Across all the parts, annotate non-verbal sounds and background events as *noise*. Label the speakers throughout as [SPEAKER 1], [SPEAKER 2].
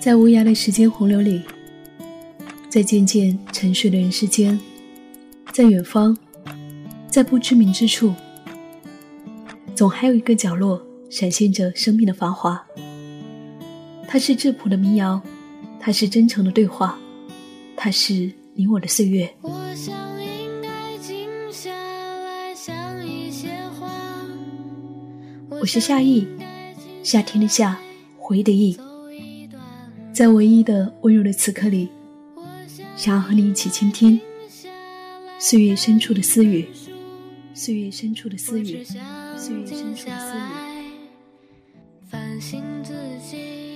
[SPEAKER 1] 在无涯的时间洪流里，在渐渐沉睡的人世间，在远方，在不知名之处，总还有一个角落闪现着生命的繁华。它是质朴的民谣，它是真诚的对话，它是你我的岁月。
[SPEAKER 2] 我想应该静下来想一些话。
[SPEAKER 1] 我
[SPEAKER 2] 我
[SPEAKER 1] 是
[SPEAKER 2] 是
[SPEAKER 1] 夏
[SPEAKER 2] 夏
[SPEAKER 1] 意
[SPEAKER 2] 意，
[SPEAKER 1] 夏
[SPEAKER 2] 夏
[SPEAKER 1] 天
[SPEAKER 2] 天
[SPEAKER 1] 的
[SPEAKER 2] 的
[SPEAKER 1] 夏
[SPEAKER 2] 夏，
[SPEAKER 1] 回忆的忆，
[SPEAKER 2] 走一段路
[SPEAKER 1] 在唯一的温柔的此刻里，
[SPEAKER 2] 我想
[SPEAKER 1] 想要和你一起倾听
[SPEAKER 2] 下来
[SPEAKER 1] 岁月深处的私语，
[SPEAKER 2] 数
[SPEAKER 1] 岁月深处的私
[SPEAKER 2] 我只
[SPEAKER 1] 语。
[SPEAKER 2] 想
[SPEAKER 1] 私语
[SPEAKER 2] 静
[SPEAKER 1] 深处的
[SPEAKER 2] 下
[SPEAKER 1] 私语
[SPEAKER 2] 来反省自己。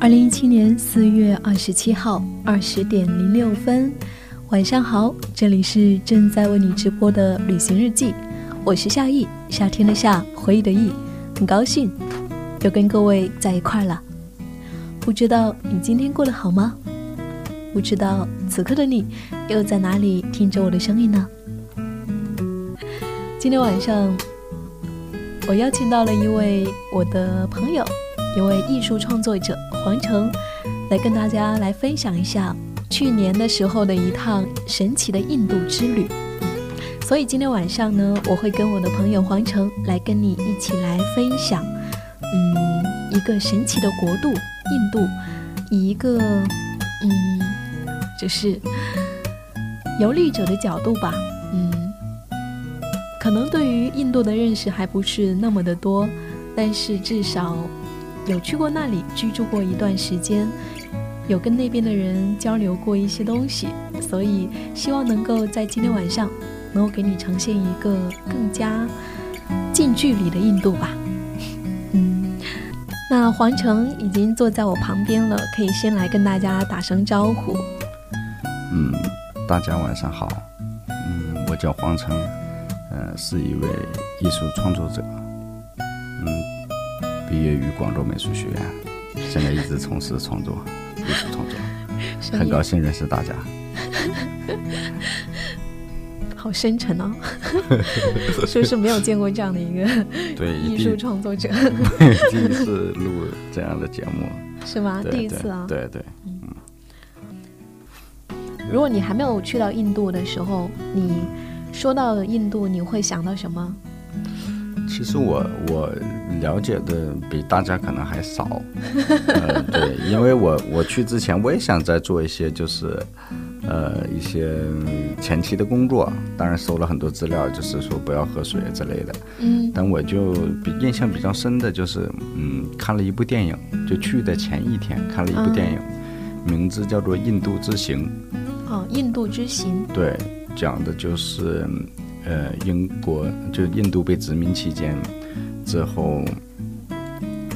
[SPEAKER 3] 二零一七年四月二十七号二十点零六分，晚上好，这里是正在为你直播的旅行日记，我是夏意，夏天的夏，回忆的忆，很高兴又跟各位在一块儿了。不知道你今天过得好吗？不知道此刻的你又在哪里听着我的声音呢？今天晚上我邀请到了一位我的朋友，一位艺术创作者黄成，来跟大家来分享一下去年的时候的一趟神奇的印度之旅。所以今天晚上呢，我会跟我的朋友黄成来跟你一起来分享，嗯，一个神奇的国度——印度，以一个嗯，就是游历者的角度吧，嗯，可能对于印度的认识还不是那么的多，但是至少有去过那里居住过一段时间，有跟那边的人交流过一些东西，所以希望能够在今天晚上能够给你呈现一个更加近距离的印度吧。 *laughs* 嗯，那黄成已经坐在我旁边了，可以先来跟大家打声招呼。
[SPEAKER 4] 嗯，大家晚上好，嗯，我叫黄成，呃，是一位艺术创作者，嗯，毕业于广州美术学院，现在一直从事创作，艺术创
[SPEAKER 3] *laughs*
[SPEAKER 4] 作，很高兴认识大家。
[SPEAKER 3] 好深沉
[SPEAKER 4] *laughs*
[SPEAKER 3] 哦， *laughs* 说是没有见过这样的一个
[SPEAKER 4] 对，
[SPEAKER 3] 艺
[SPEAKER 4] 第
[SPEAKER 3] 术创作者，
[SPEAKER 4] 第 *laughs* 一次录这样的节目，
[SPEAKER 3] 是吗？
[SPEAKER 4] 对
[SPEAKER 3] 第一次啊。
[SPEAKER 4] 对对，
[SPEAKER 3] 如果你还没有去到印度的时候，你说到印度，你会想到什么？
[SPEAKER 4] 其实我我了解的比大家可能还少，呃，对，因为我我去之前我也想再做一些就是，呃，一些前期的工作，当然搜了很多资料，就是说不要喝水之类的。
[SPEAKER 3] 嗯，
[SPEAKER 4] 但我就比印象比较深的就是，嗯，看了一部电影，就去的前一天看了一部电影，名字叫做《印度之行》。
[SPEAKER 3] 哦，印度之行，
[SPEAKER 4] 对，讲的就是，嗯呃，英国就印度被殖民期间之后，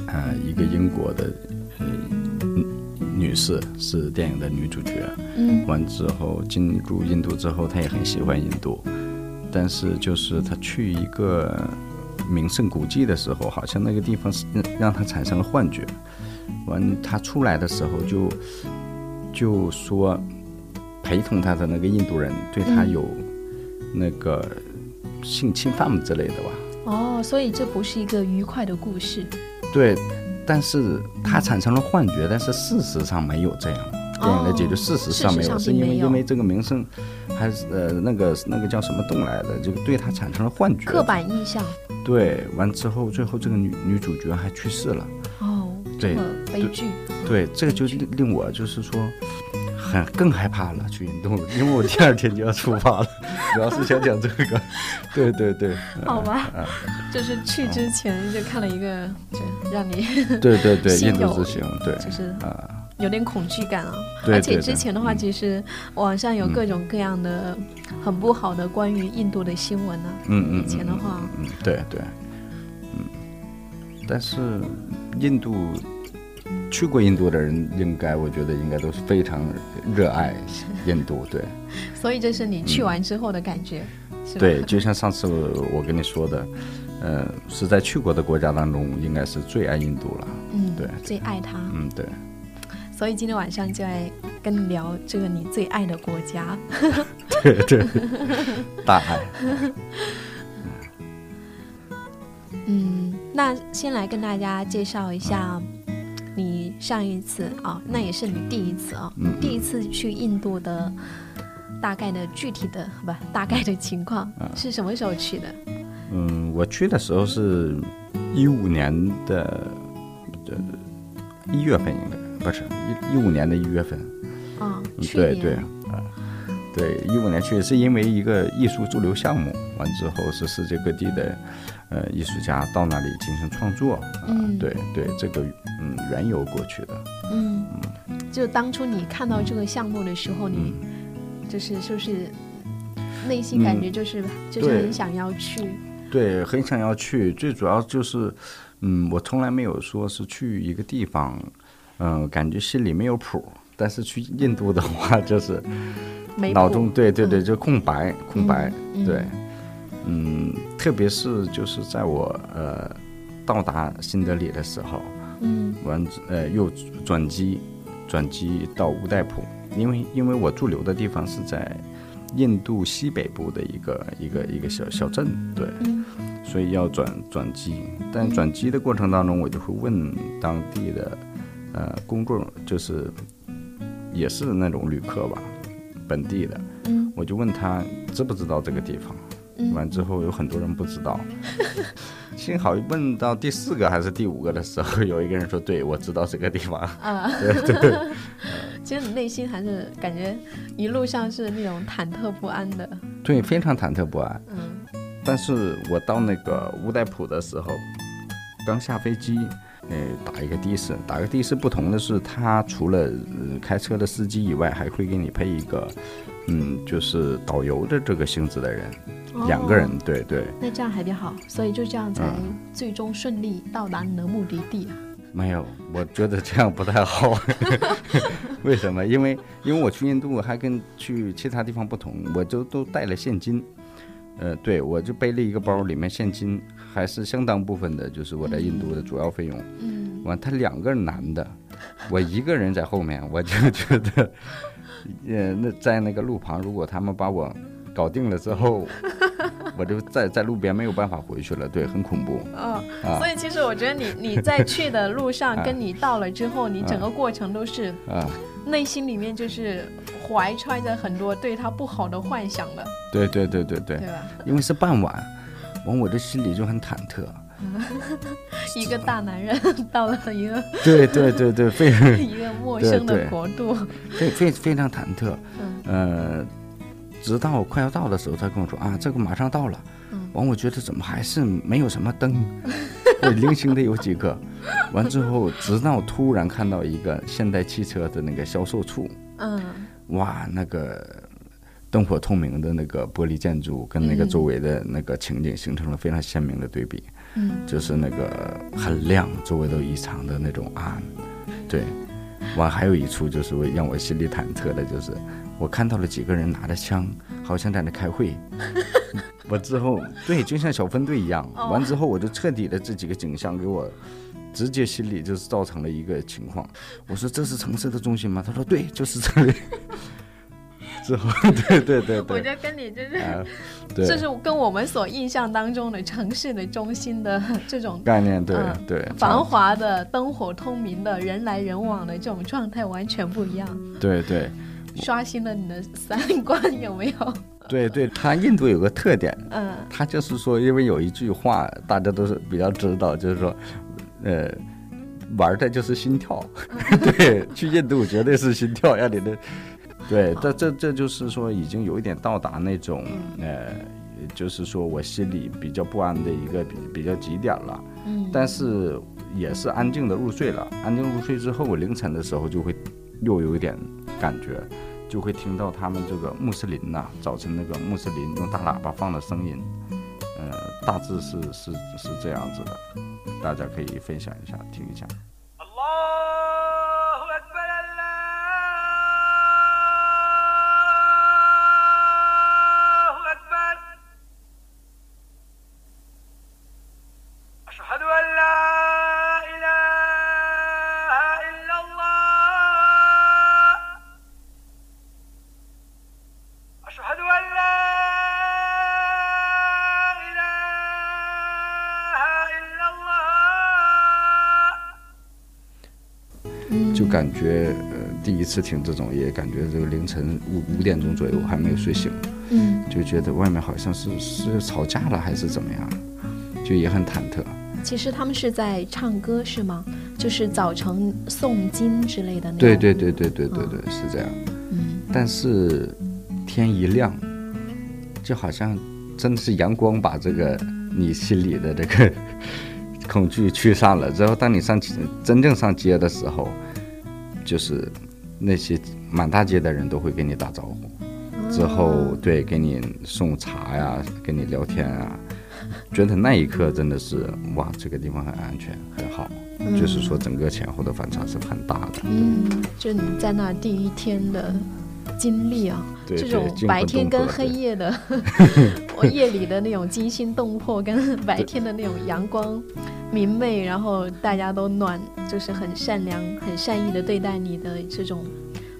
[SPEAKER 4] 呃，一个英国的呃女女士是电影的女主角，
[SPEAKER 3] 嗯
[SPEAKER 4] 完之后进入印度之后，她也很喜欢印度，但是就是她去一个名胜古迹的时候，好像那个地方是让她产生了幻觉。完，她出来的时候就就说，陪同她的那个印度人对她有那个性侵犯之类的吧。
[SPEAKER 3] 哦，所以这不是一个愉快的故事，
[SPEAKER 4] 对，但是她产生了幻觉，但是事实上没有这样。电影的解决
[SPEAKER 3] 哦
[SPEAKER 4] 事实上没有，
[SPEAKER 3] 事实
[SPEAKER 4] 是
[SPEAKER 3] 上并
[SPEAKER 4] 因
[SPEAKER 3] 没
[SPEAKER 4] 为
[SPEAKER 3] 有
[SPEAKER 4] 因为这个名声，还是呃那个那个叫什么洞来的，就对她产生了幻觉。
[SPEAKER 3] 刻板印象。
[SPEAKER 4] 对，完之后最后这个女女主角还去世了。
[SPEAKER 3] 哦，这
[SPEAKER 4] 对
[SPEAKER 3] 么悲剧。
[SPEAKER 4] 对，这个就令令我就是说，很更害怕了去印度，因为我第二天就要出发了， *laughs* 主要是想讲这个。 *laughs* 对对对，
[SPEAKER 3] 好吧，
[SPEAKER 4] 呃
[SPEAKER 3] 就是去之前就看了一个，就让你
[SPEAKER 4] 对对
[SPEAKER 3] *laughs*
[SPEAKER 4] 对，
[SPEAKER 3] 心
[SPEAKER 4] 印度
[SPEAKER 3] 有
[SPEAKER 4] 之行，对
[SPEAKER 3] *laughs* 就是
[SPEAKER 4] 啊。
[SPEAKER 3] 有点恐惧感啊。
[SPEAKER 4] 对
[SPEAKER 3] 而且
[SPEAKER 4] 对
[SPEAKER 3] 之
[SPEAKER 4] 对
[SPEAKER 3] 前的话，
[SPEAKER 4] 嗯
[SPEAKER 3] 其实网上有
[SPEAKER 4] 嗯
[SPEAKER 3] 各种各样的很不好的关于印度的新闻啊呢、
[SPEAKER 4] 嗯嗯，
[SPEAKER 3] 以前的话，
[SPEAKER 4] 嗯，嗯嗯对对，嗯，但是印度去过印度的人，应该我觉得应该都是非常热爱印度，对
[SPEAKER 3] 所以这是你去完之后的感觉，是吧？
[SPEAKER 4] 嗯对，就像上次我跟你说的，呃，是在去过的国家当中，应该是最爱印度了，
[SPEAKER 3] 嗯，
[SPEAKER 4] 对
[SPEAKER 3] 最爱他。
[SPEAKER 4] 嗯，对，
[SPEAKER 3] 所以今天晚上就来跟你聊这个你最爱的国家。
[SPEAKER 4] 对对，大爱。
[SPEAKER 3] 嗯，那先来跟大家介绍一下，
[SPEAKER 4] 嗯
[SPEAKER 3] 你上一次啊、那也是你第一次啊、
[SPEAKER 4] 嗯嗯
[SPEAKER 3] 第一次去印度的大概的具体的不大概的情况、是什么时候去的？
[SPEAKER 4] 嗯，我去的时候是一五年的，呃，一月份应该不是一一五年的一月份，
[SPEAKER 3] 啊、
[SPEAKER 4] 嗯
[SPEAKER 3] 去
[SPEAKER 4] 对
[SPEAKER 3] 年
[SPEAKER 4] 对，啊，对，一五年去是因为一个艺术驻留项目，完之后是世界各地的呃艺术家到那里进行创作，啊、
[SPEAKER 3] 嗯
[SPEAKER 4] 对对，这个嗯缘由过去的，
[SPEAKER 3] 嗯，就当初你看到这个项目的时候，你
[SPEAKER 4] 嗯
[SPEAKER 3] 就是是不是内心感觉就是、就是
[SPEAKER 4] 对
[SPEAKER 3] 很想要去？
[SPEAKER 4] 对，很想要去，最主要就是，嗯，我从来没有说是去一个地方，嗯、感觉心里没有谱。但是去印度的话，就是
[SPEAKER 3] 没
[SPEAKER 4] 脑
[SPEAKER 3] 谱
[SPEAKER 4] 中对对对，就空白空白，
[SPEAKER 3] 嗯
[SPEAKER 4] 对，嗯，特别是就是在我呃到达新德里的时候，
[SPEAKER 3] 嗯
[SPEAKER 4] 完呃又转机转机到乌代浦，因为因为我驻留的地方是在印度西北部的一个一个一个小小镇，对，
[SPEAKER 3] 嗯
[SPEAKER 4] 所以要转转机。但转机的过程当中，我就会问当地的呃公共，就是也是那种旅客吧，本地的，
[SPEAKER 3] 嗯
[SPEAKER 4] 我就问他知不知道这个地方。
[SPEAKER 3] 嗯
[SPEAKER 4] 完之后有很多人不知道，幸好问到第四个还是第五个的时候，有一个人说：“对，我知道这个地
[SPEAKER 3] *laughs*
[SPEAKER 4] 方。
[SPEAKER 3] 啊， *laughs* 其实你内心还是感觉一路上是那种忐忑不安的，”
[SPEAKER 4] *laughs* 对，非常忐忑不安。
[SPEAKER 3] 嗯
[SPEAKER 4] 但是我到那个乌代浦的时候，刚下飞机，呃，打一个的士，打个的士不同的是，他除了、呃、开车的司机以外，还会给你配一个，嗯，就是导游的这个性质的人，嗯两个人，嗯
[SPEAKER 3] 哦
[SPEAKER 4] 对对，
[SPEAKER 3] 那这样还比较好，所以就这样才最终顺利到达你的目的地啊。
[SPEAKER 4] 没有，我觉得这样不太好。 *laughs* 为什么？因为因为我去印度还跟去其他地方不同，我就都带了现金。呃，对，我就背了一个包，里面现金还是相当部分的，就是我在印度的主要费用。
[SPEAKER 3] 嗯
[SPEAKER 4] 完，他两个男的，我一个人在后面，我就觉得， *laughs* 呃，那在那个路旁，如果他们把我搞定了之后，我就在在路边没有办法回去了，对，很恐怖。
[SPEAKER 3] 哦，
[SPEAKER 4] 啊
[SPEAKER 3] 所以其实我觉得你你在去的路上跟你到了之后，你整个过程都是
[SPEAKER 4] 啊
[SPEAKER 3] 内心里面就是怀揣着很多对他不好的幻想的，
[SPEAKER 4] 对对对对对
[SPEAKER 3] 对。吧？
[SPEAKER 4] 因为是傍晚，完我这心里就很忐忑。
[SPEAKER 3] 一个大男人 *laughs* 到了一
[SPEAKER 4] *laughs*
[SPEAKER 3] 个
[SPEAKER 4] 对对对对， *laughs* 非
[SPEAKER 3] 一个陌生
[SPEAKER 4] 对
[SPEAKER 3] 的
[SPEAKER 4] 对
[SPEAKER 3] 国度，
[SPEAKER 4] 非非非常忐忑。
[SPEAKER 3] 嗯
[SPEAKER 4] 呃，直到我快要到的时候，他跟我说啊，这个马上到了。完，我觉得怎么还是没有什么 *laughs* 灯，对，零星的有几个。完之后，直到突然看到一个现代汽车的那个销售处，
[SPEAKER 3] 嗯
[SPEAKER 4] 哇，那个灯火通明的那个玻璃建筑跟那个周围的那个情景形成了非常鲜明的对比。
[SPEAKER 3] 嗯，
[SPEAKER 4] 就是那个很亮，周围都异常的那种暗。对，完还有一处就是我让我心里忐忑的，就是我看到了几个人拿着枪，好像在那开
[SPEAKER 3] *laughs*
[SPEAKER 4] 会。我之后对，就像小分队一样。
[SPEAKER 3] *laughs*
[SPEAKER 4] 完之后，我就彻底的这几个景象给我。直接心里就是造成了一个情况，我说这是城市的中心吗？他说对，就是这里。 *laughs* 之后，对对对
[SPEAKER 3] 我
[SPEAKER 4] 对，
[SPEAKER 3] 觉得跟你就是。 *laughs*
[SPEAKER 4] 啊，
[SPEAKER 3] 这
[SPEAKER 4] 对
[SPEAKER 3] 是跟我们所印象当中的城市的中心的这种
[SPEAKER 4] 概念，对
[SPEAKER 3] 嗯
[SPEAKER 4] 对，
[SPEAKER 3] 繁华的、灯火通明的、人来人往的这种状态完全不一样，
[SPEAKER 4] 对对，
[SPEAKER 3] 刷新了你的三观，有没有？
[SPEAKER 4] 对对，它印度有个特点，
[SPEAKER 3] 嗯
[SPEAKER 4] 它就是说，因为有一句话大家都是比较知道，就是说，呃，玩的就是心跳。
[SPEAKER 3] 嗯
[SPEAKER 4] *laughs* 对，去印度绝对是心跳，让你的。对，这这这就是说，已经有一点到达那种
[SPEAKER 3] 嗯
[SPEAKER 4] 呃，就是说我心里比较不安的一个比比较极点了。
[SPEAKER 3] 嗯
[SPEAKER 4] 但是也是安静的入睡了。安静入睡之后，我凌晨的时候就会又有一点感觉，就会听到他们这个穆斯林呐、早晨那个穆斯林用大喇叭放的声音，呃，大致是是是这样子的，大家可以分享一下，听一下。
[SPEAKER 5] الله أكبر الله أكبر أشهد أن لا إله إلا الله
[SPEAKER 4] 就感觉呃第一次听这种也感觉就凌晨五五点钟左右还没有睡醒，
[SPEAKER 3] 嗯，
[SPEAKER 4] 就觉得外面好像是是吵架了还是怎么样，就也很忐忑。
[SPEAKER 3] 其实他们是在唱歌是吗？就是早晨诵经之类的那种。
[SPEAKER 4] 对对对对对对对，是这样。
[SPEAKER 3] 嗯，
[SPEAKER 4] 但是天一亮，就好像真的是阳光把这个你心里的这个 *laughs* 恐惧驱散了。之后，当你上街真正上街的时候，就是那些满大街的人都会给你打招呼，之
[SPEAKER 3] 哦
[SPEAKER 4] 后对给你送茶呀，跟你聊天啊。觉得那一刻真的是哇，这个地方很安全，很好，就是说整个前后的反差是很大的。
[SPEAKER 3] 嗯，就你在那第一天的经历啊，
[SPEAKER 4] 对
[SPEAKER 3] 这
[SPEAKER 4] 对
[SPEAKER 3] 种
[SPEAKER 4] 惊
[SPEAKER 3] 白
[SPEAKER 4] 魂
[SPEAKER 3] 天
[SPEAKER 4] 动
[SPEAKER 3] 跟
[SPEAKER 4] 魄
[SPEAKER 3] 黑
[SPEAKER 4] 对
[SPEAKER 3] 夜的，
[SPEAKER 4] *laughs*
[SPEAKER 3] 我夜里的那种惊心动魄，跟白天的那种阳光明媚，然后大家都暖，就是很善良、很善意的对待你的这种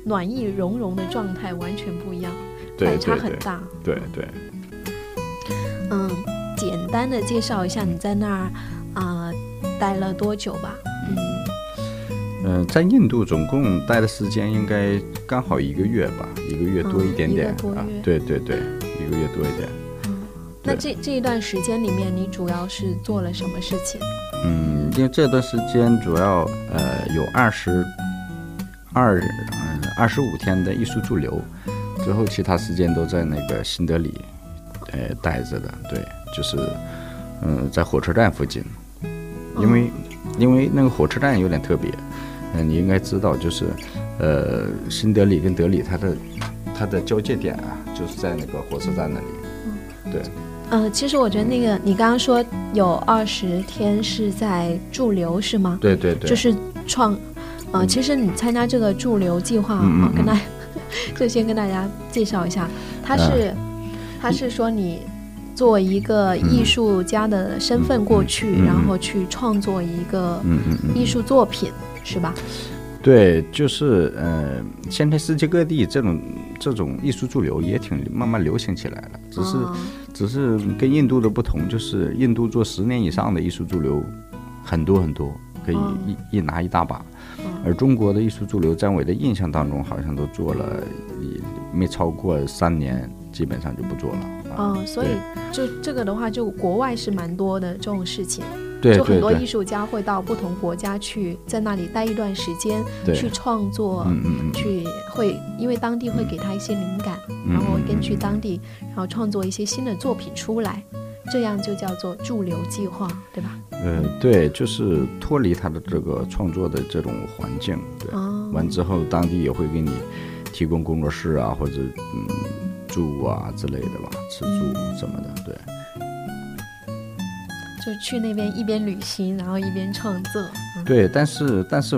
[SPEAKER 3] 暖意融融的状态完全不一样，
[SPEAKER 4] 对
[SPEAKER 3] 反差
[SPEAKER 4] 对
[SPEAKER 3] 很
[SPEAKER 4] 对
[SPEAKER 3] 大。
[SPEAKER 4] 对对，
[SPEAKER 3] 嗯，简单的介绍一下你在那儿啊、待了多久吧？
[SPEAKER 4] 嗯，在印度总共待的时间应该刚好一个月吧，一个月多一点点、
[SPEAKER 3] 嗯一个多
[SPEAKER 4] 啊
[SPEAKER 3] 月。
[SPEAKER 4] 对对对，一个月多一点。
[SPEAKER 3] 那
[SPEAKER 4] 对
[SPEAKER 3] 这这一段时间里面，你主要是做了什么事情？
[SPEAKER 4] 嗯，因为这段时间主要呃有二十二嗯二十五天的艺术驻留，之后其他时间都在那个新德里，呃待着的。对，就是嗯、在火车站附近，因
[SPEAKER 3] 哦
[SPEAKER 4] 为、因为那个火车站有点特别，嗯、你应该知道，就是呃新德里跟德里它的它的交界点啊，就是在那个火车站那里。对，
[SPEAKER 3] 呃，其实我觉得那个你刚刚说有二十天是在驻留是吗？
[SPEAKER 4] 对对对，
[SPEAKER 3] 就是创，呃，其实你参加这个驻留计划啊，
[SPEAKER 4] 嗯嗯
[SPEAKER 3] 我跟大家 *laughs* 就先跟大家介绍一下，它是、
[SPEAKER 4] 嗯
[SPEAKER 3] 它是说你作为一个艺术家的身份过去，
[SPEAKER 4] 嗯嗯嗯
[SPEAKER 3] 然后去创作一个
[SPEAKER 4] 嗯嗯嗯。
[SPEAKER 3] 艺术作品，是吧？
[SPEAKER 4] 对，就是呃，现在世界各地这种这种艺术驻留也挺慢慢流行起来了，只是、
[SPEAKER 3] 哦
[SPEAKER 4] 只是跟印度的不同，就是印度做十年以上的艺术驻留很多很多，可以
[SPEAKER 3] 哦
[SPEAKER 4] 一、一拿一大把，
[SPEAKER 3] 嗯
[SPEAKER 4] 而中国的艺术驻留在我的印象当中好像都做了也没超过三年，基本上就不做了。啊
[SPEAKER 3] 哦，所以就这个的话，就国外是蛮多的这种事情。嗯
[SPEAKER 4] 对
[SPEAKER 3] 就很
[SPEAKER 4] 对
[SPEAKER 3] 多艺
[SPEAKER 4] 对，
[SPEAKER 3] 术家会到不同国家去，在那里待一段时间，
[SPEAKER 4] 对
[SPEAKER 3] 去创作，
[SPEAKER 4] 嗯嗯嗯，
[SPEAKER 3] 去会因为当地会给他一些灵感，
[SPEAKER 4] 嗯
[SPEAKER 3] 然后
[SPEAKER 4] 嗯嗯
[SPEAKER 3] 根据当地，然后创作一些新的作品出来，
[SPEAKER 4] 嗯
[SPEAKER 3] 这样就叫做驻留计划，对吧？
[SPEAKER 4] 呃，对，就是脱离他的这个创作的这种环境，对。
[SPEAKER 3] 哦，
[SPEAKER 4] 完之后，当地也会给你提供工作室啊，或者嗯住啊之类的吧，吃住什么的。对，
[SPEAKER 3] 就去那边一边旅行，然后一边创作。嗯
[SPEAKER 4] 对，但是但是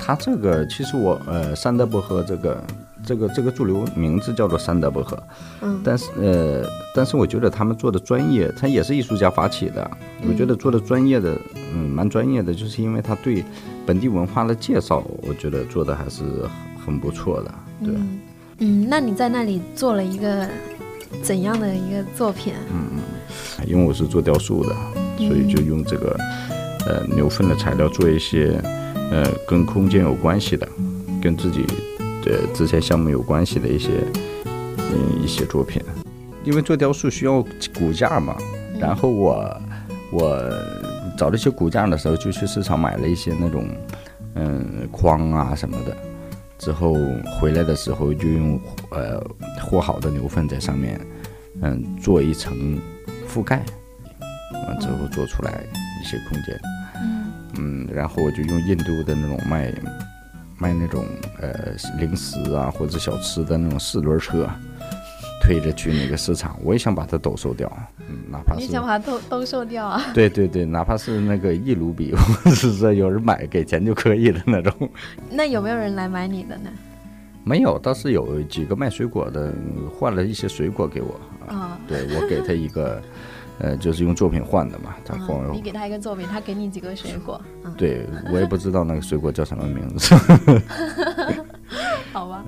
[SPEAKER 4] 他这个其实我呃山德伯河这个这个这个驻留名字叫做山德伯河，
[SPEAKER 3] 嗯
[SPEAKER 4] 但是呃但是我觉得他们做的专业，他也是艺术家发起的，我觉得做的专业的嗯蛮专业的，就是因为他对本地文化的介绍，我觉得做的还是很不错的。对，
[SPEAKER 3] 嗯嗯，那你在那里做了一个怎样的一个作品啊？
[SPEAKER 4] 嗯因为我是做雕塑的，所以就用这个呃牛粪的材料做一些呃跟空间有关系的，跟自己的之前项目有关系的一些嗯一些作品。因为做雕塑需要骨架嘛，然后我我找了一些骨架的时候，就去市场买了一些那种嗯框啊什么的。之后回来的时候就用呃和好的牛粪在上面，嗯，做一层覆盖，完之后做出来一些空间。嗯，然后我就用印度的那种卖卖那种呃零食啊或者小吃的那种四轮车，推着去那个市场。我也想把它兜售掉，嗯，哪怕
[SPEAKER 3] 你
[SPEAKER 4] 是
[SPEAKER 3] 想把它兜兜售掉啊？
[SPEAKER 4] 对对对，哪怕是那个一卢比， *laughs* 或者是有人买给钱就可以的那种。
[SPEAKER 3] 那有没有人来买你的呢？
[SPEAKER 4] 没有，倒是有几个卖水果的嗯换了一些水果给我，
[SPEAKER 3] 啊、
[SPEAKER 4] 对我给他一个， *laughs* 呃，就是用作品换的嘛，他换
[SPEAKER 3] 嗯
[SPEAKER 4] 完
[SPEAKER 3] 你给他一个作品，他给你几个水果，嗯，
[SPEAKER 4] 对我也不知道那个水果叫什么名
[SPEAKER 3] *laughs*
[SPEAKER 4] 字， *laughs*
[SPEAKER 3] 好吧，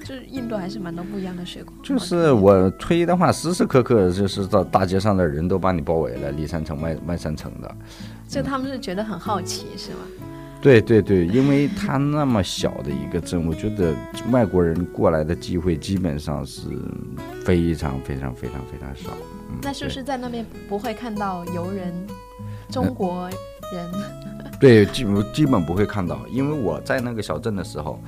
[SPEAKER 3] 就是印度还是蛮多不一样的水果，
[SPEAKER 4] 嗯就是我推的话，时时刻刻就是到大街上的人都把你包围了，里三层外外三层的，
[SPEAKER 3] 就他们是觉得很好奇，是吗？
[SPEAKER 4] 对对对，因为它那么小的一个镇，我觉得外国人过来的机会基本上是非常非常非常非常少。嗯
[SPEAKER 3] 那是不是在那边不会看到游人、中国人？
[SPEAKER 4] 对，基本基本不会看到，因为我在那个小镇的时候，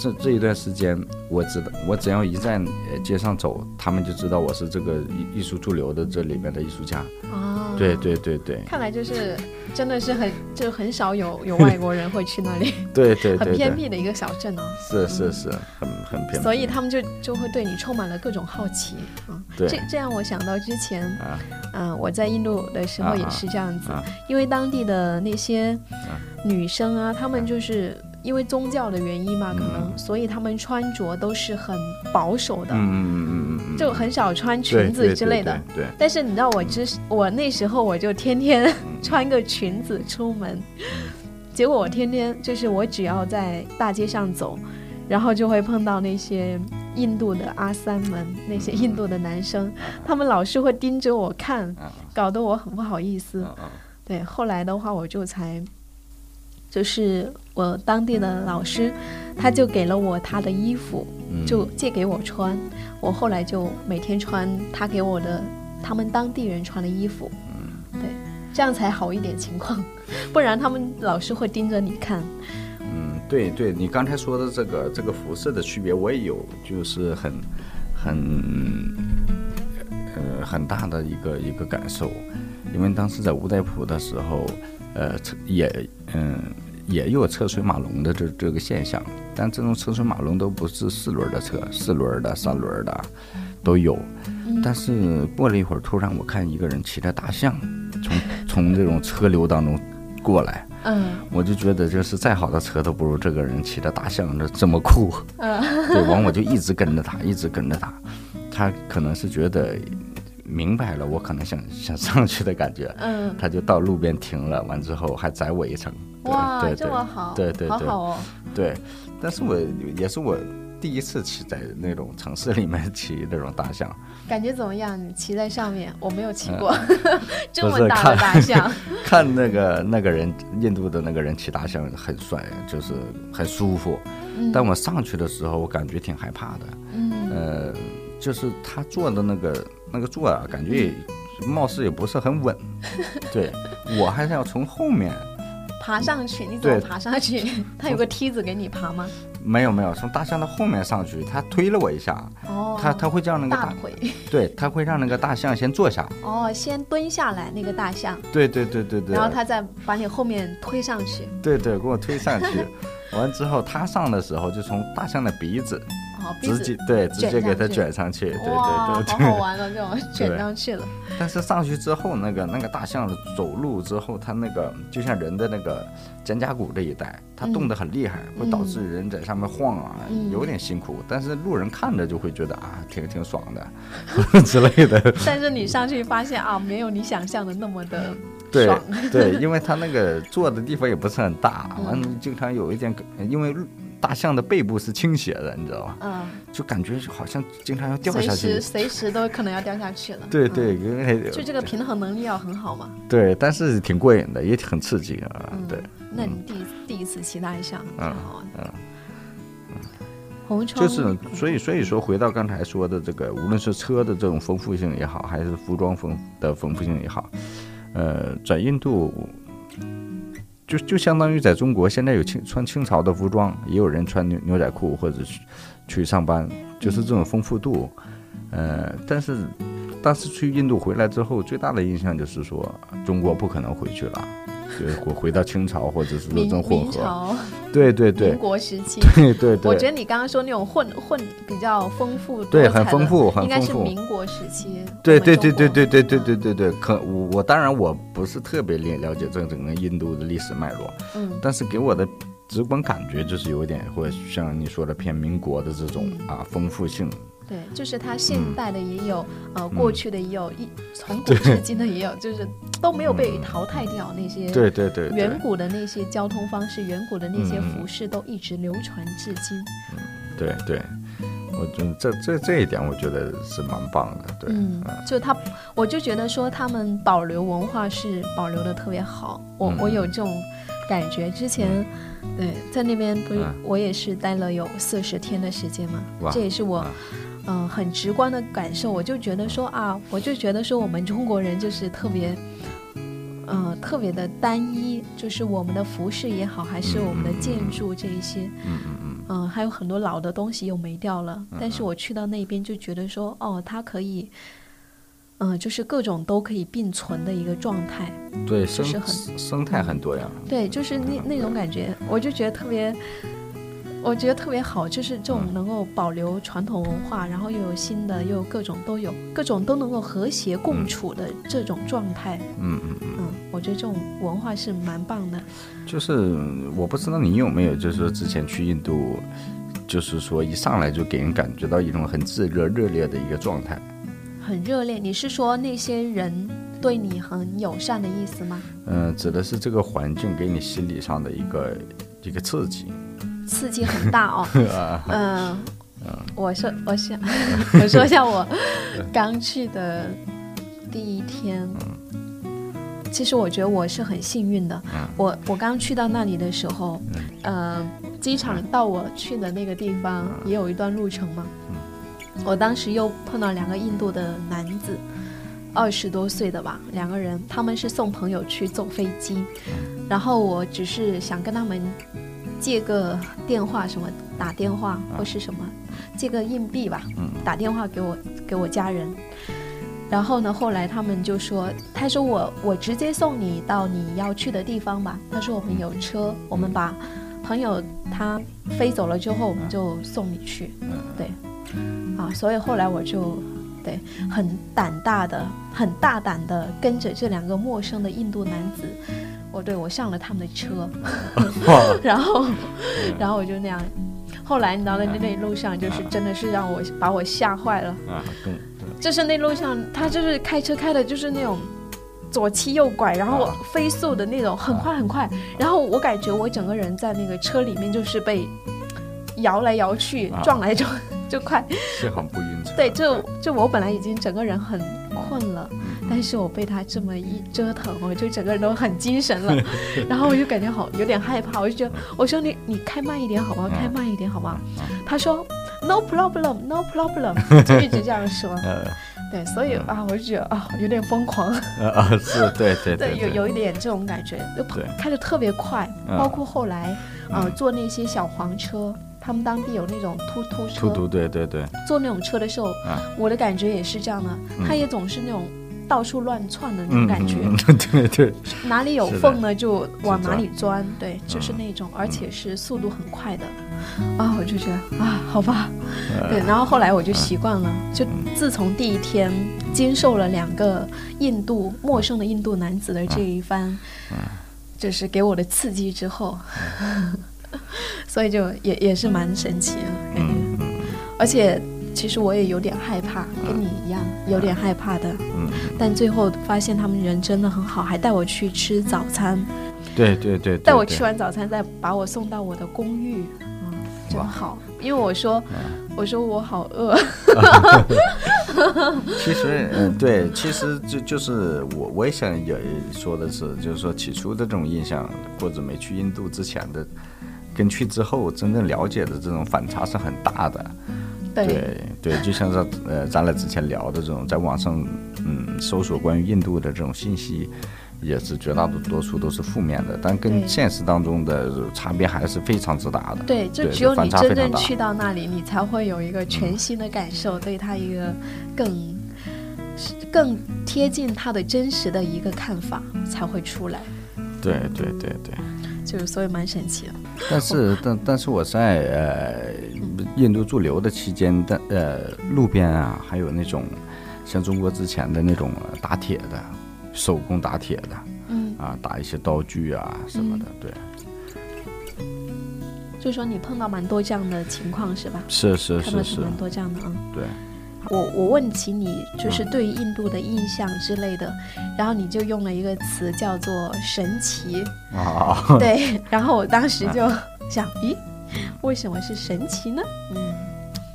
[SPEAKER 4] 这这一段时间，我知道，我只要一在呃街上走，他们就知道我是这个艺艺术驻留的这里面的艺术家。
[SPEAKER 3] 哦，
[SPEAKER 4] 嗯对，对对对
[SPEAKER 3] 看来就是真的是很就很少
[SPEAKER 4] *laughs*
[SPEAKER 3] 有有外国人会去那里，
[SPEAKER 4] 对对
[SPEAKER 3] 很
[SPEAKER 4] 对
[SPEAKER 3] 偏
[SPEAKER 4] 对，
[SPEAKER 3] 僻的一个小镇哦。
[SPEAKER 4] 是是是，很很偏僻。
[SPEAKER 3] 所以他们就就会对你充满了各种好奇，嗯，
[SPEAKER 4] 对
[SPEAKER 3] 这这让我想到之前，
[SPEAKER 4] 啊
[SPEAKER 3] 嗯、我在印度的时候
[SPEAKER 4] 啊
[SPEAKER 3] 也是这样子，
[SPEAKER 4] 啊
[SPEAKER 3] 因为当地的那些女生啊，她们就是因为宗教的原因
[SPEAKER 4] 嗯
[SPEAKER 3] 嘛，可能，所以她们穿着都是很保守的，
[SPEAKER 4] 嗯嗯嗯嗯嗯，
[SPEAKER 3] 就很少穿
[SPEAKER 4] 对
[SPEAKER 3] 裙子之类的。。
[SPEAKER 4] 对对对对
[SPEAKER 3] 但是你知道我之我那时候我就天天
[SPEAKER 4] 嗯
[SPEAKER 3] *laughs* 穿个裙子出门，结果我天天就是我只要在大街上走，然后就会碰到那些印度的阿三们，那
[SPEAKER 4] 嗯
[SPEAKER 3] 些印度的男生，他们老是会盯着我看，
[SPEAKER 4] 啊
[SPEAKER 3] 搞得我很不好意思。
[SPEAKER 4] 嗯嗯
[SPEAKER 3] 对，后来的话我就才，就是我当地的老师，他就给了我他的衣服，
[SPEAKER 4] 嗯
[SPEAKER 3] 就借给我穿。我后来就每天穿他给我的他们当地人穿的衣服，
[SPEAKER 4] 嗯
[SPEAKER 3] 对，这样才好一点情况，不然他们老是会盯着你看。
[SPEAKER 4] 嗯，对对，你刚才说的这个这个服饰的区别，我也有，就是很很呃很大的一个一个感受，因为当时在乌代浦的时候，呃，车也嗯、也有车水马龙的这这个现象，但这种车水马龙都不是四轮的车，四轮的、三轮的都有。但是过了一会儿，突然我看一个人骑着大象从从这种车流当中过来，
[SPEAKER 3] 嗯，
[SPEAKER 4] 我就觉得，就是再好的车都不如这个人骑着大象这这么
[SPEAKER 3] *laughs*
[SPEAKER 4] 酷。
[SPEAKER 3] 嗯
[SPEAKER 4] 对，完我就一直跟着他，一直跟着他。他可能是觉得明白了，我可能想想上去的感觉。
[SPEAKER 3] 嗯，
[SPEAKER 4] 他就到路边停了，完之后还宰我一程。对
[SPEAKER 3] 哇，
[SPEAKER 4] 对
[SPEAKER 3] 这
[SPEAKER 4] 对
[SPEAKER 3] 么好，
[SPEAKER 4] 对对
[SPEAKER 3] 好
[SPEAKER 4] 对
[SPEAKER 3] 好哦。
[SPEAKER 4] 对，但是我也是我第一次骑在那种城市里面骑那种
[SPEAKER 3] *laughs*
[SPEAKER 4] 大象，
[SPEAKER 3] 感觉怎么样？你骑在上面，我没有骑过， *laughs* 这
[SPEAKER 4] 不
[SPEAKER 3] 么
[SPEAKER 4] 是
[SPEAKER 3] 大的
[SPEAKER 4] 嗯看
[SPEAKER 3] 大
[SPEAKER 4] *laughs*
[SPEAKER 3] 象，
[SPEAKER 4] 看那个那个人，印度的那个人骑大象很帅，就是很舒服。但我上去的时候，我感觉挺害怕的。
[SPEAKER 3] 嗯
[SPEAKER 4] 呃，就是他坐的那个那个座啊，
[SPEAKER 3] 嗯
[SPEAKER 4] 感觉也貌似也不是
[SPEAKER 3] *laughs*
[SPEAKER 4] 很稳。对我还是要从后面，
[SPEAKER 3] 爬上去，你怎么
[SPEAKER 4] 对
[SPEAKER 3] 爬上
[SPEAKER 4] *laughs*
[SPEAKER 3] 去？它有个梯子给你爬吗？
[SPEAKER 4] 没有没有，从大象的后面上去，他推了我一下，
[SPEAKER 3] 哦，
[SPEAKER 4] 他他会让那个
[SPEAKER 3] 大
[SPEAKER 4] 大，
[SPEAKER 3] 腿，
[SPEAKER 4] 对，他会让那个大象先坐下。
[SPEAKER 3] 哦，先蹲下来那个大象，
[SPEAKER 4] 对对对对对。
[SPEAKER 3] 然后他再把你后面推上去。
[SPEAKER 4] 对对，给我推上
[SPEAKER 3] *laughs*
[SPEAKER 4] 去，完之后他上的时候就从大象的鼻子
[SPEAKER 3] 哦，鼻
[SPEAKER 4] 直
[SPEAKER 3] 子
[SPEAKER 4] 接对直接给
[SPEAKER 3] 上
[SPEAKER 4] 它
[SPEAKER 3] 去
[SPEAKER 4] 卷上去，对
[SPEAKER 3] 哇，
[SPEAKER 4] 对对
[SPEAKER 3] 好
[SPEAKER 4] 对
[SPEAKER 3] 好。玩哦，这种卷上去了。
[SPEAKER 4] 但是上去之后，那个那个大象走路之后，它那个就像人的那个肩胛骨这一带，它动得很厉害，
[SPEAKER 3] 嗯
[SPEAKER 4] 会导致人在上面晃啊，有点辛苦。但是路人看着就会觉得啊，挺挺爽
[SPEAKER 3] *laughs*
[SPEAKER 4] 的之类的。 *laughs*
[SPEAKER 3] 但是你上去发现啊，没有你想象的那么的
[SPEAKER 4] 对
[SPEAKER 3] 爽。
[SPEAKER 4] *laughs* 对，因为它那个坐的地方也不是很大，
[SPEAKER 3] 嗯
[SPEAKER 4] 完了经常有一点，因为大象的背部是倾斜的，你知道吧？
[SPEAKER 3] 嗯，
[SPEAKER 4] 就感觉好像经常要掉
[SPEAKER 3] 随
[SPEAKER 4] 下去
[SPEAKER 3] 时。随时都可能要掉下去了。
[SPEAKER 4] 对
[SPEAKER 3] 嗯，
[SPEAKER 4] 对，因为
[SPEAKER 3] 就这个平衡能力要很好嘛。
[SPEAKER 4] 对，但是挺过瘾的，也很刺激啊。
[SPEAKER 3] 嗯
[SPEAKER 4] 对，
[SPEAKER 3] 那你第一第一次骑大象，挺
[SPEAKER 4] 嗯
[SPEAKER 3] 好玩的。红窗
[SPEAKER 4] 就是所以所以说，回到刚才说的这个，无论是车的这种丰富性也好，还是服装丰的丰富性也好，呃，在印度。就就相当于在中国，现在有清穿清朝的服装，也有人穿牛牛仔裤或者去去上班，就是这种丰富度。呃，但是当时去印度回来之后，最大的印象就是说，中国不可能回去了，就是回回到清朝或者是说这
[SPEAKER 3] 明
[SPEAKER 4] 种混
[SPEAKER 3] 明
[SPEAKER 4] 合。
[SPEAKER 3] 朝、
[SPEAKER 4] 对对
[SPEAKER 3] 民
[SPEAKER 4] 对，
[SPEAKER 3] 国时期，
[SPEAKER 4] 对对对。
[SPEAKER 3] 我觉得你刚刚说那种混混比较丰富，
[SPEAKER 4] 对
[SPEAKER 3] 多彩
[SPEAKER 4] 很丰
[SPEAKER 3] 的
[SPEAKER 4] 富很
[SPEAKER 3] 应该
[SPEAKER 4] 丰
[SPEAKER 3] 是
[SPEAKER 4] 富
[SPEAKER 3] 民国时期。
[SPEAKER 4] 对
[SPEAKER 3] 我们
[SPEAKER 4] 对对
[SPEAKER 3] 中
[SPEAKER 4] 对
[SPEAKER 3] 国嗯
[SPEAKER 4] 对对对对对对，可我我当然我不是特别了了解这整个印度的历史脉络，
[SPEAKER 3] 嗯，
[SPEAKER 4] 但是给我的直观感觉就是有点或者像你说的偏民国的这种
[SPEAKER 3] 嗯
[SPEAKER 4] 啊丰富性，
[SPEAKER 3] 对，就是它现代的也有，
[SPEAKER 4] 嗯
[SPEAKER 3] 呃，过去的也有，一从古至今的也有，就是都没有被淘汰掉那些。
[SPEAKER 4] 嗯对对对嗯
[SPEAKER 3] 远
[SPEAKER 4] 对
[SPEAKER 3] 古的那些交通方式，远古的那些服饰都一直流传至今。
[SPEAKER 4] 对对，我就这这这一点我觉得是蛮棒的，对，
[SPEAKER 3] 嗯，就他，
[SPEAKER 4] 嗯
[SPEAKER 3] 我就觉得说他们保留文化是保留的特别好。我、我有这种感觉。之前，对，在那边不是、
[SPEAKER 4] 嗯
[SPEAKER 3] 我也是待了有四十天的时间嘛，
[SPEAKER 4] 哇
[SPEAKER 3] 这也是我
[SPEAKER 4] 啊。
[SPEAKER 3] 嗯、很直观的感受，我就觉得说啊，我就觉得说我们中国人就是特别，呃，特别的单一，就是我们的服饰也好，还是我们的建筑这一些，
[SPEAKER 4] 嗯嗯嗯，
[SPEAKER 3] 嗯、还有很多老的东西又没掉了。但是我去到那边就觉得说，哦，它可以，嗯、就是各种都可以并存的一个状态。
[SPEAKER 4] 对，
[SPEAKER 3] 就
[SPEAKER 4] 生
[SPEAKER 3] 是很嗯
[SPEAKER 4] 生态很多样。
[SPEAKER 3] 对，就是那那种感觉，我就觉得特别，我觉得特别好，就是这
[SPEAKER 4] 嗯
[SPEAKER 3] 种能够保留传统文化，然后又有新的，又有各种都有，各种都能够和谐共处的这种状态，
[SPEAKER 4] 嗯嗯嗯，
[SPEAKER 3] 嗯，我觉得这种文化是蛮棒的。
[SPEAKER 4] 就是我不知道你有没有，就是说之前去印度，就是说一上来就给人感觉到一种很炙热、热烈的一个状态。
[SPEAKER 3] 很热烈，你是说那些人对你很友善的意思吗？
[SPEAKER 4] 嗯，指的是这个环境给你心理上的一个一个
[SPEAKER 3] *laughs*
[SPEAKER 4] 刺激。
[SPEAKER 3] 刺激很大哦。嗯，我说，我想，我说一下我刚去的第一天。其实我觉得我是很幸运的。我我刚去到那里的时候，呃，机场到我去的那个地方也有一段路程嘛。我当时又碰到两个印度的男子，二十多岁的吧，两个人，他们是送朋友去坐飞机，然后我只是想跟他们借个电话什么打电话或是什么，借个硬币吧，打电话给我给我家人。然后呢，后来他们就说，他说我我直接送你到你要去的地方吧。他说我们有车，我们把朋友他飞走了之后，我们就送你去。对，啊，所以后来我就。对，很胆大的，很大胆的跟着这两个陌生的印度男子，我对我上了他们的车，
[SPEAKER 4] 啊
[SPEAKER 3] 然后，
[SPEAKER 4] 嗯
[SPEAKER 3] *laughs* 然后我就那样。后来你知道在那路上，就是
[SPEAKER 4] 嗯
[SPEAKER 3] 真的是让我把我吓坏了。
[SPEAKER 4] 啊，更
[SPEAKER 3] 就是那路上，他就是开车开的，就是那种左七右拐，然后
[SPEAKER 4] 啊
[SPEAKER 3] 飞速的那种，很快很快。然后我感觉我整个人在那个车里面就是被摇来摇去
[SPEAKER 4] 啊，
[SPEAKER 3] 撞来撞 *laughs* 就快。
[SPEAKER 4] 幸好不晕车。
[SPEAKER 3] 对，就就我本来已经整个人很困了，但是我被他这么一折腾，我就整个人都很精神
[SPEAKER 4] *laughs*
[SPEAKER 3] 了，然后我就感觉好有点害怕，我就觉得我说你你开慢一点好吗？开
[SPEAKER 4] 嗯
[SPEAKER 3] 慢一点好吗？他说 No problem, No
[SPEAKER 4] *laughs*
[SPEAKER 3] problem，就一直这样说。
[SPEAKER 4] 呃
[SPEAKER 3] 对，所以啊，我就觉得啊，有点疯狂，
[SPEAKER 4] 呃啊，是对对
[SPEAKER 3] 对，有
[SPEAKER 4] 对，
[SPEAKER 3] 有一点这种感觉，就跑
[SPEAKER 4] 对
[SPEAKER 3] 开的特别快，
[SPEAKER 4] 嗯
[SPEAKER 3] 包括后来呃坐那些小黄车，他们当地有那种突突车，
[SPEAKER 4] 突突，对对对，
[SPEAKER 3] 坐那种车的时候，
[SPEAKER 4] 啊
[SPEAKER 3] 我的感觉也是这样的，它也总是那种到处乱窜的那种感觉，
[SPEAKER 4] 嗯， *laughs* 嗯嗯对对，
[SPEAKER 3] 哪里有
[SPEAKER 4] 是的
[SPEAKER 3] 缝呢就往
[SPEAKER 4] 是
[SPEAKER 3] 哪
[SPEAKER 4] 钻
[SPEAKER 3] 里钻，对，就是那种，而且是速度很快的，啊，我就觉得啊，好吧，对，然后后来我就习惯了，就自从第一天经受了两个印度陌生的印度男子的这一番，就是给我的刺激之后， *laughs* 所以就也也是蛮神奇的，感觉，而且其实我也有点害怕，跟你一样有点害怕的，但最后发现他们人真的很好，还带我去吃早餐，
[SPEAKER 4] 对对对，
[SPEAKER 3] 带
[SPEAKER 4] 对
[SPEAKER 3] 我
[SPEAKER 4] 对
[SPEAKER 3] 吃完早餐再把我送到我的公寓，嗯，真
[SPEAKER 4] 哇嗯
[SPEAKER 3] 好。因为我说，我说我好
[SPEAKER 4] *laughs*
[SPEAKER 3] 饿，
[SPEAKER 4] 其实，嗯，对，其实就就是我我也想也说的是，就是说起初的这种印象，或者没去印度之前的，跟去之后真正了解的这种反差是很大的。
[SPEAKER 3] 对，
[SPEAKER 4] 对，就像是呃，咱俩之前聊的这种，在网上嗯搜索关于印度的这种信息，也是绝大多数都是负面的，但
[SPEAKER 3] 对
[SPEAKER 4] 跟现实当中的差别还是非常之大的。
[SPEAKER 3] 对，就
[SPEAKER 4] 对
[SPEAKER 3] 只有
[SPEAKER 4] 反
[SPEAKER 3] 你
[SPEAKER 4] 差
[SPEAKER 3] 真
[SPEAKER 4] 非常
[SPEAKER 3] 正
[SPEAKER 4] 大
[SPEAKER 3] 去到那里，你才会有一个全新的感受，对他一个
[SPEAKER 4] 嗯
[SPEAKER 3] 更更贴近他的真实的一个看法才会出来，
[SPEAKER 4] 对对对对。
[SPEAKER 3] 就是所以蛮神奇的。
[SPEAKER 4] 但是，但但是我在呃印度驻留的期间，但呃路边啊，还有那种像中国之前的那种呃打铁的，手工打铁的，
[SPEAKER 3] 嗯，
[SPEAKER 4] 啊，打一些刀具啊什么的，对，
[SPEAKER 3] 就说你碰到蛮多这样的情况是吧？
[SPEAKER 4] 是是
[SPEAKER 3] 看到
[SPEAKER 4] 是是，
[SPEAKER 3] 蛮多这样的啊。
[SPEAKER 4] 对，
[SPEAKER 3] 我我问起你就是对于印度的印象之类的，然后你就用了一个词叫做神奇，嗯
[SPEAKER 4] 啊，
[SPEAKER 3] 对，然后我当时就想，咦，为什么是神奇呢？嗯，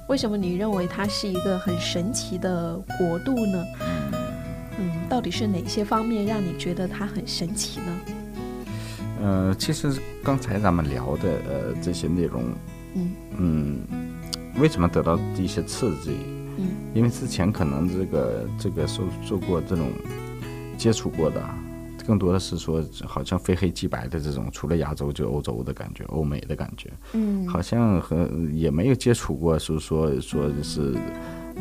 [SPEAKER 3] 为什么你认为它是一个很神奇的国度呢？嗯嗯，到底是哪些方面让你觉得它很神奇呢？
[SPEAKER 4] 呃，其实刚才咱们聊的呃这些内容，
[SPEAKER 3] 嗯
[SPEAKER 4] 嗯为什么得到一些刺激？
[SPEAKER 3] 嗯，
[SPEAKER 4] 因为之前可能这个这个受受过这种接触过的啊，更多的是说好像非黑即白的这种，除了亚洲就欧洲的感觉，欧美的感觉，
[SPEAKER 3] 嗯
[SPEAKER 4] 好像和也没有接触过，是说说是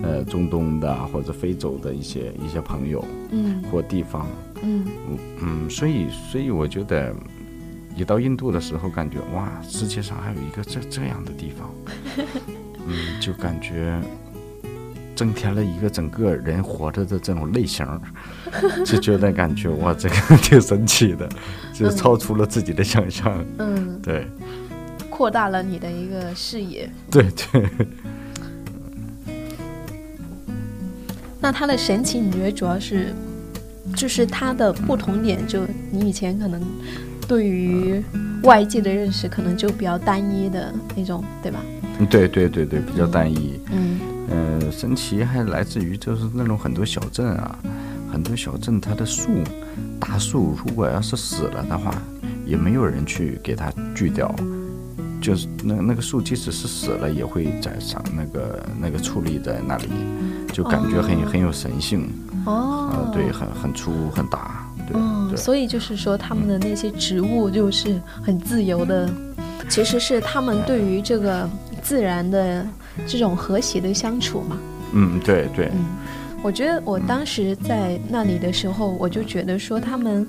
[SPEAKER 4] 呃中东的啊或者非洲的一些一些朋友
[SPEAKER 3] 嗯
[SPEAKER 4] 或地方，
[SPEAKER 3] 嗯
[SPEAKER 4] 嗯，所以所以我觉得，一到印度的时候，感觉哇，世界上还有一个这这样的地方，嗯，就感觉增添了一个整个人活着的这种类型儿，就觉得感觉哇，这个 *laughs* 挺神奇的，就超出了自己的想象。
[SPEAKER 3] 嗯，
[SPEAKER 4] 对
[SPEAKER 3] 扩大了你的一个视野。
[SPEAKER 4] 对对， *laughs*
[SPEAKER 3] 那它的神奇，你觉得主要是就是它的不同点，就你以前可能对于外界的认识可能就比较单一的那种，对吧？
[SPEAKER 4] 嗯对对对对，比较单一。
[SPEAKER 3] 嗯
[SPEAKER 4] 呃，神奇还来自于就是那种很多小镇啊，很多小镇它的树，大树如果要是死了的话，也没有人去给它锯掉，就是那那个树即使是死了，也会在上那个那个矗立在那里，就感觉很、很有神性，
[SPEAKER 3] 哦、
[SPEAKER 4] 呃，对，很很粗很大，对、
[SPEAKER 3] 嗯，
[SPEAKER 4] 对。
[SPEAKER 3] 所以就是说，他们的那些植物就是很自由的，其实是他们对于这个自然的这种和谐的相处嘛。
[SPEAKER 4] 嗯，对对，
[SPEAKER 3] 我觉得我当时在那里的时候，我就觉得说他们，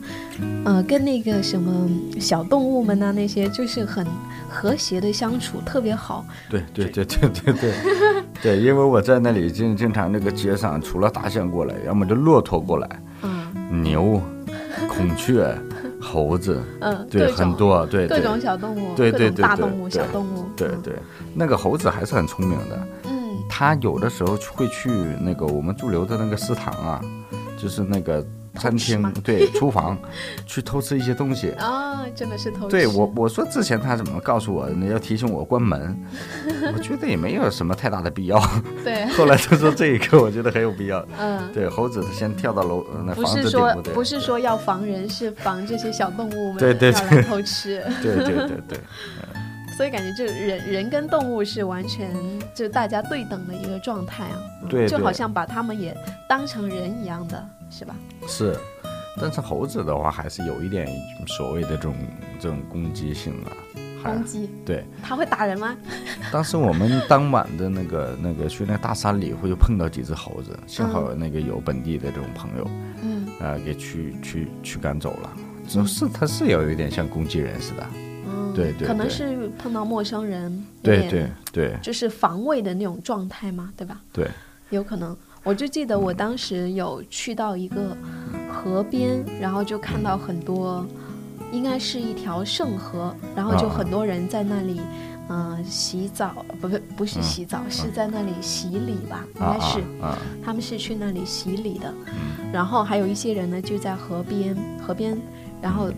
[SPEAKER 3] 呃，跟那个什么小动物们呐、那些，就是很和谐的相处，特别好。
[SPEAKER 4] 对对对对对对对，因为我在那里经经常那个街上，除了大象过来，要么就骆驼过来，
[SPEAKER 3] 嗯
[SPEAKER 4] 牛、孔雀、猴子，
[SPEAKER 3] 嗯，
[SPEAKER 4] 对，
[SPEAKER 3] 各种
[SPEAKER 4] 很多，对
[SPEAKER 3] 各
[SPEAKER 4] 对
[SPEAKER 3] 种小动物，
[SPEAKER 4] 对
[SPEAKER 3] 各
[SPEAKER 4] 对
[SPEAKER 3] 种
[SPEAKER 4] 对
[SPEAKER 3] 大
[SPEAKER 4] 对
[SPEAKER 3] 动物、
[SPEAKER 4] 对
[SPEAKER 3] 小动物，
[SPEAKER 4] 对
[SPEAKER 3] 嗯
[SPEAKER 4] 对，那个猴子还是很聪明的，
[SPEAKER 3] 嗯
[SPEAKER 4] 它有的时候会去那个我们驻留的那个食堂啊，就是那个餐
[SPEAKER 3] 吃
[SPEAKER 4] 厅
[SPEAKER 3] 吗，
[SPEAKER 4] 对，厨房去偷吃一些东西。
[SPEAKER 3] 啊，真的是 *laughs* 偷吃。
[SPEAKER 4] 对我，我说之前他怎么告诉我你要提醒我关门，我觉得也没有什么太大的必要。
[SPEAKER 3] *laughs* 对，
[SPEAKER 4] 后来他说这一个，我觉得很有必要。
[SPEAKER 3] 嗯。
[SPEAKER 4] 对，猴子先跳到楼呃那
[SPEAKER 3] 不
[SPEAKER 4] 房
[SPEAKER 3] 是
[SPEAKER 4] 子顶
[SPEAKER 3] 说
[SPEAKER 4] 部，对
[SPEAKER 3] 不是说要防人，是防这些小动物们
[SPEAKER 4] *laughs* 对对
[SPEAKER 3] 要来
[SPEAKER 4] 对
[SPEAKER 3] 偷吃， *laughs*
[SPEAKER 4] 对对对对。
[SPEAKER 3] 所以感觉就人人跟动物是完全就大家对等的一个状态啊，嗯 *laughs*
[SPEAKER 4] 对
[SPEAKER 3] 就好
[SPEAKER 4] 对
[SPEAKER 3] 像把他们也当成人一样的，是吧？
[SPEAKER 4] 是，但是猴子的话还是有一点所谓的这种这种攻击性啊。还
[SPEAKER 3] 攻击，
[SPEAKER 4] 哎对，
[SPEAKER 3] 它会打人
[SPEAKER 4] *laughs*
[SPEAKER 3] 吗？
[SPEAKER 4] 当时我们当晚的那个那个去那大山里，会碰到几只猴子，幸好那个有本地的这种朋友，
[SPEAKER 3] 嗯，
[SPEAKER 4] 呃，给驱驱驱赶走了。只是它是有一点像攻击人似的，
[SPEAKER 3] 嗯
[SPEAKER 4] 对对
[SPEAKER 3] 可能
[SPEAKER 4] 对
[SPEAKER 3] 是碰到陌生人，
[SPEAKER 4] 对对，对
[SPEAKER 3] 就是防卫的那种状态嘛，对吧？
[SPEAKER 4] 对，
[SPEAKER 3] 有可能。我就记得我
[SPEAKER 4] 嗯
[SPEAKER 3] 当时有去到一个河边，然后就看到很多，应该是一条圣河，然后就
[SPEAKER 4] 啊
[SPEAKER 3] 很多人在那里，嗯、洗澡，不不不是洗澡，是在那里洗礼吧，应
[SPEAKER 4] 嗯啊
[SPEAKER 3] 该是，
[SPEAKER 4] 啊啊，
[SPEAKER 3] 他们是去那里洗礼的，
[SPEAKER 4] 嗯
[SPEAKER 3] 然后还有一些人呢就在河边，河边，然后，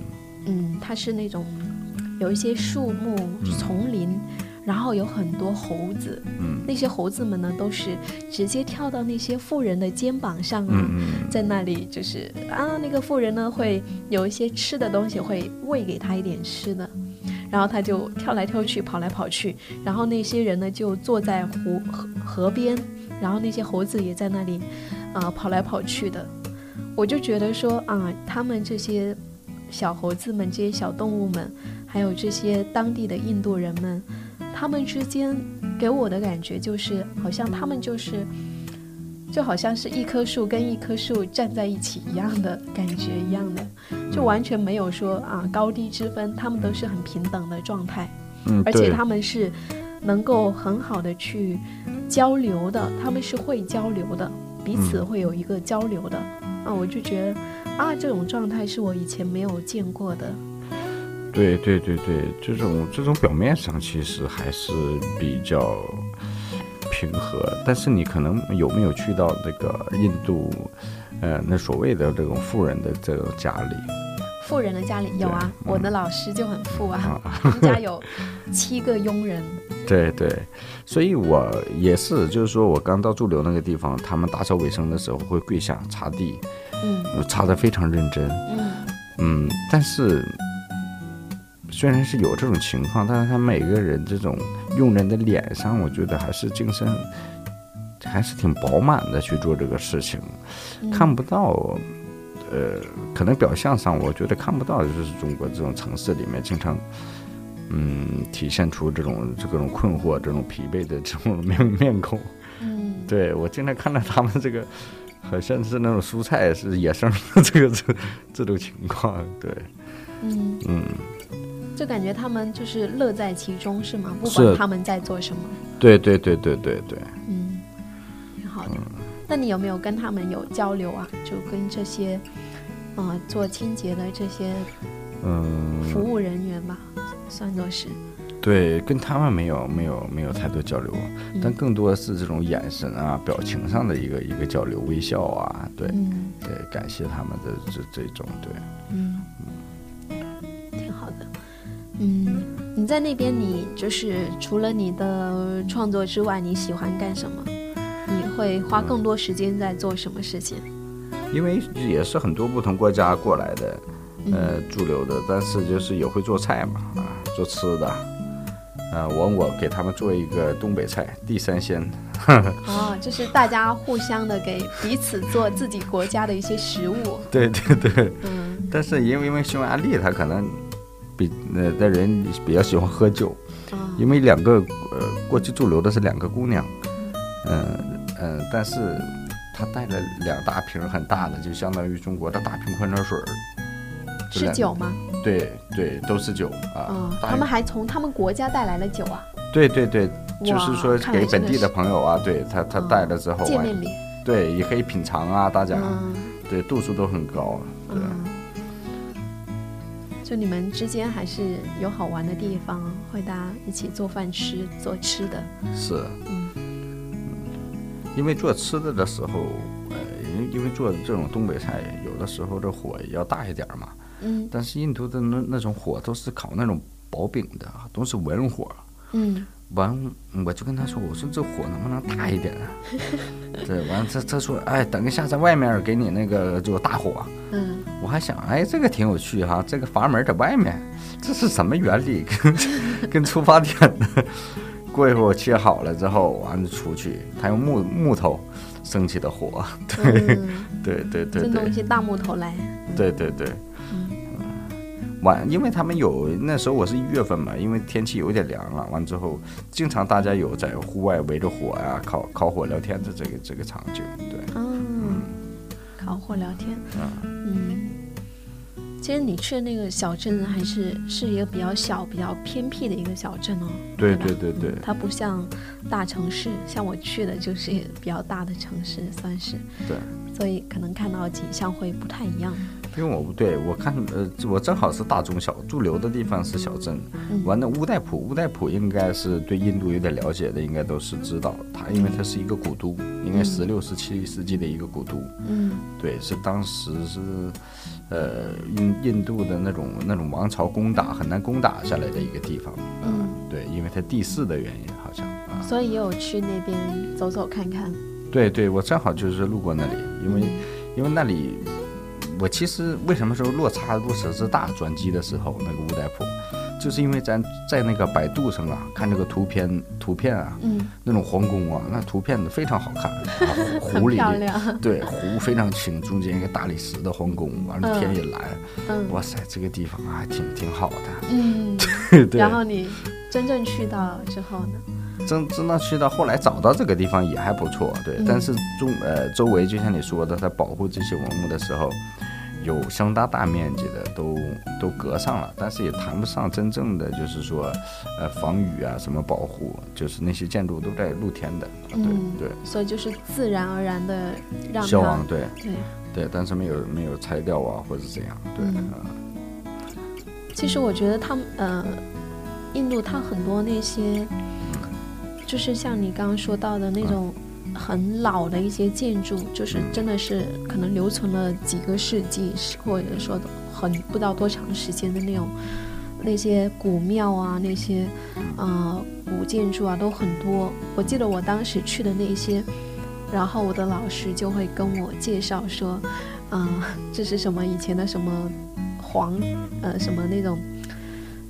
[SPEAKER 3] 嗯，它是那种有一些树木、丛林，然后有很多猴子，
[SPEAKER 4] 嗯
[SPEAKER 3] 那些猴子们呢都是直接跳到那些富人的肩膀上啊，
[SPEAKER 4] 嗯嗯
[SPEAKER 3] 在那里就是啊，那个富人呢会有一些吃的东西，会喂给他一点吃的，然后他就跳来跳去，跑来跑去，然后那些人呢就坐在湖河河边，然后那些猴子也在那里，啊、跑来跑去的，我就觉得说啊，他们这些小猴子们、这些小动物们，还有这些当地的印度人们，他们之间给我的感觉就是，好像他们就是。就好像是一棵树跟一棵树站在一起一样的感觉一样的，
[SPEAKER 4] 嗯
[SPEAKER 3] 就完全没有说啊高低之分，他们都是很平等的状态，
[SPEAKER 4] 嗯，
[SPEAKER 3] 而且
[SPEAKER 4] 对
[SPEAKER 3] 他们是能够很好的去交流的，他们是会交流的，彼此
[SPEAKER 4] 嗯
[SPEAKER 3] 会有一个交流的，啊，我就觉得啊这种状态是我以前没有见过的，
[SPEAKER 4] 对对对对，这种这种表面上其实还是比较平和，但是你可能有没有去到那个印度，呃，那所谓的这种富人的这种家里，
[SPEAKER 3] 富人的家里有啊，
[SPEAKER 4] 对嗯
[SPEAKER 3] 我的老师就很富啊， *laughs* 他们家有七个佣人，
[SPEAKER 4] 对对，所以我也是，就是说我刚到驻留那个地方，他们打扫卫生的时候会跪下擦地，
[SPEAKER 3] 嗯
[SPEAKER 4] 呃擦得非常认真，
[SPEAKER 3] 嗯
[SPEAKER 4] 嗯，但是虽然是有这种情况，但是他每个人这种用人的脸上，我觉得还是精神还是挺饱满的去做这个事情，
[SPEAKER 3] 嗯
[SPEAKER 4] 看不到。呃，可能表象上我觉得看不到，就是中国这种城市里面经常，嗯，体现出这种这种困惑、这种疲惫的这种面面孔。
[SPEAKER 3] 嗯，
[SPEAKER 4] 对我经常看到他们这个，好像是那种蔬菜是野生的这个这这种情况。对，
[SPEAKER 3] 嗯，
[SPEAKER 4] 嗯，
[SPEAKER 3] 就感觉他们就是乐在其中，是吗？不
[SPEAKER 4] 是
[SPEAKER 3] 管他们在做什么，
[SPEAKER 4] 对对对对对对。
[SPEAKER 3] 嗯，挺好的。
[SPEAKER 4] 嗯
[SPEAKER 3] 那你有没有跟他们有交流啊？就跟这些，呃，做清洁的这些
[SPEAKER 4] 嗯，
[SPEAKER 3] 服务人员吧，算作是。
[SPEAKER 4] 对，跟他们没有没有没有太多交流，但更多的是这种眼神啊、表情上的一个一个交流，微笑啊，对
[SPEAKER 3] 嗯
[SPEAKER 4] 对，感谢他们的这这种对。
[SPEAKER 3] 嗯，挺好的。嗯，你在那边，你就是除了你的创作之外，你喜欢干什么？你会花更多时间在做什么事情？
[SPEAKER 4] 因为也是很多不同国家过来的，
[SPEAKER 3] 嗯
[SPEAKER 4] 呃，驻留的，但是就是也会做菜嘛，啊，做吃的，呃，我我给他们做一个东北菜地三鲜，
[SPEAKER 3] 啊，就是大家互相的给彼此做自己国家的一些食物。
[SPEAKER 4] 对对对，
[SPEAKER 3] 嗯
[SPEAKER 4] 但是因为因为匈牙利他可能比呃的人比较喜欢喝酒，
[SPEAKER 3] 啊
[SPEAKER 4] 因为两个呃过去驻留的是两个姑娘，嗯、嗯、但是她带了两大瓶很大的，就相当于中国的大瓶矿泉水儿，这
[SPEAKER 3] 是
[SPEAKER 4] 两
[SPEAKER 3] 酒吗？
[SPEAKER 4] 对对，都是酒啊，
[SPEAKER 3] 啊，
[SPEAKER 4] 大
[SPEAKER 3] 他们还从他们国家带来了酒啊，
[SPEAKER 4] 对对对，就
[SPEAKER 3] 哇
[SPEAKER 4] 是说
[SPEAKER 3] 看来
[SPEAKER 4] 给
[SPEAKER 3] 真
[SPEAKER 4] 本
[SPEAKER 3] 的
[SPEAKER 4] 地的
[SPEAKER 3] 是
[SPEAKER 4] 朋友啊，对他他带了之后
[SPEAKER 3] 见
[SPEAKER 4] 啊，
[SPEAKER 3] 面礼。
[SPEAKER 4] 对也可以品尝啊，大家、
[SPEAKER 3] 嗯
[SPEAKER 4] 对度数都很高，对，啊
[SPEAKER 3] 嗯，就你们之间还是有好玩的地方，会大家一起做饭吃，做吃的。
[SPEAKER 4] 是，
[SPEAKER 3] 嗯
[SPEAKER 4] 因为做吃的的时候，呃，因为因为做这种东北菜，有的时候这火也要大一点嘛，
[SPEAKER 3] 嗯
[SPEAKER 4] 但是印度的那那种火都是烤那种薄饼的，都是文火，
[SPEAKER 3] 嗯
[SPEAKER 4] 完，我就跟他说：“我说这火能不能大一点啊？”对，完他他说：“哎，等一下，在外面给你那个就大火。” *laughs*
[SPEAKER 3] 嗯，
[SPEAKER 4] 我还想，哎，这个挺有趣哈，这个阀门在外面，这是什么原理？ *laughs* 跟跟出发点呢？过一会儿我切好了之后，完了出去，他用木木头升起的火，
[SPEAKER 3] 嗯，
[SPEAKER 4] 对对对
[SPEAKER 3] 就弄一
[SPEAKER 4] 对
[SPEAKER 3] 些大木头来。
[SPEAKER 4] 对对对。完，因为他们有那时候我是一月份嘛，因为天气有点凉了，完之后经常大家有在户外围着火呀、烤烤火聊天的这个这个场景，对。
[SPEAKER 3] 嗯，烤火聊天。嗯，其实你去的那个小镇还是是一个比较小、比较偏僻的一个小镇哦。
[SPEAKER 4] 对
[SPEAKER 3] 吧
[SPEAKER 4] 对对对
[SPEAKER 3] 嗯它不像大城市，像我去的就是比较大的城市，算是。
[SPEAKER 4] 对。
[SPEAKER 3] 所以可能看到景象会不太一样。
[SPEAKER 4] 因为我不对，我看呃，我正好是大中小驻留的地方是小镇，完了乌代普，乌代普应该是对印度有点了解的，应该都是知道它，因为它是一个古都，应该十六、十七世纪的一个古都，
[SPEAKER 3] 嗯
[SPEAKER 4] 对，是当时是呃印印度的那种那种王朝攻打很难攻打下来的一个地方，
[SPEAKER 3] 嗯，
[SPEAKER 4] 对，因为它地势的原因好像啊，
[SPEAKER 3] 所以也有去那边走走看看。
[SPEAKER 4] 对对，我正好就是路过那里，因为、因为那里，我其实为什么说落差如此之大？转机的时候那个乌代普，就是因为咱在那个百度上啊，看这个图片图片啊，
[SPEAKER 3] 嗯，
[SPEAKER 4] 那种皇宫啊，那图片非常好看，啊、湖湖
[SPEAKER 3] *laughs*
[SPEAKER 4] 里
[SPEAKER 3] 漂
[SPEAKER 4] *laughs*
[SPEAKER 3] 亮
[SPEAKER 4] 对湖非常清，中间一个大理石的皇宫，完了天也蓝，
[SPEAKER 3] 嗯
[SPEAKER 4] 哇塞，这个地方啊还挺挺好
[SPEAKER 3] *laughs*
[SPEAKER 4] 的。
[SPEAKER 3] 嗯，
[SPEAKER 4] 对
[SPEAKER 3] 然，后你真正去到之后呢？
[SPEAKER 4] 真真的去到后来找到这个地方也还不错，对。
[SPEAKER 3] 嗯
[SPEAKER 4] 但是中呃周围就像你说的，在保护这些文物的时候，有相当大面积的都都隔上了，但是也谈不上真正的就是说，呃防雨啊什么保护，就是那些建筑都在露天的，对、
[SPEAKER 3] 嗯
[SPEAKER 4] 对，
[SPEAKER 3] 所以就是自然而然的让
[SPEAKER 4] 消
[SPEAKER 3] 它
[SPEAKER 4] 亡对
[SPEAKER 3] 对。
[SPEAKER 4] 对，但是没有没有拆掉啊或者怎样，对，
[SPEAKER 3] 嗯
[SPEAKER 4] 呃
[SPEAKER 3] 其实我觉得他们呃，印度它很多那些，就是像你刚刚说到的那种很老的一些建筑，就是真的是可能留存了几个世纪，是或者说很不知道多长时间的那种。那些古庙啊，那些，呃，古建筑啊，都很多。我记得我当时去的那些，然后我的老师就会跟我介绍说，呃嗯、这是什么以前的什么皇，呃，什么那种，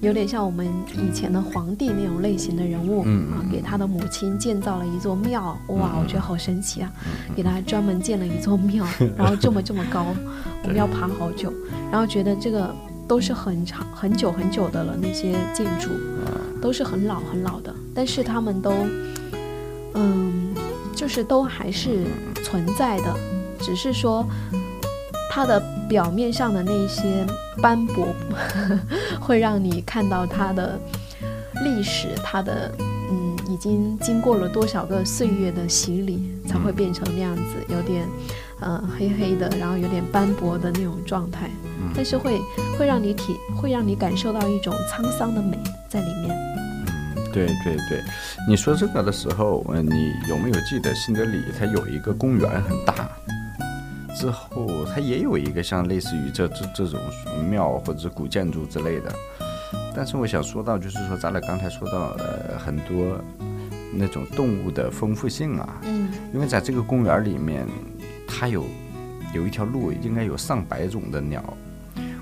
[SPEAKER 3] 有点像我们以前的皇帝那种类型的人物、
[SPEAKER 4] 嗯嗯
[SPEAKER 3] 啊
[SPEAKER 4] 嗯，
[SPEAKER 3] 给他的母亲建造了一座庙，哇，我觉得好神奇啊！
[SPEAKER 4] 嗯
[SPEAKER 3] 给他专门建了一座
[SPEAKER 4] *laughs*
[SPEAKER 3] 庙，然后这么这么高，我们要爬好久，然后觉得这个都是很长、很久、很久的了，那些建筑
[SPEAKER 4] 嗯
[SPEAKER 3] 都是很老、很老的，但是他们都，嗯，就是都还是
[SPEAKER 4] 嗯
[SPEAKER 3] 存在的，只是说它的表面上的那些斑驳， *laughs* 会让你看到它的历史，它的嗯，已经经过了多少个岁月的洗礼，才会变成那样子，有点呃黑黑的，然后有点斑驳的那种状态，但是会会让你体会让你感受到一种沧桑的美在里面。
[SPEAKER 4] 对对对，你说这个的时候，嗯，你有没有记得新德里它有一个公园很大，之后它也有一个像类似于这这这种庙或者是古建筑之类的。但是我想说到，就是说咱俩刚才说到，呃，很多那种动物的丰富性啊，
[SPEAKER 3] 嗯
[SPEAKER 4] 因为在这个公园里面，它有有一条路，应该有上百种的鸟。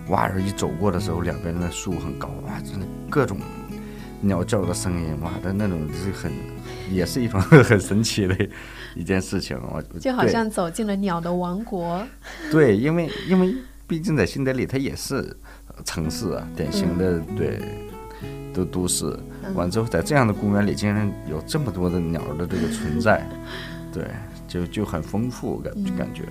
[SPEAKER 4] 哇，一走过的时候，两边的树很高，哇，真的各种鸟叫的声音，哇，但那种是很，也是一种 *laughs* 很神奇的一件事情。我
[SPEAKER 3] 就好
[SPEAKER 4] 对
[SPEAKER 3] 像走进了鸟的王国。
[SPEAKER 4] 对，因为因为毕竟在新德里，它也是呃城市啊，典型的、对的都市。完之后，在这样的公园里，竟然有这么多的鸟儿的这个存在，对，就就很丰富感、感觉。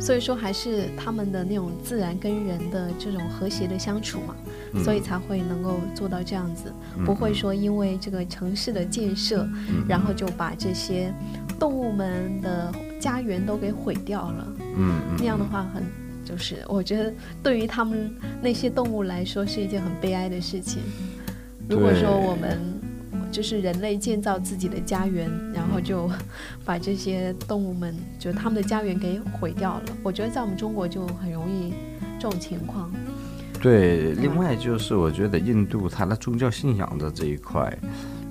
[SPEAKER 3] 所以说还是他们的那种自然跟人的这种和谐的相处嘛，所以才会能够做到这样子，不会说因为这个城市的建设，然后就把这些动物们的家园都给毁掉了。
[SPEAKER 4] 嗯嗯，
[SPEAKER 3] 那样的话很，就是我觉得对于他们那些动物来说是一件很悲哀的事情。如果说我们就是人类建造自己的家园，然后就把这些动物们，就是他们的家园给毁掉了，我觉得在我们中国就很容易这种情况。
[SPEAKER 4] 对，另外就是我觉得印度它的宗教信仰的这一块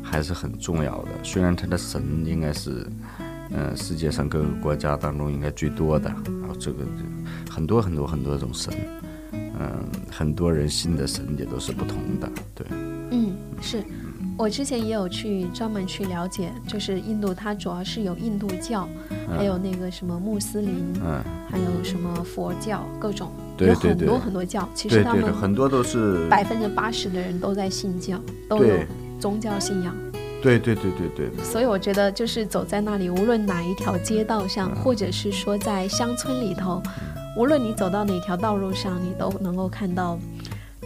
[SPEAKER 4] 还是很重要的，虽然它的神应该是，呃，世界上各个国家当中应该最多的，然后这个就很多很多很多种神，嗯、很多人信的神也都是不同的，对，
[SPEAKER 3] 嗯，是我之前也有去专门去了解，就是印度它主要是有印度教，还有那个什么穆斯林，
[SPEAKER 4] 嗯，
[SPEAKER 3] 还有什么佛教，各种有
[SPEAKER 4] 对对
[SPEAKER 3] 很
[SPEAKER 4] 对
[SPEAKER 3] 多很多教。其
[SPEAKER 4] 对
[SPEAKER 3] 实他
[SPEAKER 4] 对对，
[SPEAKER 3] 们
[SPEAKER 4] 很多都是，
[SPEAKER 3] 百分之八十的人都在信教，都有
[SPEAKER 4] 对
[SPEAKER 3] 宗教信仰。
[SPEAKER 4] 对对对对对，
[SPEAKER 3] 所以我觉得，就是走在那里，无论哪一条街道上，
[SPEAKER 4] 嗯
[SPEAKER 3] 或者是说在乡村里头，无论你走到哪条道路上，你都能够看到，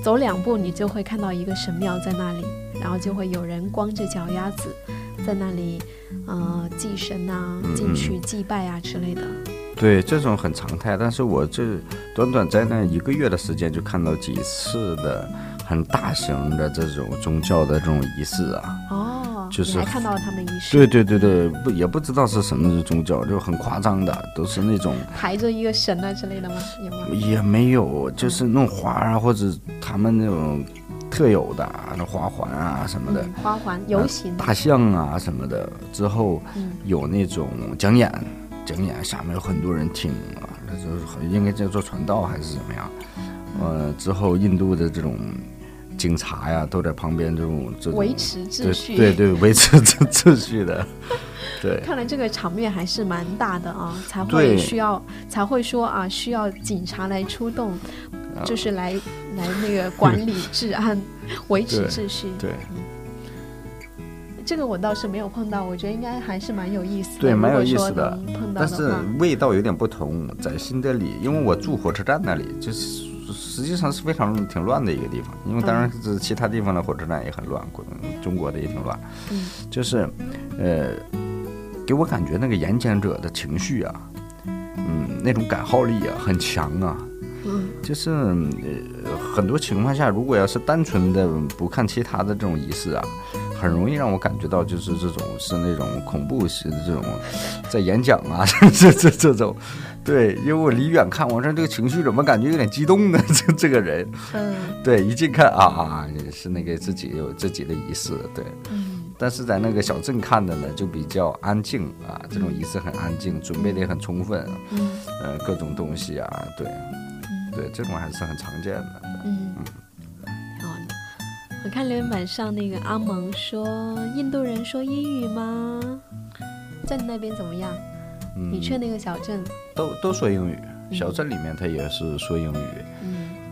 [SPEAKER 3] 走两步你就会看到一个神庙在那里，然后就会有人光着脚丫子在那里，呃，祭神啊，
[SPEAKER 4] 嗯
[SPEAKER 3] 进去祭拜啊之类的。
[SPEAKER 4] 对，这种很常态，但是我这短短在那一个月的时间就看到几次的很大型的这种宗教的这种仪式啊。
[SPEAKER 3] 哦，
[SPEAKER 4] 就
[SPEAKER 3] 你
[SPEAKER 4] 是
[SPEAKER 3] 还看到了他们的仪式，
[SPEAKER 4] 对对对对，不也不知道是什么宗教，就很夸张的，都是那种
[SPEAKER 3] 抬着一个神啊之类的吗？有吗？
[SPEAKER 4] 也没有，就是弄花啊，或者他们那种特有的啊那花环啊什么的，
[SPEAKER 3] 嗯花环游行
[SPEAKER 4] 大象啊什么的。之后
[SPEAKER 3] 嗯
[SPEAKER 4] 有那种讲演，讲演下面有很多人听啊，那就是很应该叫做传道还是怎么样？
[SPEAKER 3] 嗯
[SPEAKER 4] 呃，之后印度的这种警察呀，都在旁边这种这种
[SPEAKER 3] 维持秩序。
[SPEAKER 4] 对对对维持秩秩序的，
[SPEAKER 3] *laughs*
[SPEAKER 4] 对。
[SPEAKER 3] 看来这个场面还是蛮大的啊，才会
[SPEAKER 4] 对
[SPEAKER 3] 需要才会说啊，需要警察来出动，
[SPEAKER 4] 啊
[SPEAKER 3] 就是来来那个管理治
[SPEAKER 4] *laughs*
[SPEAKER 3] 安，维持
[SPEAKER 4] 对
[SPEAKER 3] 秩序。
[SPEAKER 4] 对
[SPEAKER 3] 这个我倒是没有碰到，我觉得应该还是蛮有意思的。
[SPEAKER 4] 对，蛮有
[SPEAKER 3] 如
[SPEAKER 4] 意
[SPEAKER 3] 果说
[SPEAKER 4] 思的
[SPEAKER 3] 能碰，到
[SPEAKER 4] 但
[SPEAKER 3] 的
[SPEAKER 4] 是
[SPEAKER 3] 话，
[SPEAKER 4] 味道有点不同。在新德里，因为我住火车站那里，就是实际上是非常挺乱的一个地方。因为当然，这其他地方的火车站也很乱，国中国的也挺乱。就是，呃，给我感觉那个演讲者的情绪啊，嗯，那种感号力啊，很强啊。
[SPEAKER 3] 嗯，
[SPEAKER 4] 就是、呃、很多情况下，如果要是单纯的不看其他的这种仪式啊，很容易让我感觉到就是这种是那种恐怖是这种在演讲啊， *laughs* 这这这种，对，因为我离远看，我说这个情绪怎么感觉有点激动呢？ *laughs* 这这个人，
[SPEAKER 3] 嗯
[SPEAKER 4] 对，一近看啊啊，是那个自己有自己的仪式，对。
[SPEAKER 3] 嗯
[SPEAKER 4] 但是在那个小镇看的呢，就比较安静啊，这种仪式很安静，准备的也很充分，
[SPEAKER 3] 嗯
[SPEAKER 4] 呃，各种东西啊，对，对，这种还是很常见的。
[SPEAKER 3] 嗯，好的。我看留言板上那个阿蒙说，印度人说英语吗？在你那边怎么样？
[SPEAKER 4] 嗯，
[SPEAKER 3] 你去那个小镇，
[SPEAKER 4] 都都说英语，小镇里面他也是说英语。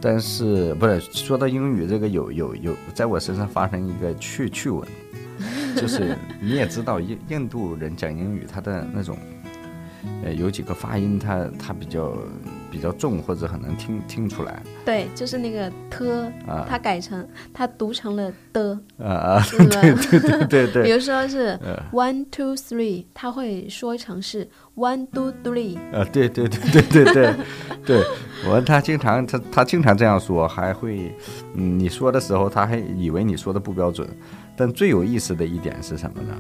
[SPEAKER 4] 但是不是说到英语这个有有有，在我身上发生一个趣趣 *laughs* 闻，就是你也知道印印度人讲英语，他的那种，呃，有几个发音他他比较比较重或者很能听听出来
[SPEAKER 3] 对，就是那个特，
[SPEAKER 4] 啊
[SPEAKER 3] 它改成它读成了的，
[SPEAKER 4] 啊啊，
[SPEAKER 3] 对吧？
[SPEAKER 4] 对对 *laughs* 对呃
[SPEAKER 3] 比
[SPEAKER 4] 对，
[SPEAKER 3] 如说是 one two three，他会说成是 one two three，
[SPEAKER 4] *laughs* 啊对对对对对对对，我他经常他他经常这样说，还会，嗯，你说的时候他还以为你说的不标准，但最有意思的一点是什么呢？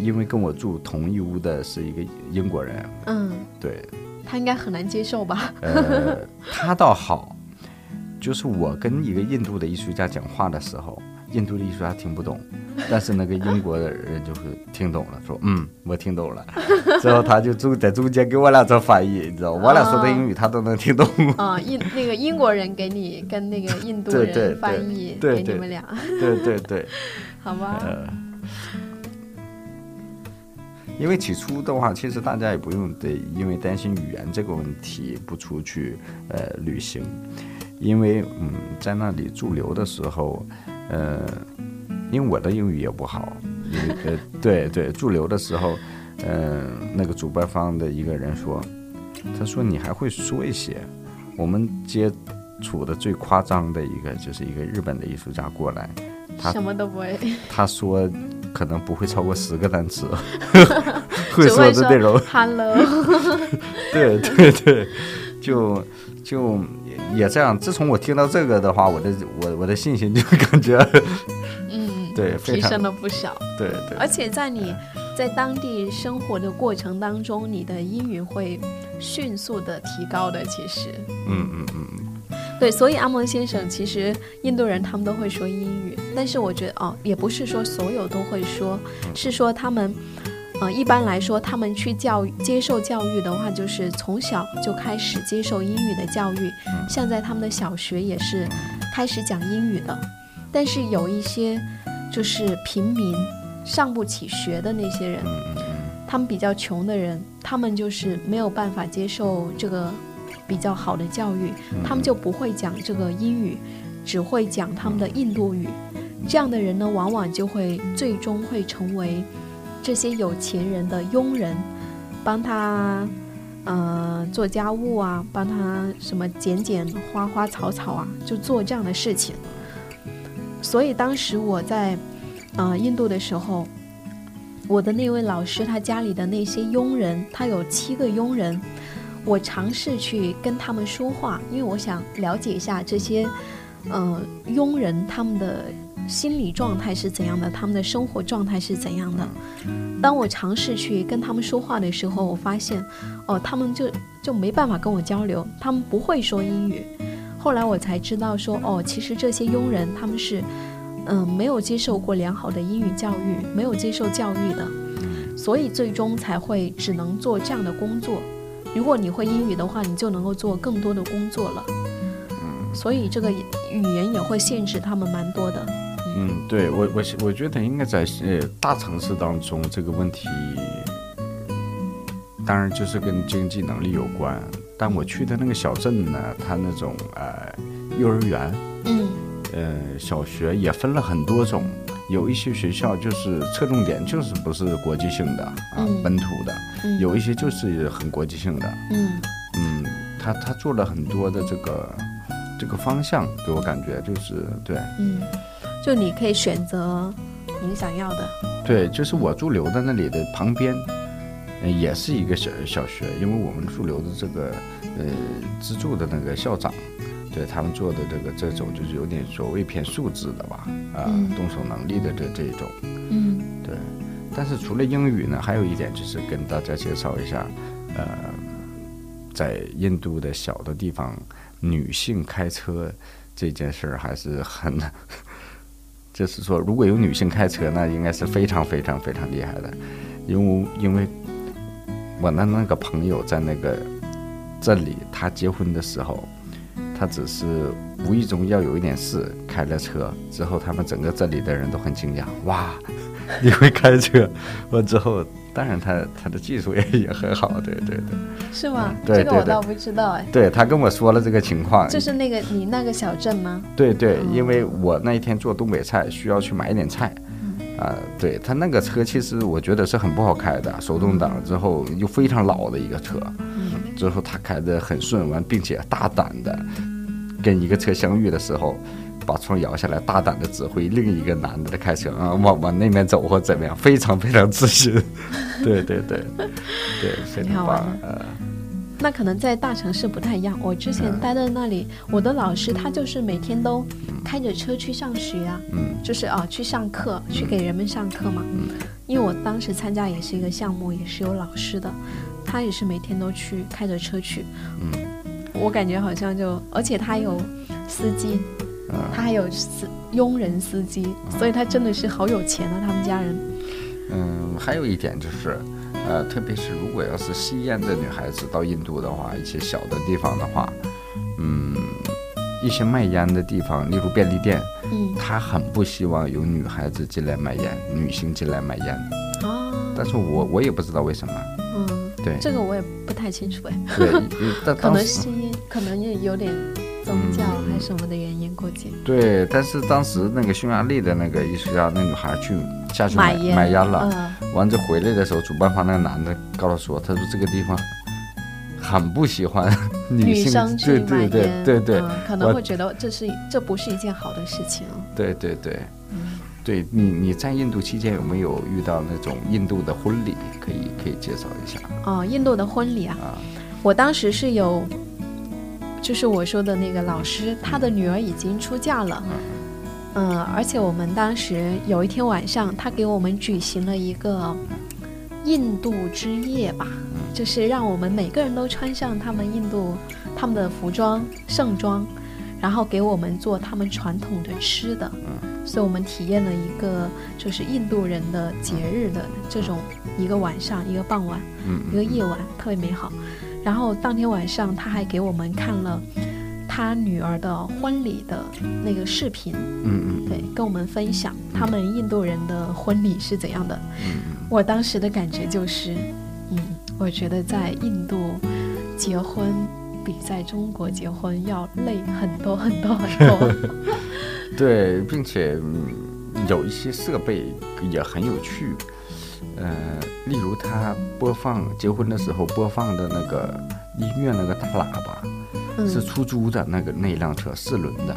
[SPEAKER 4] 因为跟我住同一屋的是一个英国人，
[SPEAKER 3] 嗯，
[SPEAKER 4] 对，
[SPEAKER 3] 他应该很难接受吧？ *laughs*
[SPEAKER 4] 呃，他倒好，就是我跟一个印度的艺术家讲话的时候，印度的艺术家听不懂，但是那个英国的人就是听懂了，说嗯，我听懂了， *laughs* 之后他就中在中间给我俩做翻译，你知道，我俩说的英语他都能听懂。 *laughs*
[SPEAKER 3] 啊，印那个英国人给你跟那个印度
[SPEAKER 4] 对对
[SPEAKER 3] 人
[SPEAKER 4] 对
[SPEAKER 3] 翻译，
[SPEAKER 4] 对
[SPEAKER 3] 给你
[SPEAKER 4] 对
[SPEAKER 3] 们俩，
[SPEAKER 4] 对对对，
[SPEAKER 3] 好吧？
[SPEAKER 4] 呃。因为起初的话，其实大家也不用得因为担心语言这个问题不出去呃旅行，因为嗯在那里驻留的时候，呃，因为我的英语也不好，因为呃对对驻留的时候，呃那个主办方的一个人说，他说你还会说一些，我们接触的最夸张的一个就是一个日本的艺术家过来，他
[SPEAKER 3] 什么都不会，
[SPEAKER 4] 他说可能不会超过十个
[SPEAKER 3] *laughs*
[SPEAKER 4] 单词，会
[SPEAKER 3] 只
[SPEAKER 4] 说
[SPEAKER 3] 会
[SPEAKER 4] 的
[SPEAKER 3] 说
[SPEAKER 4] 内容， *laughs*
[SPEAKER 3] *laughs* hello，
[SPEAKER 4] 对对对，就就也也这样。自从我听到这个的话，我的我我的信心就 *laughs* 感觉
[SPEAKER 3] 嗯，
[SPEAKER 4] 对非
[SPEAKER 3] 提
[SPEAKER 4] 常嗯
[SPEAKER 3] 升了不少。
[SPEAKER 4] 对对
[SPEAKER 3] 而且在你在当地生活的过程当中，你的英语会迅速的提高的。其实，
[SPEAKER 4] 嗯嗯嗯
[SPEAKER 3] 对，所以阿蒙先生，其实印度人他们都会说英语，但是我觉得哦，也不是说所有都会说，是说他们。呃，一般来说，他们去教育、接受教育的话，就是从小就开始接受英语的教育，像在他们的小学也是开始讲英语的。但是有一些就是平民上不起学的那些人，他们比较穷的人，他们就是没有办法接受这个比较好的教育，他们就不会讲这个英语，只会讲他们的印度语。这样的人呢，往往就会最终会成为这些有钱人的佣人，帮他呃做家务啊，帮他什么剪剪花花草草啊，就做这样的事情。所以当时我在呃印度的时候，我的那位老师他家里的那些佣人，他有七个佣人，我尝试去跟他们说话，因为我想了解一下这些呃佣人他们的心理状态是怎样的，他们的生活状态是怎样的。当我尝试去跟他们说话的时候，我发现，哦，他们就就没办法跟我交流，他们不会说英语。后来我才知道说，哦，其实这些佣人他们是，嗯、没有接受过良好的英语教育，没有接受教育的，所以最终才会只能做这样的工作。如果你会英语的话，你就能够做更多的工作了。所以这个语言也会限制他们蛮多的。
[SPEAKER 4] 嗯，对我我是我觉得应该在呃大城市当中这个问题，当然就是跟经济能力有关。但我去的那个小镇呢，它那种呃幼儿园。
[SPEAKER 3] 嗯，
[SPEAKER 4] 呃，小学也分了很多种，有一些学校就是侧重点就是不是国际性的啊，
[SPEAKER 3] 嗯
[SPEAKER 4] 本土的，有一些就是很国际性的，
[SPEAKER 3] 嗯
[SPEAKER 4] 嗯，他他做了很多的这个这个方向，给我感觉就是对
[SPEAKER 3] 嗯，就你可以选择你想要的。
[SPEAKER 4] 对，就是我驻留的那里的旁边。呃也是一个小小学，因为我们驻留的这个呃资助的那个校长，对他们做的这个这种就是有点所谓偏素质的吧，啊、
[SPEAKER 3] 嗯
[SPEAKER 4] 动手能力的这这种，
[SPEAKER 3] 嗯
[SPEAKER 4] 对，但是除了英语呢，还有一点就是跟大家介绍一下，呃，在印度的小的地方，女性开车这件事儿还是很， *laughs* 就是说，如果有女性开车，那应该是非常非常非常厉害的，因为因为我的那个朋友在那个镇里，他结婚的时候，他他只是无意中要有一点事开了车之后，他们整个这里的人都很惊讶，哇， *laughs* 你会开车？完之后，当然他他的技术也也很好，对对对，
[SPEAKER 3] 是吗？
[SPEAKER 4] 嗯
[SPEAKER 3] 这
[SPEAKER 4] 对
[SPEAKER 3] 个我
[SPEAKER 4] 对对
[SPEAKER 3] 倒不知道哎，
[SPEAKER 4] 对他跟我说了这个情况，
[SPEAKER 3] 就是那个你那个小镇吗？
[SPEAKER 4] 对对，
[SPEAKER 3] 嗯
[SPEAKER 4] 因为我那一天做东北菜，需要去买一点菜。
[SPEAKER 3] 嗯
[SPEAKER 4] 啊、对他那个车，其实我觉得是很不好开的，手动挡之后又非常老的一个车，
[SPEAKER 3] 嗯
[SPEAKER 4] 之后他开得很顺完，并且大胆的跟一个车相遇的时候，把窗摇下来，大胆的指挥另一个男的开车啊，往往那边走或怎么样，非常非常
[SPEAKER 3] *laughs*
[SPEAKER 4] 自信，对对对，对，非
[SPEAKER 3] 挺好
[SPEAKER 4] 常
[SPEAKER 3] 玩
[SPEAKER 4] 棒，
[SPEAKER 3] 的
[SPEAKER 4] 呃，
[SPEAKER 3] 那可能在大城市不太一样。我之
[SPEAKER 4] 嗯
[SPEAKER 3] 前待在那里，我的老师他就是每天都开着车去上学啊，
[SPEAKER 4] 嗯
[SPEAKER 3] 就是啊去上课，去给人们上课嘛。因为我当时参加也是一个项目，也是有老师的，他也是每天都去开着车去。
[SPEAKER 4] 嗯
[SPEAKER 3] 我感觉好像就，而且他有司机，
[SPEAKER 4] 啊
[SPEAKER 3] 他还有司佣人司机，所以他真的是好有钱啊，他们家人。
[SPEAKER 4] 嗯，还有一点就是，呃，特别是如果要是吸烟的女孩子到印度的话，一些小的地方的话，嗯，一些卖烟的地方，例如便利店，
[SPEAKER 3] 嗯
[SPEAKER 4] 他很不希望有女孩子进来买烟，女性进来买烟。
[SPEAKER 3] 啊，
[SPEAKER 4] 但是我我也不知道为什么，
[SPEAKER 3] 嗯，
[SPEAKER 4] 对
[SPEAKER 3] 这个我也不太清楚哎。
[SPEAKER 4] 对，
[SPEAKER 3] *laughs*
[SPEAKER 4] 呃但
[SPEAKER 3] 可
[SPEAKER 4] 当
[SPEAKER 3] 能
[SPEAKER 4] 时
[SPEAKER 3] 吸烟，可能也有点宗教
[SPEAKER 4] 嗯
[SPEAKER 3] 还是什么的原因，估计。
[SPEAKER 4] 对，但是当时那个匈牙利的那个艺术家，那女孩去下去买
[SPEAKER 3] 买烟
[SPEAKER 4] 烟了，
[SPEAKER 3] 嗯，
[SPEAKER 4] 完这回来的时候，主办方那个男的告诉我，他说这个地方很不喜欢女
[SPEAKER 3] 女
[SPEAKER 4] 性，
[SPEAKER 3] 生去
[SPEAKER 4] 对
[SPEAKER 3] 买
[SPEAKER 4] 对
[SPEAKER 3] 烟，
[SPEAKER 4] 对对对
[SPEAKER 3] 嗯，可能会觉得这是这不是一件好的事情。
[SPEAKER 4] 对对对，对你你在印度期间有没有遇到那种印度的婚礼？可以可以介绍一下
[SPEAKER 3] 哦，印度的婚礼啊，
[SPEAKER 4] 啊？
[SPEAKER 3] 我当时是有，就是我说的那个老师，他的女儿已经出嫁了。嗯，而且我们当时有一天晚上，他给我们举行了一个印度之夜吧，就是让我们每个人都穿上他们印度他们的服装盛装，然后给我们做他们传统的吃的，所以我们体验了一个就是印度人的节日的这种一个晚上一个傍晚，一个夜晚特别美好。然后当天晚上他还给我们看了他女儿的婚礼的那个视频，
[SPEAKER 4] 嗯嗯
[SPEAKER 3] 对，跟我们分享他们印度人的婚礼是怎样的。我当时的感觉就是，嗯，我觉得在印度结婚比在中国结婚要累很多很多很
[SPEAKER 4] *laughs*
[SPEAKER 3] 多。
[SPEAKER 4] 对，并且、嗯、有一些设备也很有趣，呃，例如他播放结婚的时候播放的那个音乐那个大喇叭，是
[SPEAKER 3] 嗯，
[SPEAKER 4] 出租的那个那一辆车四轮的，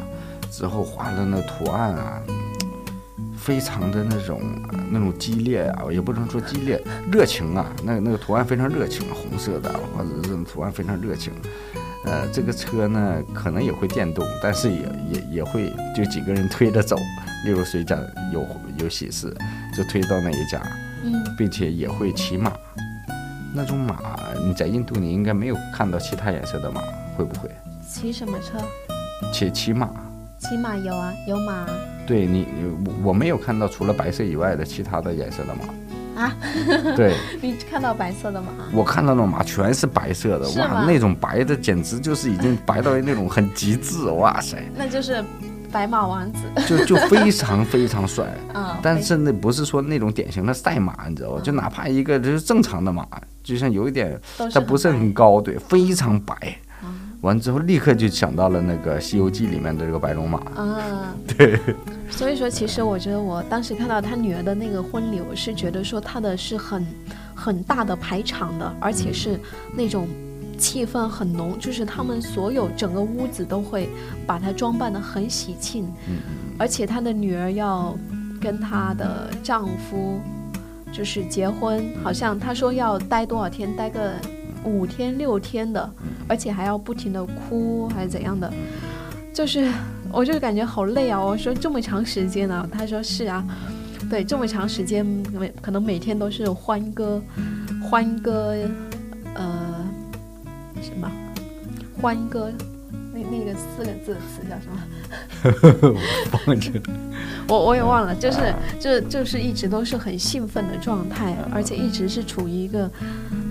[SPEAKER 4] 之后画的那图案啊，非常的那种呃那种激烈啊，也不能说激烈，热情啊，那那个图案非常热情，红色的或者是图案非常热情。呃，这个车呢可能也会电动，但是也也也会就几个人推着走，例如谁家有有喜事，就推到那一家，
[SPEAKER 3] 嗯，
[SPEAKER 4] 并且也会骑马。那种马你在印度你应该没有看到其他颜色的马，会不会？
[SPEAKER 3] 骑什么车？
[SPEAKER 4] 且骑马。
[SPEAKER 3] 骑马有啊，有马啊。
[SPEAKER 4] 对你，你我我没有看到除了白色以外的其他的颜色的马。
[SPEAKER 3] 啊？
[SPEAKER 4] 对，
[SPEAKER 3] 你看到白色的马啊？
[SPEAKER 4] 我看到的马全是白色的，
[SPEAKER 3] 是吗
[SPEAKER 4] 哇，那种白的简直就是已经白到那种很极致，哇塞，
[SPEAKER 3] 那就是白马王子。
[SPEAKER 4] 就就非常非常帅。
[SPEAKER 3] 嗯，
[SPEAKER 4] 但是那不是说那种典型的赛马，你知道吧？就哪怕一个就是正常的马，就像有一点
[SPEAKER 3] 都是
[SPEAKER 4] 它不是
[SPEAKER 3] 很
[SPEAKER 4] 很高，对，非常白。完之后立刻就想到了那个《西游记》里面的这个
[SPEAKER 3] *laughs*
[SPEAKER 4] 白龙马。
[SPEAKER 3] 啊，对。所以说，其实我觉得我当时看到他女儿的那个婚礼，我是觉得说他的是很很大的排场的，而且是那种气氛很浓，就是他们所有整个屋子都会把她装扮的很喜庆，而且她的女儿要跟她的丈夫就是结婚，好像她说要待多少天，待个五天六天的，而且还要不停的哭还是怎样的，就是我就感觉好累啊！我说这么长时间呢、他说是啊，对，这么长时间每可能每天都是欢歌，欢歌，呃，什么欢歌？那那个四个字的词叫什么？
[SPEAKER 4] 放着。
[SPEAKER 3] 我我也忘了，就是就就是一直都是很兴奋的状态，而且一直是处于一个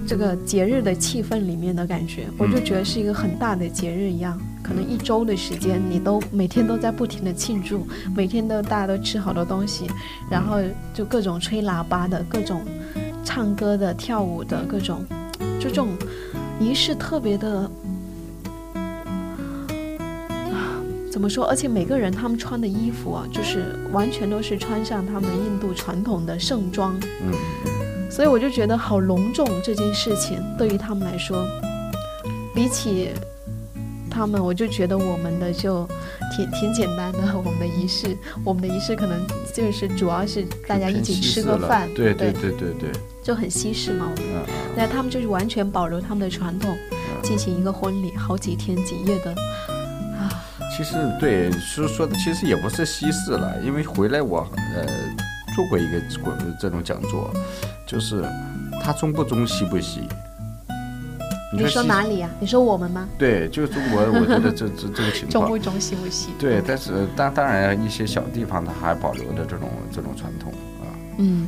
[SPEAKER 3] 这个节日的气氛里面的感觉，我就觉得是一个很大的节日一样。可能一周的时间，你都每天都在不停的庆祝，每天都大家都吃好多东西，然后就各种吹喇叭的，各种唱歌的、跳舞的，各种就这种仪式特别的。怎么说？而且每个人他们穿的衣服啊，就是完全都是穿上他们印度传统的盛装，
[SPEAKER 4] 嗯，
[SPEAKER 3] 所以我就觉得好隆重这件事情对于他们来说，比起他们，我就觉得我们的就挺挺简单的。我们的仪式，我们的仪式可能就是主要是大家一起吃个饭，
[SPEAKER 4] 对对对对对，
[SPEAKER 3] 就很西式嘛。我们
[SPEAKER 4] 嗯
[SPEAKER 3] 那他们就是完全保留他们的传统，进行一个婚礼，好几天几夜的。
[SPEAKER 4] 其实对说说的，其实也不是西式了，因为回来我呃做过一个过这种讲座，就是它中不中西不西？
[SPEAKER 3] 你说
[SPEAKER 4] 西嗯
[SPEAKER 3] 哪？里呀、啊你说我们吗？
[SPEAKER 4] 对，就是中国，我觉得这这这个情
[SPEAKER 3] 中
[SPEAKER 4] 况
[SPEAKER 3] 不。中西不西？
[SPEAKER 4] 对，但是当当然一些小地方它还保留着这种这种传统啊，
[SPEAKER 3] 嗯，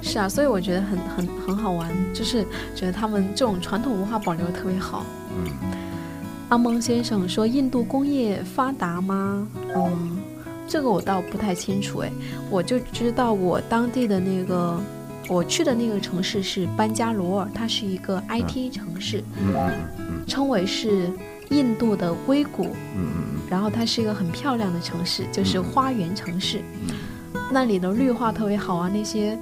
[SPEAKER 3] 是啊，所以我觉得很很很好玩，就是觉得他们这种传统文化保留得特别好。
[SPEAKER 4] 嗯，
[SPEAKER 3] 阿蒙先生说，印度工业发达吗？嗯，这个我倒不太清楚哎，我就知道我当地的那个。我去的那个城市是班加罗尔，它是一个 IT 城市，
[SPEAKER 4] 嗯嗯
[SPEAKER 3] 称为是印度的硅谷
[SPEAKER 4] 嗯嗯
[SPEAKER 3] 然后它是一个很漂亮的城市，就是花园城市，
[SPEAKER 4] 嗯
[SPEAKER 3] 那里的绿化特别好啊，那些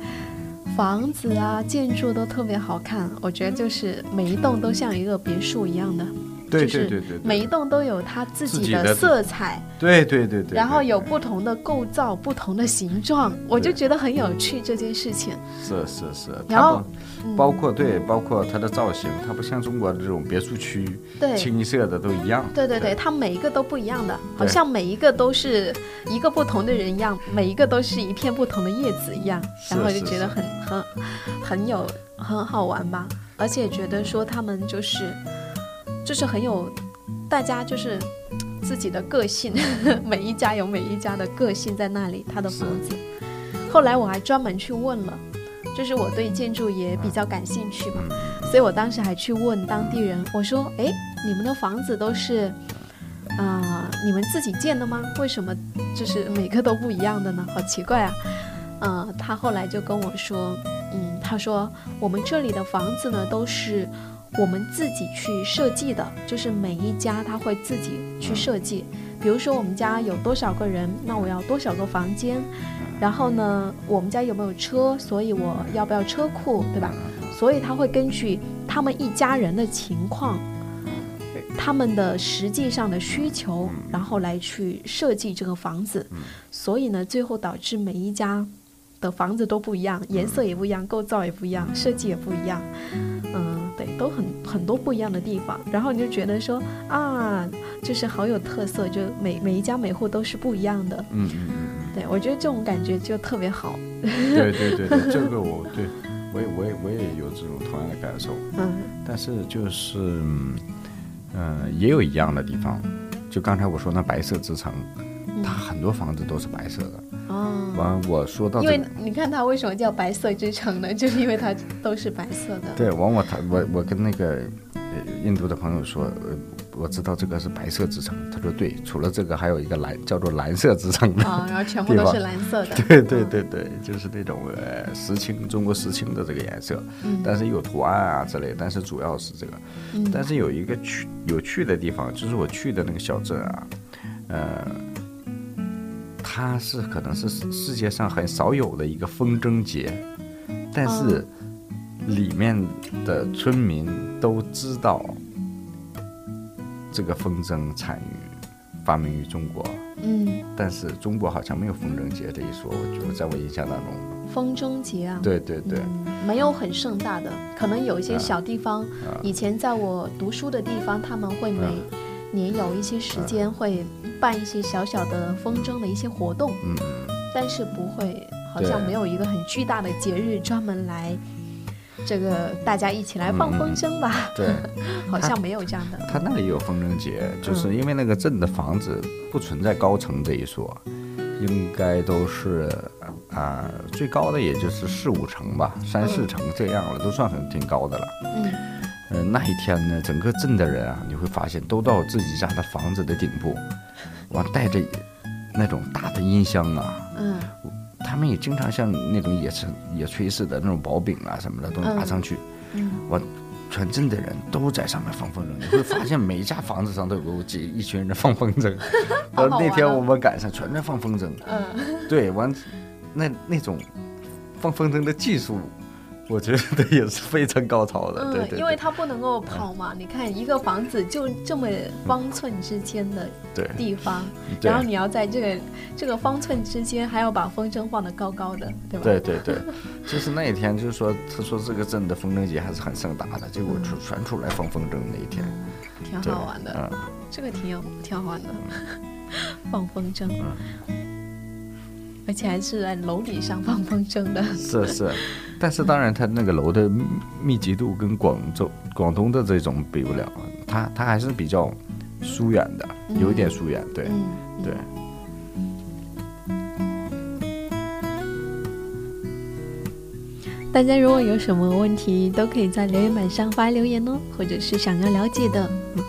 [SPEAKER 3] 房子啊、建筑都特别好看。我觉得就是每一栋都像一个别墅一样的，
[SPEAKER 4] 嗯，对对对
[SPEAKER 3] 就
[SPEAKER 4] 对
[SPEAKER 3] 是，每一
[SPEAKER 4] 对
[SPEAKER 3] 栋都有它自
[SPEAKER 4] 自
[SPEAKER 3] 己
[SPEAKER 4] 己的
[SPEAKER 3] 的色彩，
[SPEAKER 4] 对对对对，
[SPEAKER 3] 然后
[SPEAKER 4] 对
[SPEAKER 3] 有
[SPEAKER 4] 对
[SPEAKER 3] 不同的构造、不同的形状，我就
[SPEAKER 4] 对
[SPEAKER 3] 觉得很有趣这件事情。
[SPEAKER 4] 是是是，
[SPEAKER 3] 然
[SPEAKER 4] 它
[SPEAKER 3] 后嗯
[SPEAKER 4] 不包括对，包括它的造型，它不像中国的这种别墅区，
[SPEAKER 3] 对
[SPEAKER 4] 清一色的都一样。
[SPEAKER 3] 对对对，它每一个都不一样的，好
[SPEAKER 4] 对
[SPEAKER 3] 像每一个都是一个不同的人一样，每一个都是一片不同的叶子一样，
[SPEAKER 4] 是
[SPEAKER 3] 然后
[SPEAKER 4] 是
[SPEAKER 3] 就觉得很很很有很好玩吧，而且觉得说他们就是就是很有大家就是自己的个性， *laughs* 每一家有每一家的个性在那里，他的房子。后来我还专门去问了，就是我对建筑也比较感兴趣嘛，所以我当时还去问当地人，我说：“哎，你们的房子都是，啊、你们自己建的吗？为什么就是每个都不一样的呢？好奇怪啊！”嗯、他后来就跟我说，嗯，他说我们这里的房子呢都是我们自己去设计的，就是每一家他会自己去设计。比如说我们家有多少个人，那我要多少个房间，然后呢，我们家有没有车，所以我要不要车库，对吧？所以他会根据他们一家人的情况，他们的实际上的需求，然后来去设计这个房子。所以呢，最后导致每一家的房子都不一样，颜色也不一样，构造也不一样，设计也不一样。嗯，对，都很很多不一样的地方，然后你就觉得说啊，就是好有特色，就每每一家每户都是不一样的。
[SPEAKER 4] 嗯嗯嗯
[SPEAKER 3] 对我觉得这种感觉就特别好。
[SPEAKER 4] 嗯，对对对对，这个我对我也我也我也有这种同样的感受，
[SPEAKER 3] 嗯
[SPEAKER 4] 但是就是嗯、呃也有一样的地方，就刚才我说那白色之城，它很多房子都是白色的。
[SPEAKER 3] 哦，
[SPEAKER 4] 完我说到
[SPEAKER 3] 因
[SPEAKER 4] 这
[SPEAKER 3] 为
[SPEAKER 4] 个。
[SPEAKER 3] 你看它为什么叫白色之城呢？就是因为它都是白色的。
[SPEAKER 4] 对，完我他我我跟那个呃印度的朋友说，呃，我知道这个是白色之城，他说对，除了这个还有一个蓝叫做蓝色之城的，
[SPEAKER 3] 啊、然后全部都
[SPEAKER 4] 地
[SPEAKER 3] 是
[SPEAKER 4] 方
[SPEAKER 3] 蓝色的。
[SPEAKER 4] 对对对对，就是那种呃石青中国石青的这个颜色，但是有图案啊之类，但是主要是这个。但是有一个趣有趣的地方，就是我去的那个小镇啊，呃，它是可能是世世界上很少有的一个风筝节，但是里面的村民都知道这个风筝产于发明于中国。
[SPEAKER 3] 嗯，
[SPEAKER 4] 但是中国好像没有风筝节这一说，我就在我印象当中，
[SPEAKER 3] 风筝节啊。
[SPEAKER 4] 对对啊对，
[SPEAKER 3] 嗯，没有很盛大的，可能有一些小地方，以前在我读书的地方，他们会
[SPEAKER 4] 啊
[SPEAKER 3] 每年有一些时间会办一些小小的风筝的一些活动，
[SPEAKER 4] 嗯，
[SPEAKER 3] 但是不会，好像
[SPEAKER 4] 对
[SPEAKER 3] 没有一个很巨大的节日专门来这个大家一起来放风筝吧，
[SPEAKER 4] 对，嗯
[SPEAKER 3] *laughs* 好像没有这样
[SPEAKER 4] *laughs*
[SPEAKER 3] 的。
[SPEAKER 4] 他那里有风筝节，就是因为那个镇的房子不存在高层这一说，应该都是啊、最高的也就是四五层吧，三四层这样了，都算很挺高的了。
[SPEAKER 3] 嗯
[SPEAKER 4] 呃，那一天呢，整个镇的人啊，你会发现都到自己家的房子的顶部，完带着那种大的音箱啊，
[SPEAKER 3] 嗯
[SPEAKER 4] 他们也经常像那种野炊野炊似的那种薄饼啊什么的都拿上去，
[SPEAKER 3] 嗯
[SPEAKER 4] 完、全镇的人都在上面放风筝，你会发现每一家房子上都有几一群人在放风筝。
[SPEAKER 3] *laughs* 好
[SPEAKER 4] 完
[SPEAKER 3] 好玩
[SPEAKER 4] 那天
[SPEAKER 3] 啊
[SPEAKER 4] 我们赶上全在放风筝，
[SPEAKER 3] 嗯，
[SPEAKER 4] 对，完那那种放风筝的技术，我觉得也是非常高超的，对对啊对。
[SPEAKER 3] 嗯因为它不能够跑嘛，你看一个房子就这么方寸之间的
[SPEAKER 4] 对
[SPEAKER 3] 地方，
[SPEAKER 4] 对
[SPEAKER 3] 然后你要在这个这个方寸之间还要把风筝放得高高的，对吧？
[SPEAKER 4] 对对对，就是那一天，就是说，他说这个镇的风筝节还是很盛大的，结果全全出来放风筝那一天，
[SPEAKER 3] 挺
[SPEAKER 4] 对，
[SPEAKER 3] 嗯好玩的。
[SPEAKER 4] 嗯，
[SPEAKER 3] 这个挺有挺好玩的， *laughs* 放风筝，
[SPEAKER 4] 嗯
[SPEAKER 3] 而且还是在楼顶上放风筝的。
[SPEAKER 4] 是是，但是当然，它那个楼的密密集度跟广州、广东的这种比不了，它它还是比较疏远的，有一点疏远，对、
[SPEAKER 3] 嗯，
[SPEAKER 4] 对。
[SPEAKER 3] 大家如果有什么问题，都可以在留言板上发留言哦，或者是想要了解的，嗯，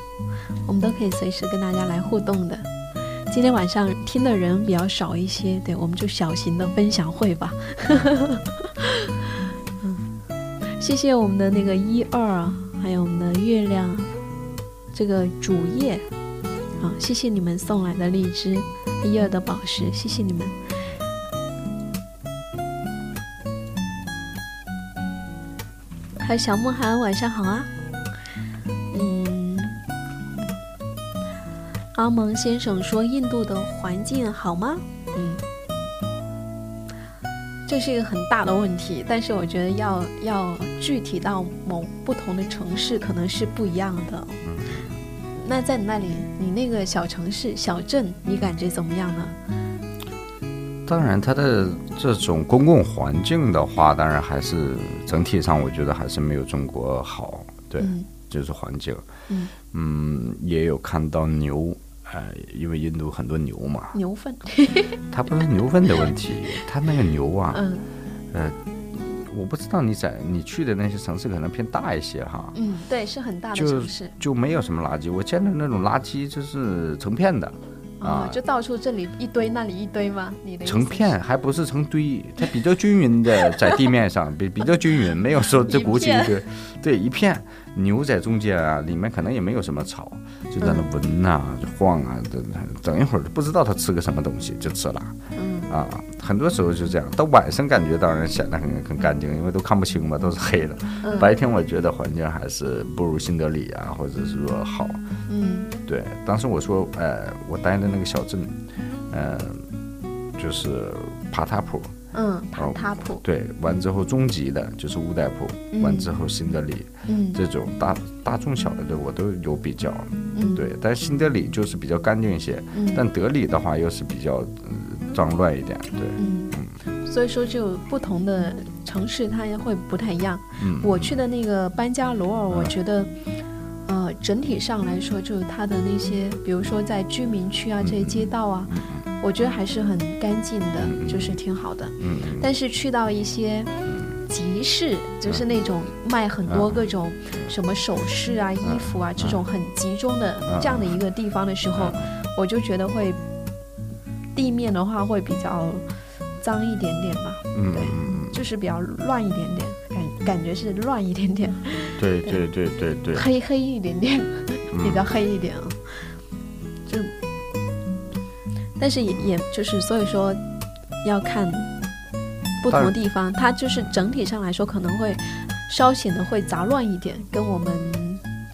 [SPEAKER 3] 我们都可以随时跟大家来互动的。今天晚上听的人比较少一些，对，我们就小型的分享会吧。 *laughs* 嗯，谢谢我们的那个一二啊，还有我们的月亮，这个主页啊，谢谢你们送来的荔枝，一二的宝石，谢谢你们。还有小慕寒，晚上好啊。嗯，阿蒙先生说印度的环境好吗？嗯，这是一个很大的问题，但是我觉得要要具体到某不同的城市，可能是不一样的。那在你那里，你那个小城市、小镇，你感觉怎么样呢？
[SPEAKER 4] 当然，它的这种公共环境的话，当然还是整体上，我觉得还是没有中国好，对。
[SPEAKER 3] 嗯
[SPEAKER 4] 就是环境。
[SPEAKER 3] 嗯
[SPEAKER 4] 嗯也有看到牛，呃，因为印度很多牛嘛，
[SPEAKER 3] 牛
[SPEAKER 4] *laughs*
[SPEAKER 3] 粪，
[SPEAKER 4] 它不是牛粪的问
[SPEAKER 3] *laughs*
[SPEAKER 4] 题，它那个牛啊，
[SPEAKER 3] 嗯
[SPEAKER 4] 我不知道你在你去的那些城市可能偏大一些哈，
[SPEAKER 3] 嗯，对，是很大的
[SPEAKER 4] 就啊
[SPEAKER 3] 城市。
[SPEAKER 4] 就没有什么垃圾，我见到那种垃圾就是成片的。
[SPEAKER 3] 啊
[SPEAKER 4] 啊，
[SPEAKER 3] 就到处这里一堆，那里一堆吗？你的意思
[SPEAKER 4] 成片还不是成堆，它比较均
[SPEAKER 3] *laughs*
[SPEAKER 4] 匀的在地面上，比比较均匀，没有说就鼓起一堆，对，一片牛在中间啊，里面可能也没有什么草，就在
[SPEAKER 3] 嗯
[SPEAKER 4] 那闻呐、就晃啊，等等一会儿都不知道它吃个什么东西就吃了，
[SPEAKER 3] 嗯
[SPEAKER 4] 啊，很多时候就这样。到晚上感觉当然显得很很干净，因为都看不清嘛，都是黑的。
[SPEAKER 3] 嗯
[SPEAKER 4] 白天我觉得环境还是不如新德里啊，或者是说好，
[SPEAKER 3] 嗯
[SPEAKER 4] 对，当时我说，呃，我待的那个小镇，呃，就是帕塔普，
[SPEAKER 3] 嗯，塔塔普，
[SPEAKER 4] 对，完之后中级的就是乌代普，完之后新德里、
[SPEAKER 3] 嗯
[SPEAKER 4] 这种大大中小的对我都有比较，
[SPEAKER 3] 嗯
[SPEAKER 4] 对，但是新德里就是比较干净一些，
[SPEAKER 3] 嗯
[SPEAKER 4] 但德里的话又是比较、呃脏乱一点，对，
[SPEAKER 3] 嗯，所以说就不同的城市它也会不太一样。
[SPEAKER 4] 嗯
[SPEAKER 3] 我去的那个班加罗尔，我觉得。呃，整体上来说，就是它的那些，比如说在居民区啊，这些街道啊，我觉得还是很干净的，就是挺好的。
[SPEAKER 4] 嗯嗯
[SPEAKER 3] 但是去到一些集市，就是那种卖很多各种什么首饰啊、衣服啊这种很集中的这样的一个地方的时候，我就觉得会地面的话会比较脏一点点吧，
[SPEAKER 4] 嗯
[SPEAKER 3] 对
[SPEAKER 4] 嗯，
[SPEAKER 3] 就是比较乱一点点，感感觉是乱一点点，
[SPEAKER 4] 对对对对
[SPEAKER 3] *laughs*
[SPEAKER 4] 对，
[SPEAKER 3] 黑黑一点点，
[SPEAKER 4] 嗯
[SPEAKER 3] 比较黑一点啊，就，但是也也就是所以说要看不同
[SPEAKER 4] 当
[SPEAKER 3] 的
[SPEAKER 4] 然
[SPEAKER 3] 地方，它就是整体上来说可能会稍显得会杂乱一点，跟我们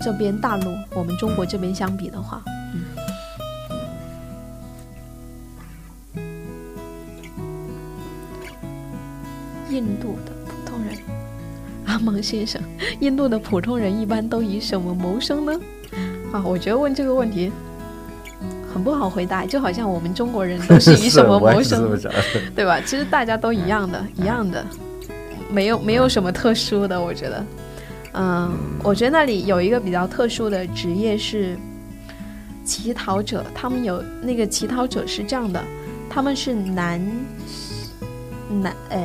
[SPEAKER 3] 这边大陆，我们中国这边相比的话，嗯，印度的普通人。阿蒙先生，印度的普通人一般都以什么谋生呢？啊，我觉得问这个问题很不好回答，就好像我们中国人都是以什么
[SPEAKER 4] 我也
[SPEAKER 3] 谋
[SPEAKER 4] 是这么
[SPEAKER 3] 生，
[SPEAKER 4] 想的？
[SPEAKER 3] 对吧？其实大家都一样的，一样的，没有没有什么特殊的，我觉得。嗯，我觉得那里有一个比较特殊的职业是乞讨者，他们有那个乞讨者是这样的，他们是男男呃，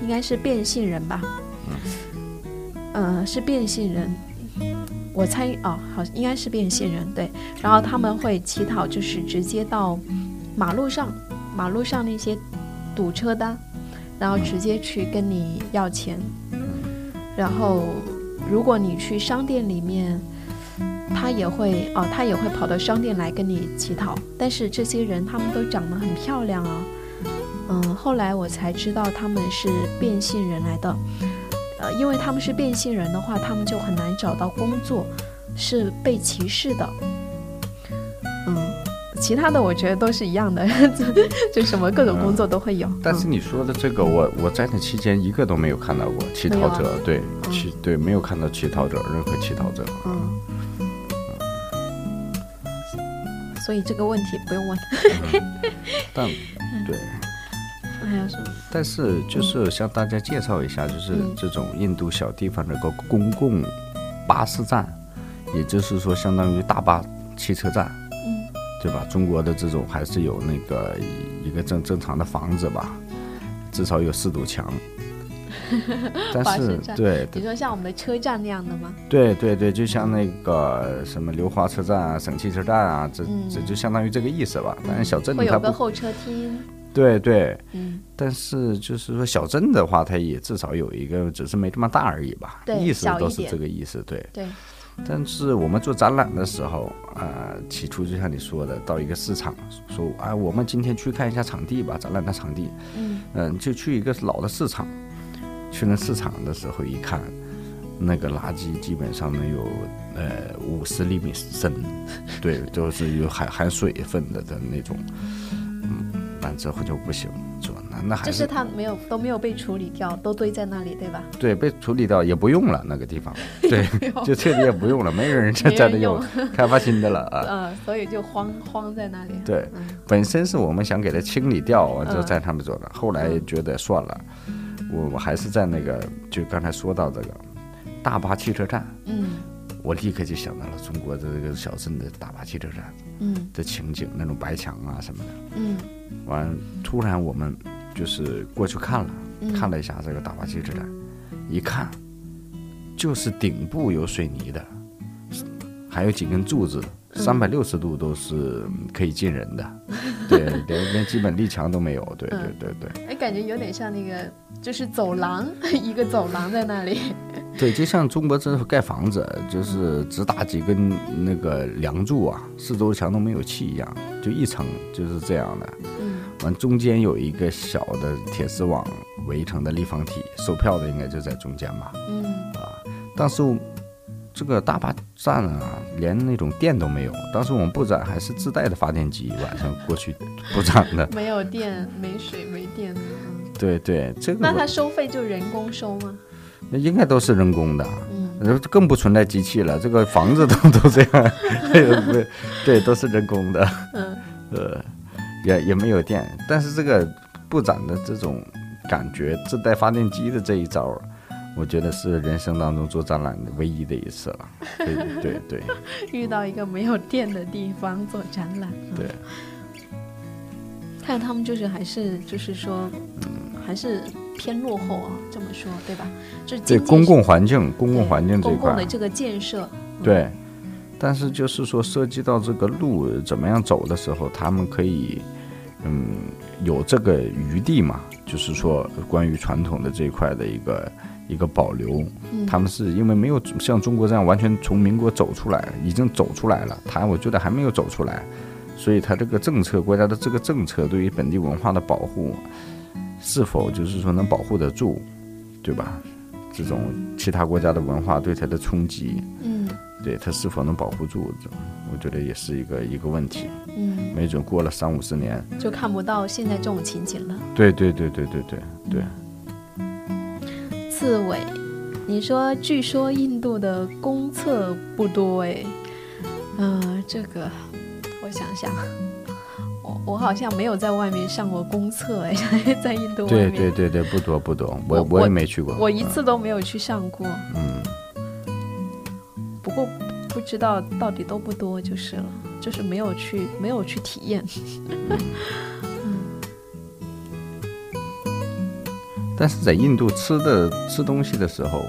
[SPEAKER 3] 应该是变性人吧？嗯，呃，是变性人。我猜哦，好，应该是变性人对。然后他们会乞讨，就是直接到马路上，马路上那些堵车的，然后直接去跟你要钱。然后如果你去商店里面，他也会哦，他也会跑到商店来跟你乞讨。但是这些人他们都长得很漂亮啊，嗯，后来我才知道他们是变性人来的。呃，因为他们是变性人的话，他们就很难找到工作，是被歧视的。嗯，其他的我觉得都是一样的， *laughs* 就就什么各种工作都会有。
[SPEAKER 4] 但是你说的这个，我我在那期间一个都没有看到过乞讨
[SPEAKER 3] 没有啊
[SPEAKER 4] 者，对乞对没有看到乞讨者，任何乞讨者。
[SPEAKER 3] 嗯，嗯所以这个问题不用问。
[SPEAKER 4] 但
[SPEAKER 3] 嗯
[SPEAKER 4] 对，
[SPEAKER 3] 还有什么？
[SPEAKER 4] 但是就是向大家介绍一下，就是
[SPEAKER 3] 嗯
[SPEAKER 4] 这种印度小地方的个公共巴士站，也就是说相当于大巴汽车站，
[SPEAKER 3] 嗯
[SPEAKER 4] 对吧？中国的这种还是有那个一个正正常的房子吧，至少有四堵墙。但
[SPEAKER 3] 巴士
[SPEAKER 4] 是
[SPEAKER 3] 站
[SPEAKER 4] 对
[SPEAKER 3] 你说像我们的车站那样的吗？
[SPEAKER 4] 对对对，就像那个什么流华车站啊、省汽车站啊，这
[SPEAKER 3] 嗯
[SPEAKER 4] 这就相当于这个意思吧。但是小镇
[SPEAKER 3] 会
[SPEAKER 4] 里它
[SPEAKER 3] 有个
[SPEAKER 4] 不，
[SPEAKER 3] 候车厅。
[SPEAKER 4] 对对，
[SPEAKER 3] 嗯，
[SPEAKER 4] 但是就是说小镇的话，它也至少有一个，只是没这么大而已吧
[SPEAKER 3] 对，
[SPEAKER 4] 意思
[SPEAKER 3] 小
[SPEAKER 4] 都
[SPEAKER 3] 一
[SPEAKER 4] 是
[SPEAKER 3] 点
[SPEAKER 4] 这个意思，对。
[SPEAKER 3] 对，
[SPEAKER 4] 但是我们做展览的时候，啊、起初就像你说的，到一个市场说啊，我们今天去看一下场地吧，展览的场地，
[SPEAKER 3] 嗯
[SPEAKER 4] 嗯，就去一个老的市场，去那市场的时候一看，那个垃圾基本上能有呃五十厘米深， *laughs* 对，就是有含含水分的的那种，嗯，那之后就不行，说那那还
[SPEAKER 3] 就是是它没有都没有被处理掉，都堆在那里，对吧？
[SPEAKER 4] 对被处理掉也不用了那个
[SPEAKER 3] *laughs*
[SPEAKER 4] 地方，对，就彻底也不用了，没人在
[SPEAKER 3] 没
[SPEAKER 4] 在那
[SPEAKER 3] 人
[SPEAKER 4] 用，
[SPEAKER 3] *laughs*
[SPEAKER 4] 开发新的了啊。
[SPEAKER 3] 嗯，所以就荒荒在那里。
[SPEAKER 4] 对
[SPEAKER 3] 嗯，
[SPEAKER 4] 本身是我们想给它清理掉，我就
[SPEAKER 3] 嗯
[SPEAKER 4] 在他们做的。后来觉得算了，我我还是在那个，就刚才说到这个大巴汽车站，
[SPEAKER 3] 嗯
[SPEAKER 4] 我立刻就想到了中国的这个小镇的大巴汽车站
[SPEAKER 3] 嗯
[SPEAKER 4] 的情景，那种白墙啊什么的。
[SPEAKER 3] 嗯
[SPEAKER 4] 完，突然我们就是过去看了，
[SPEAKER 3] 嗯
[SPEAKER 4] 看了一下这个大巴汽车站，一看就是顶部有水泥的，还有几根柱子，三百六十度都是可以进人的，对，连连基本力墙都没有，对对
[SPEAKER 3] 嗯
[SPEAKER 4] 对对
[SPEAKER 3] 哎，感觉有点像那个，就是走廊， *laughs* 一个走廊在那里。
[SPEAKER 4] 对，就像中国这盖房子，就是只打几根那个梁柱啊，四周墙都没有砌一样，就一层就是这样的。
[SPEAKER 3] 嗯
[SPEAKER 4] 完中间有一个小的铁丝网围成的立方体，售票的应该就在中间吧。啊
[SPEAKER 3] 嗯。
[SPEAKER 4] 当时我这个大巴站啊，连那种电都没有。当时我们布展还是自带的发电机，晚上过去布展的 *laughs*
[SPEAKER 3] 没有电，没水，没电。嗯
[SPEAKER 4] 对对，这个
[SPEAKER 3] 那它
[SPEAKER 4] 我
[SPEAKER 3] 收费就人工收吗？
[SPEAKER 4] 那应该都是人工的。
[SPEAKER 3] 嗯
[SPEAKER 4] 然后更不存在机器了，这个房子都 *laughs* 都这样，还有对对，都是人工的，
[SPEAKER 3] 嗯
[SPEAKER 4] 呃，也也没有电。但是这个布展的这种感觉，自带发电机的这一招，我觉得是人生当中做展览的唯一的一次了。对对
[SPEAKER 3] *laughs*
[SPEAKER 4] 对，
[SPEAKER 3] 遇到一个没有电的地方做展览。嗯
[SPEAKER 4] 对，
[SPEAKER 3] 看他们就是还是就是说，还是偏落后啊，这么说对吧？这
[SPEAKER 4] 对公共环境，公
[SPEAKER 3] 公
[SPEAKER 4] 共环境这一
[SPEAKER 3] 公
[SPEAKER 4] 块
[SPEAKER 3] 共
[SPEAKER 4] 儿
[SPEAKER 3] 的，这个建设，嗯
[SPEAKER 4] 对。但是就是说，涉及到这个路呃怎么样走的时候，他们可以，嗯，有这个余地嘛？就是说，关于传统的这一块的一个一个保留，
[SPEAKER 3] 嗯
[SPEAKER 4] 他们是因为没有像中国这样完全从民国走出来，已经走出来了，他我觉得还没有走出来，所以他这个政策，国家的这个政策对于本地文化的保护，是否就是说能保护得住，对吧？这种其他国家的文化对它的冲击，
[SPEAKER 3] 嗯
[SPEAKER 4] 对它是否能保护住，这我觉得也是一个一个问题。
[SPEAKER 3] 嗯，
[SPEAKER 4] 没准过了三五十年，
[SPEAKER 3] 就看不到现在这种情景了。
[SPEAKER 4] 对对对对对对对，
[SPEAKER 3] 刺猬，你说，据说印度的公厕不多哎，呃，这个我想想，我我好像没有在外面上过公厕哎， *laughs* 在印度外
[SPEAKER 4] 对
[SPEAKER 3] 面，
[SPEAKER 4] 对对对，不多不多，我
[SPEAKER 3] 我
[SPEAKER 4] 我也
[SPEAKER 3] 我
[SPEAKER 4] 没去过，
[SPEAKER 3] 我一次都没有去上过，
[SPEAKER 4] 嗯，
[SPEAKER 3] 不过不知道到底多不多就是了，就是没有去没有去体验。
[SPEAKER 4] 嗯但是在印度吃的吃东西的时候，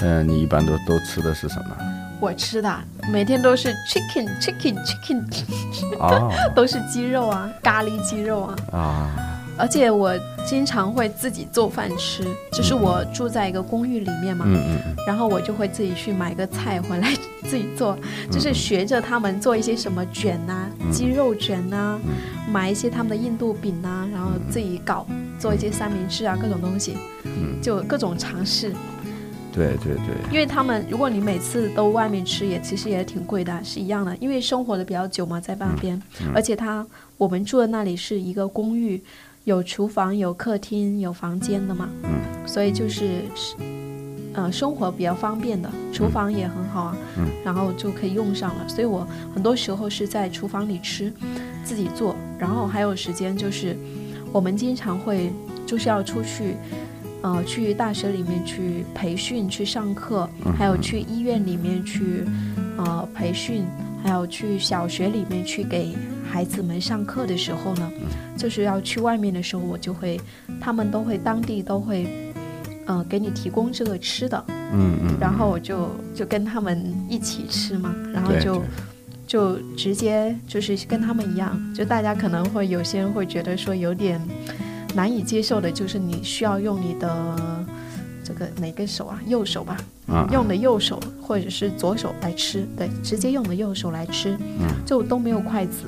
[SPEAKER 4] 嗯、你一般都都吃的是什么？
[SPEAKER 3] 我吃的啊每天都是 chicken chicken chicken，
[SPEAKER 4] 哦
[SPEAKER 3] 都是鸡肉啊，咖喱鸡肉啊。
[SPEAKER 4] 啊，
[SPEAKER 3] 而且我经常会自己做饭吃，就是我住在一个公寓里面嘛，
[SPEAKER 4] 嗯嗯嗯，
[SPEAKER 3] 然后我就会自己去买个菜回来 *laughs* 自己做，
[SPEAKER 4] 嗯
[SPEAKER 3] 就是学着他们做一些什么卷呐、鸡肉卷呐、
[SPEAKER 4] 嗯
[SPEAKER 3] 买一些他们的印度饼呐、啊然后自己搞做一些三明治啊，各种东西，
[SPEAKER 4] 嗯
[SPEAKER 3] 就各种尝试。
[SPEAKER 4] 对对对，
[SPEAKER 3] 因为他们如果你每次都外面吃也，其实也挺贵的，是一样的。因为生活的比较久嘛，在
[SPEAKER 4] 嗯
[SPEAKER 3] 那边，而且他我们住的那里是一个公寓，有厨房、有客厅、有房间的嘛，
[SPEAKER 4] 嗯
[SPEAKER 3] 所以就是是呃生活比较方便的，厨房也很好啊，
[SPEAKER 4] 嗯
[SPEAKER 3] 然后就可以用上了。所以我很多时候是在厨房里吃，自己做，然后还有时间就是我们经常会就是要出去。呃，去大学里面去培训、去上课，
[SPEAKER 4] 嗯
[SPEAKER 3] 还有去医院里面去呃培训，还有去小学里面去给孩子们上课的时候呢，
[SPEAKER 4] 嗯
[SPEAKER 3] 就是要去外面的时候，我就会，他们都会当地都会，呃，给你提供这个吃的，
[SPEAKER 4] 嗯嗯，
[SPEAKER 3] 然后我就就跟他们一起吃嘛，然后
[SPEAKER 4] 对
[SPEAKER 3] 就
[SPEAKER 4] 对
[SPEAKER 3] 就直接就是跟他们一样，就大家可能会有些人会觉得说有点难以接受的，就是你需要用你的这个哪个手啊，右手吧，
[SPEAKER 4] 啊
[SPEAKER 3] 用的右手或者是左手来吃，对，直接用的右手来吃，
[SPEAKER 4] 嗯
[SPEAKER 3] 就都没有筷子。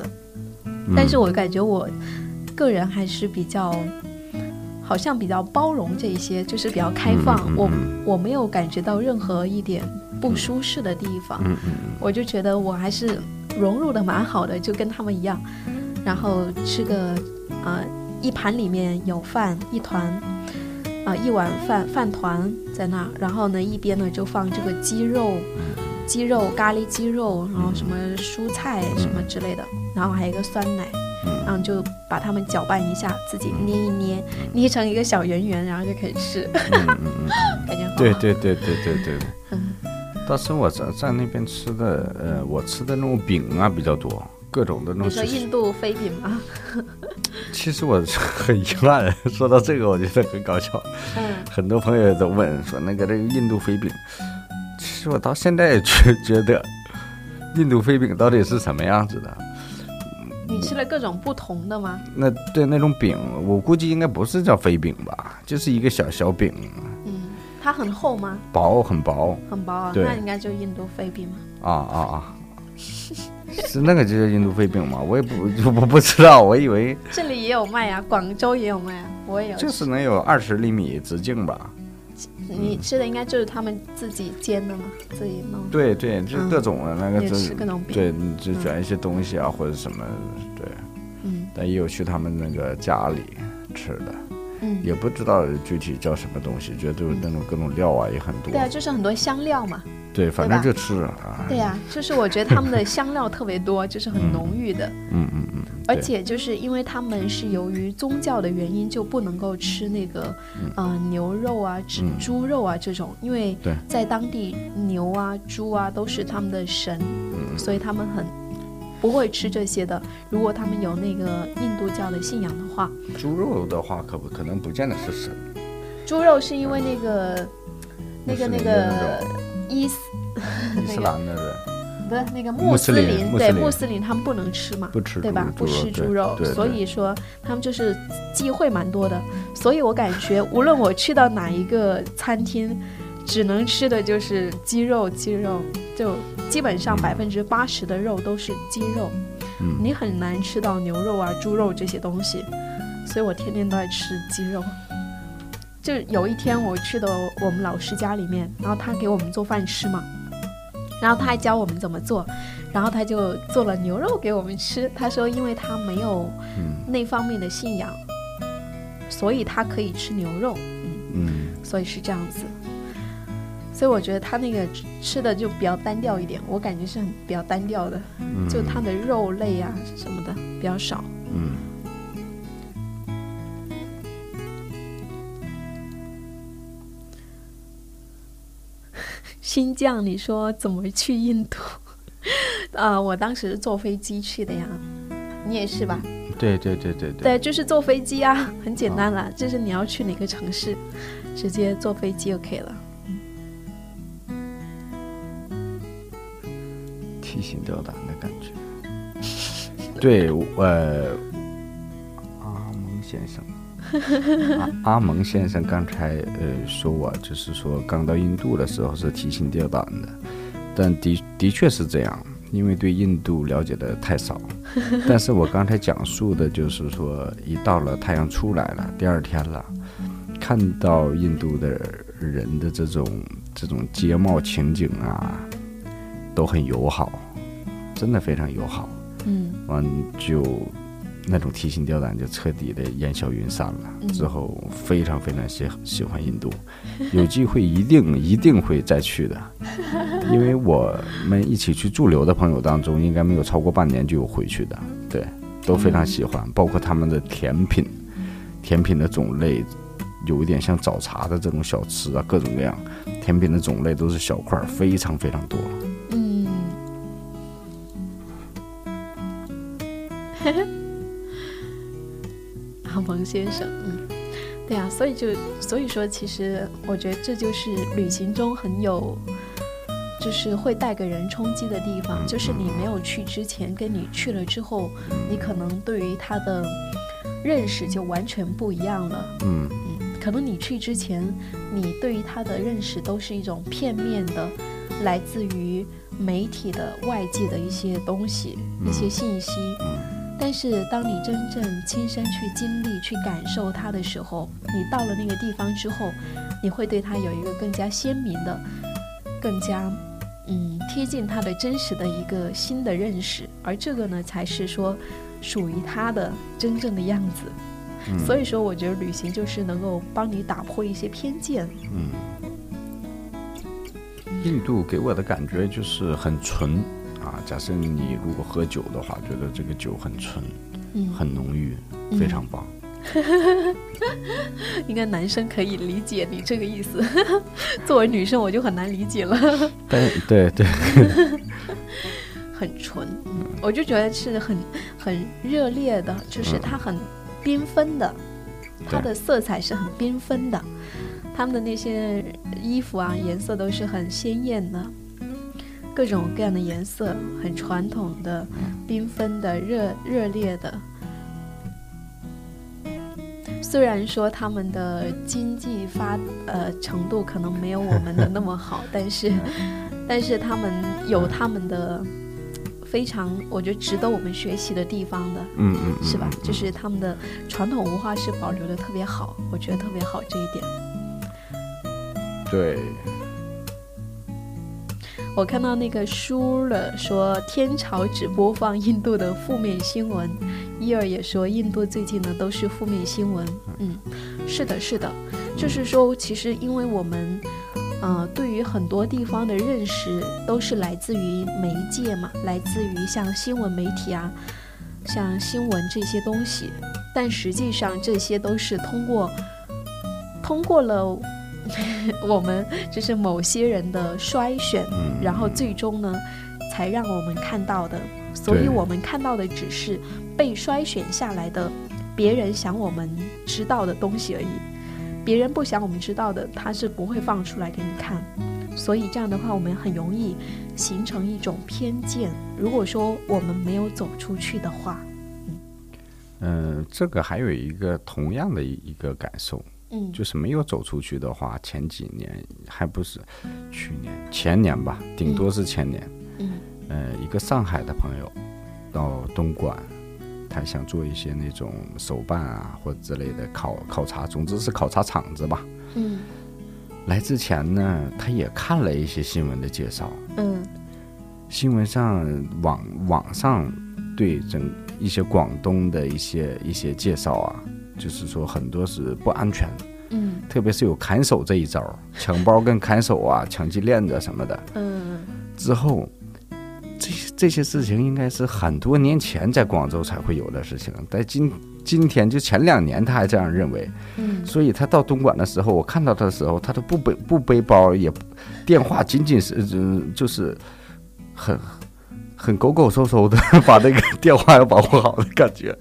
[SPEAKER 4] 嗯
[SPEAKER 3] 但是我感觉我个人还是比较，好像比较包容这一些，就是比较开放。
[SPEAKER 4] 嗯嗯嗯
[SPEAKER 3] 我我没有感觉到任何一点不舒适的地方，
[SPEAKER 4] 嗯嗯嗯
[SPEAKER 3] 我就觉得我还是融入的蛮好的，就跟他们一样。然后吃个，呃，一盘里面有饭一团，啊、一碗饭饭团在那儿，然后呢一边呢就放这个鸡肉，
[SPEAKER 4] 嗯
[SPEAKER 3] 鸡肉咖喱鸡肉，然后什么蔬菜
[SPEAKER 4] 嗯
[SPEAKER 3] 什么之类的，然后还有一个酸奶，然后就把它们搅拌一下，自己捏一捏，捏成一个小圆圆，然后就可以吃，
[SPEAKER 4] 嗯嗯嗯。
[SPEAKER 3] *laughs* 感觉好好。
[SPEAKER 4] 对对对对对对对。
[SPEAKER 3] 嗯
[SPEAKER 4] 当时我在在那边吃的，呃，我吃的那种饼啊比较多，各种的那
[SPEAKER 3] 你
[SPEAKER 4] 种
[SPEAKER 3] 说
[SPEAKER 4] 其实。
[SPEAKER 3] 印度飞饼吗？
[SPEAKER 4] 其实我是很遗憾， *laughs* 说到这个，我觉得很搞笑。
[SPEAKER 3] 嗯，
[SPEAKER 4] 很多朋友都问说那个这个印度飞饼，其实我到现在也觉觉得，印度飞饼到底是什么样子的？
[SPEAKER 3] 你吃了各种不同的吗？
[SPEAKER 4] 那对那种饼，我估计应该不是叫飞饼吧，就是一个小小饼，
[SPEAKER 3] 嗯，它很厚吗？
[SPEAKER 4] 薄很薄
[SPEAKER 3] 很薄啊，
[SPEAKER 4] 对
[SPEAKER 3] 那应该就印度飞饼嘛。
[SPEAKER 4] 啊啊啊！是那个就叫印度飞饼吗？我也不， *laughs* 我不知道，我以为
[SPEAKER 3] 这里也有卖啊，广州也有卖啊，我也有。
[SPEAKER 4] 就是能有二十厘米直径吧。
[SPEAKER 3] 你吃的应该就是他们自己煎的嘛，自己弄。
[SPEAKER 4] 对对，就
[SPEAKER 3] 嗯
[SPEAKER 4] 各种的那个
[SPEAKER 3] 也
[SPEAKER 4] 就是
[SPEAKER 3] 各种饼
[SPEAKER 4] 对，你就
[SPEAKER 3] 嗯
[SPEAKER 4] 卷一些东西啊、或者什么，对。
[SPEAKER 3] 嗯
[SPEAKER 4] 但也有去他们那个家里吃的，
[SPEAKER 3] 嗯，
[SPEAKER 4] 也不知道具体叫什么东西，觉得就是那种各种料啊也很多
[SPEAKER 3] 对。啊，就是很多香料嘛。
[SPEAKER 4] 对，反
[SPEAKER 3] 对
[SPEAKER 4] 正
[SPEAKER 3] 吧
[SPEAKER 4] 就吃啊。
[SPEAKER 3] 对啊，就是我觉得他们的香料特别多，就是很浓郁的。
[SPEAKER 4] 嗯嗯嗯，
[SPEAKER 3] 而且就是因为他们是由于宗教的原因，就不能够吃那个，呃，牛肉啊、猪
[SPEAKER 4] 嗯
[SPEAKER 3] 猪肉啊这种，因为
[SPEAKER 4] 对
[SPEAKER 3] 在当地牛啊、猪啊都是他们的神，
[SPEAKER 4] 嗯
[SPEAKER 3] 所以他们很不会吃这些的。如果他们有那个印度教的信仰的话，
[SPEAKER 4] 猪肉的话可不可能不见得
[SPEAKER 3] *laughs*
[SPEAKER 4] 是神，
[SPEAKER 3] 猪肉是因为那个、那个那
[SPEAKER 4] 穆斯林
[SPEAKER 3] 个
[SPEAKER 4] 的那
[SPEAKER 3] 伊斯
[SPEAKER 4] 伊斯兰的人
[SPEAKER 3] 不是那个
[SPEAKER 4] 穆
[SPEAKER 3] 斯
[SPEAKER 4] 斯林
[SPEAKER 3] 林，
[SPEAKER 4] 穆斯
[SPEAKER 3] 对
[SPEAKER 4] 林
[SPEAKER 3] 穆斯林他们不能吃嘛，
[SPEAKER 4] 不吃
[SPEAKER 3] 对
[SPEAKER 4] 猪
[SPEAKER 3] 吧？不
[SPEAKER 4] 猪肉
[SPEAKER 3] 吃
[SPEAKER 4] 对
[SPEAKER 3] 猪肉
[SPEAKER 4] 对，对
[SPEAKER 3] 所以说他们就是机会蛮多的。所以我感觉，无论我去到哪一个餐厅，只能吃的就是鸡肉，鸡肉就基本上百分之八十的肉都是鸡肉，
[SPEAKER 4] 嗯
[SPEAKER 3] 你很难吃到牛肉啊、猪肉这些东西。所以我天天都在吃鸡肉。就有一天我去的我们老师家里面，然后他给我们做饭吃嘛，然后他还教我们怎么做，然后他就做了牛肉给我们吃。他说，因为他没有
[SPEAKER 4] 嗯
[SPEAKER 3] 那方面的信仰，所以他可以吃牛肉，嗯，
[SPEAKER 4] 嗯，
[SPEAKER 3] 所以是这样子。所以我觉得他那个吃吃的就比较单调一点，我感觉是很比较单调的，
[SPEAKER 4] 嗯
[SPEAKER 3] 就它的肉类啊什么的比较少。
[SPEAKER 4] 嗯。
[SPEAKER 3] 新疆，你说怎么去 *laughs* 印度？啊，我当时是坐飞机去的呀，你也是吧？
[SPEAKER 4] 对对对对
[SPEAKER 3] 对，就是坐飞机啊，很简单啦。就是你要去哪个城市，直接坐飞机就可以了。
[SPEAKER 4] 提心吊胆的感觉。对，我呃，阿蒙先生，阿阿蒙先生刚才呃说我就是说刚到印度的时候是提心吊胆的，嗯但的的确是这样，因为对印度了解的太少。但是我刚才讲述的就是说，一到了太阳出来了，第二天了，看到印度的人的这种这种街貌情景啊，都很友好，真的非常友好。
[SPEAKER 3] 嗯
[SPEAKER 4] 完就那种提心吊胆就彻底的烟消云散了。之后非常非常喜喜欢印度，有机会一定一定会再去的，因为我们一起去驻留的朋友当中，应该没有超过半年就有回去的，对，都非常喜欢，包括他们的甜品，甜品的种类。有一点像早茶的这种小吃啊，各种各样甜品的种类都是小块儿，非常非常多。
[SPEAKER 3] 嗯。阿蒙啊先生，嗯，对啊，所以就所以说，其实我觉得这就是旅行中很有，就是会带给人冲击的地方，就是你没有去之前，跟你去了之后，你可能对于它的认识就完全不一样了。
[SPEAKER 4] 嗯，
[SPEAKER 3] 可能你去之前，你对于它的认识都是一种片面的，来自于媒体的外界的一些东西、一些信息。但是当你真正亲身去经历、去感受它的时候，你到了那个地方之后，你会对它有一个更加鲜明的、更加嗯贴近它的真实的一个新的认识，而这个呢，才是说属于它的真正的样子。所以说，我觉得旅行就是能够帮你打破一些偏见。
[SPEAKER 4] 印度给我的感觉就是很纯啊。假设你如果喝酒的话，觉得这个酒很纯，
[SPEAKER 3] 嗯
[SPEAKER 4] 很浓郁，非常棒。
[SPEAKER 3] *laughs* 应该男生可以理解你这个意思， *laughs* 作为女生我就很难理解了。
[SPEAKER 4] 但对对，
[SPEAKER 3] 很纯，嗯，我就觉得是很很热烈的，就是它很缤纷的，它的色彩是很缤纷的，他们的那些衣服啊，颜色都是很鲜艳的，各种各样的颜色，很传统的、缤纷的、热热烈的。虽然说他们的经济发呃程度可能没有我们的那么好，但是但是他们有他们的非常，我觉得值得我们学习的地方的，
[SPEAKER 4] 嗯嗯，
[SPEAKER 3] 是吧
[SPEAKER 4] 嗯？嗯
[SPEAKER 3] 就是他们的传统文化是保留的特别好，我觉得特别好这一点。
[SPEAKER 4] 嗯对，
[SPEAKER 3] 我看到那个书了，说天朝只播放印度的负面新闻，伊尔也说印度最近呢都是负面新闻。嗯，是的，是的，就是说，其实因为我们，呃，对于很多地方的认识都是来自于媒介嘛，来自于像新闻媒体啊，像新闻这些东西，但实际上这些都是通过通过了我们 *laughs* 就是某些人的筛选，
[SPEAKER 4] 嗯，
[SPEAKER 3] 然后最终呢，才让我们看到的。所以
[SPEAKER 4] 对
[SPEAKER 3] 我们看到的只是被筛选下来的，别人想我们知道的东西而已。别人不想我们知道的，他是不会放出来给你看。所以这样的话，我们很容易形成一种偏见。如果说我们没有走出去的话，
[SPEAKER 4] 嗯、这个还有一个同样的一一个感受，
[SPEAKER 3] 嗯，
[SPEAKER 4] 就是没有走出去的话，前几年还不是去年前年吧，顶多是前年。
[SPEAKER 3] 嗯。
[SPEAKER 4] 呃，一个上海的朋友到东莞，他想做一些那种手办啊或者之类的考考察，总之是考察厂子吧。
[SPEAKER 3] 嗯
[SPEAKER 4] 来之前呢，他也看了一些新闻的介绍，
[SPEAKER 3] 嗯
[SPEAKER 4] 新闻上网网上对整一些广东的一些一些介绍啊，就是说很多是不安全，
[SPEAKER 3] 嗯
[SPEAKER 4] 特别是有砍手这一招儿，抢包跟砍手啊，抢鸡链子什么的。
[SPEAKER 3] 嗯
[SPEAKER 4] 之后，这些这些事情应该是很多年前在广州才会有的事情，但今今天就前两年他还这样认为，
[SPEAKER 3] 嗯
[SPEAKER 4] 所以他到东莞的时候，我看到他的时候，他都不背不背包，也不电话仅仅是、呃就是很很狗狗嗖嗖的把那个电话要保护好的感觉，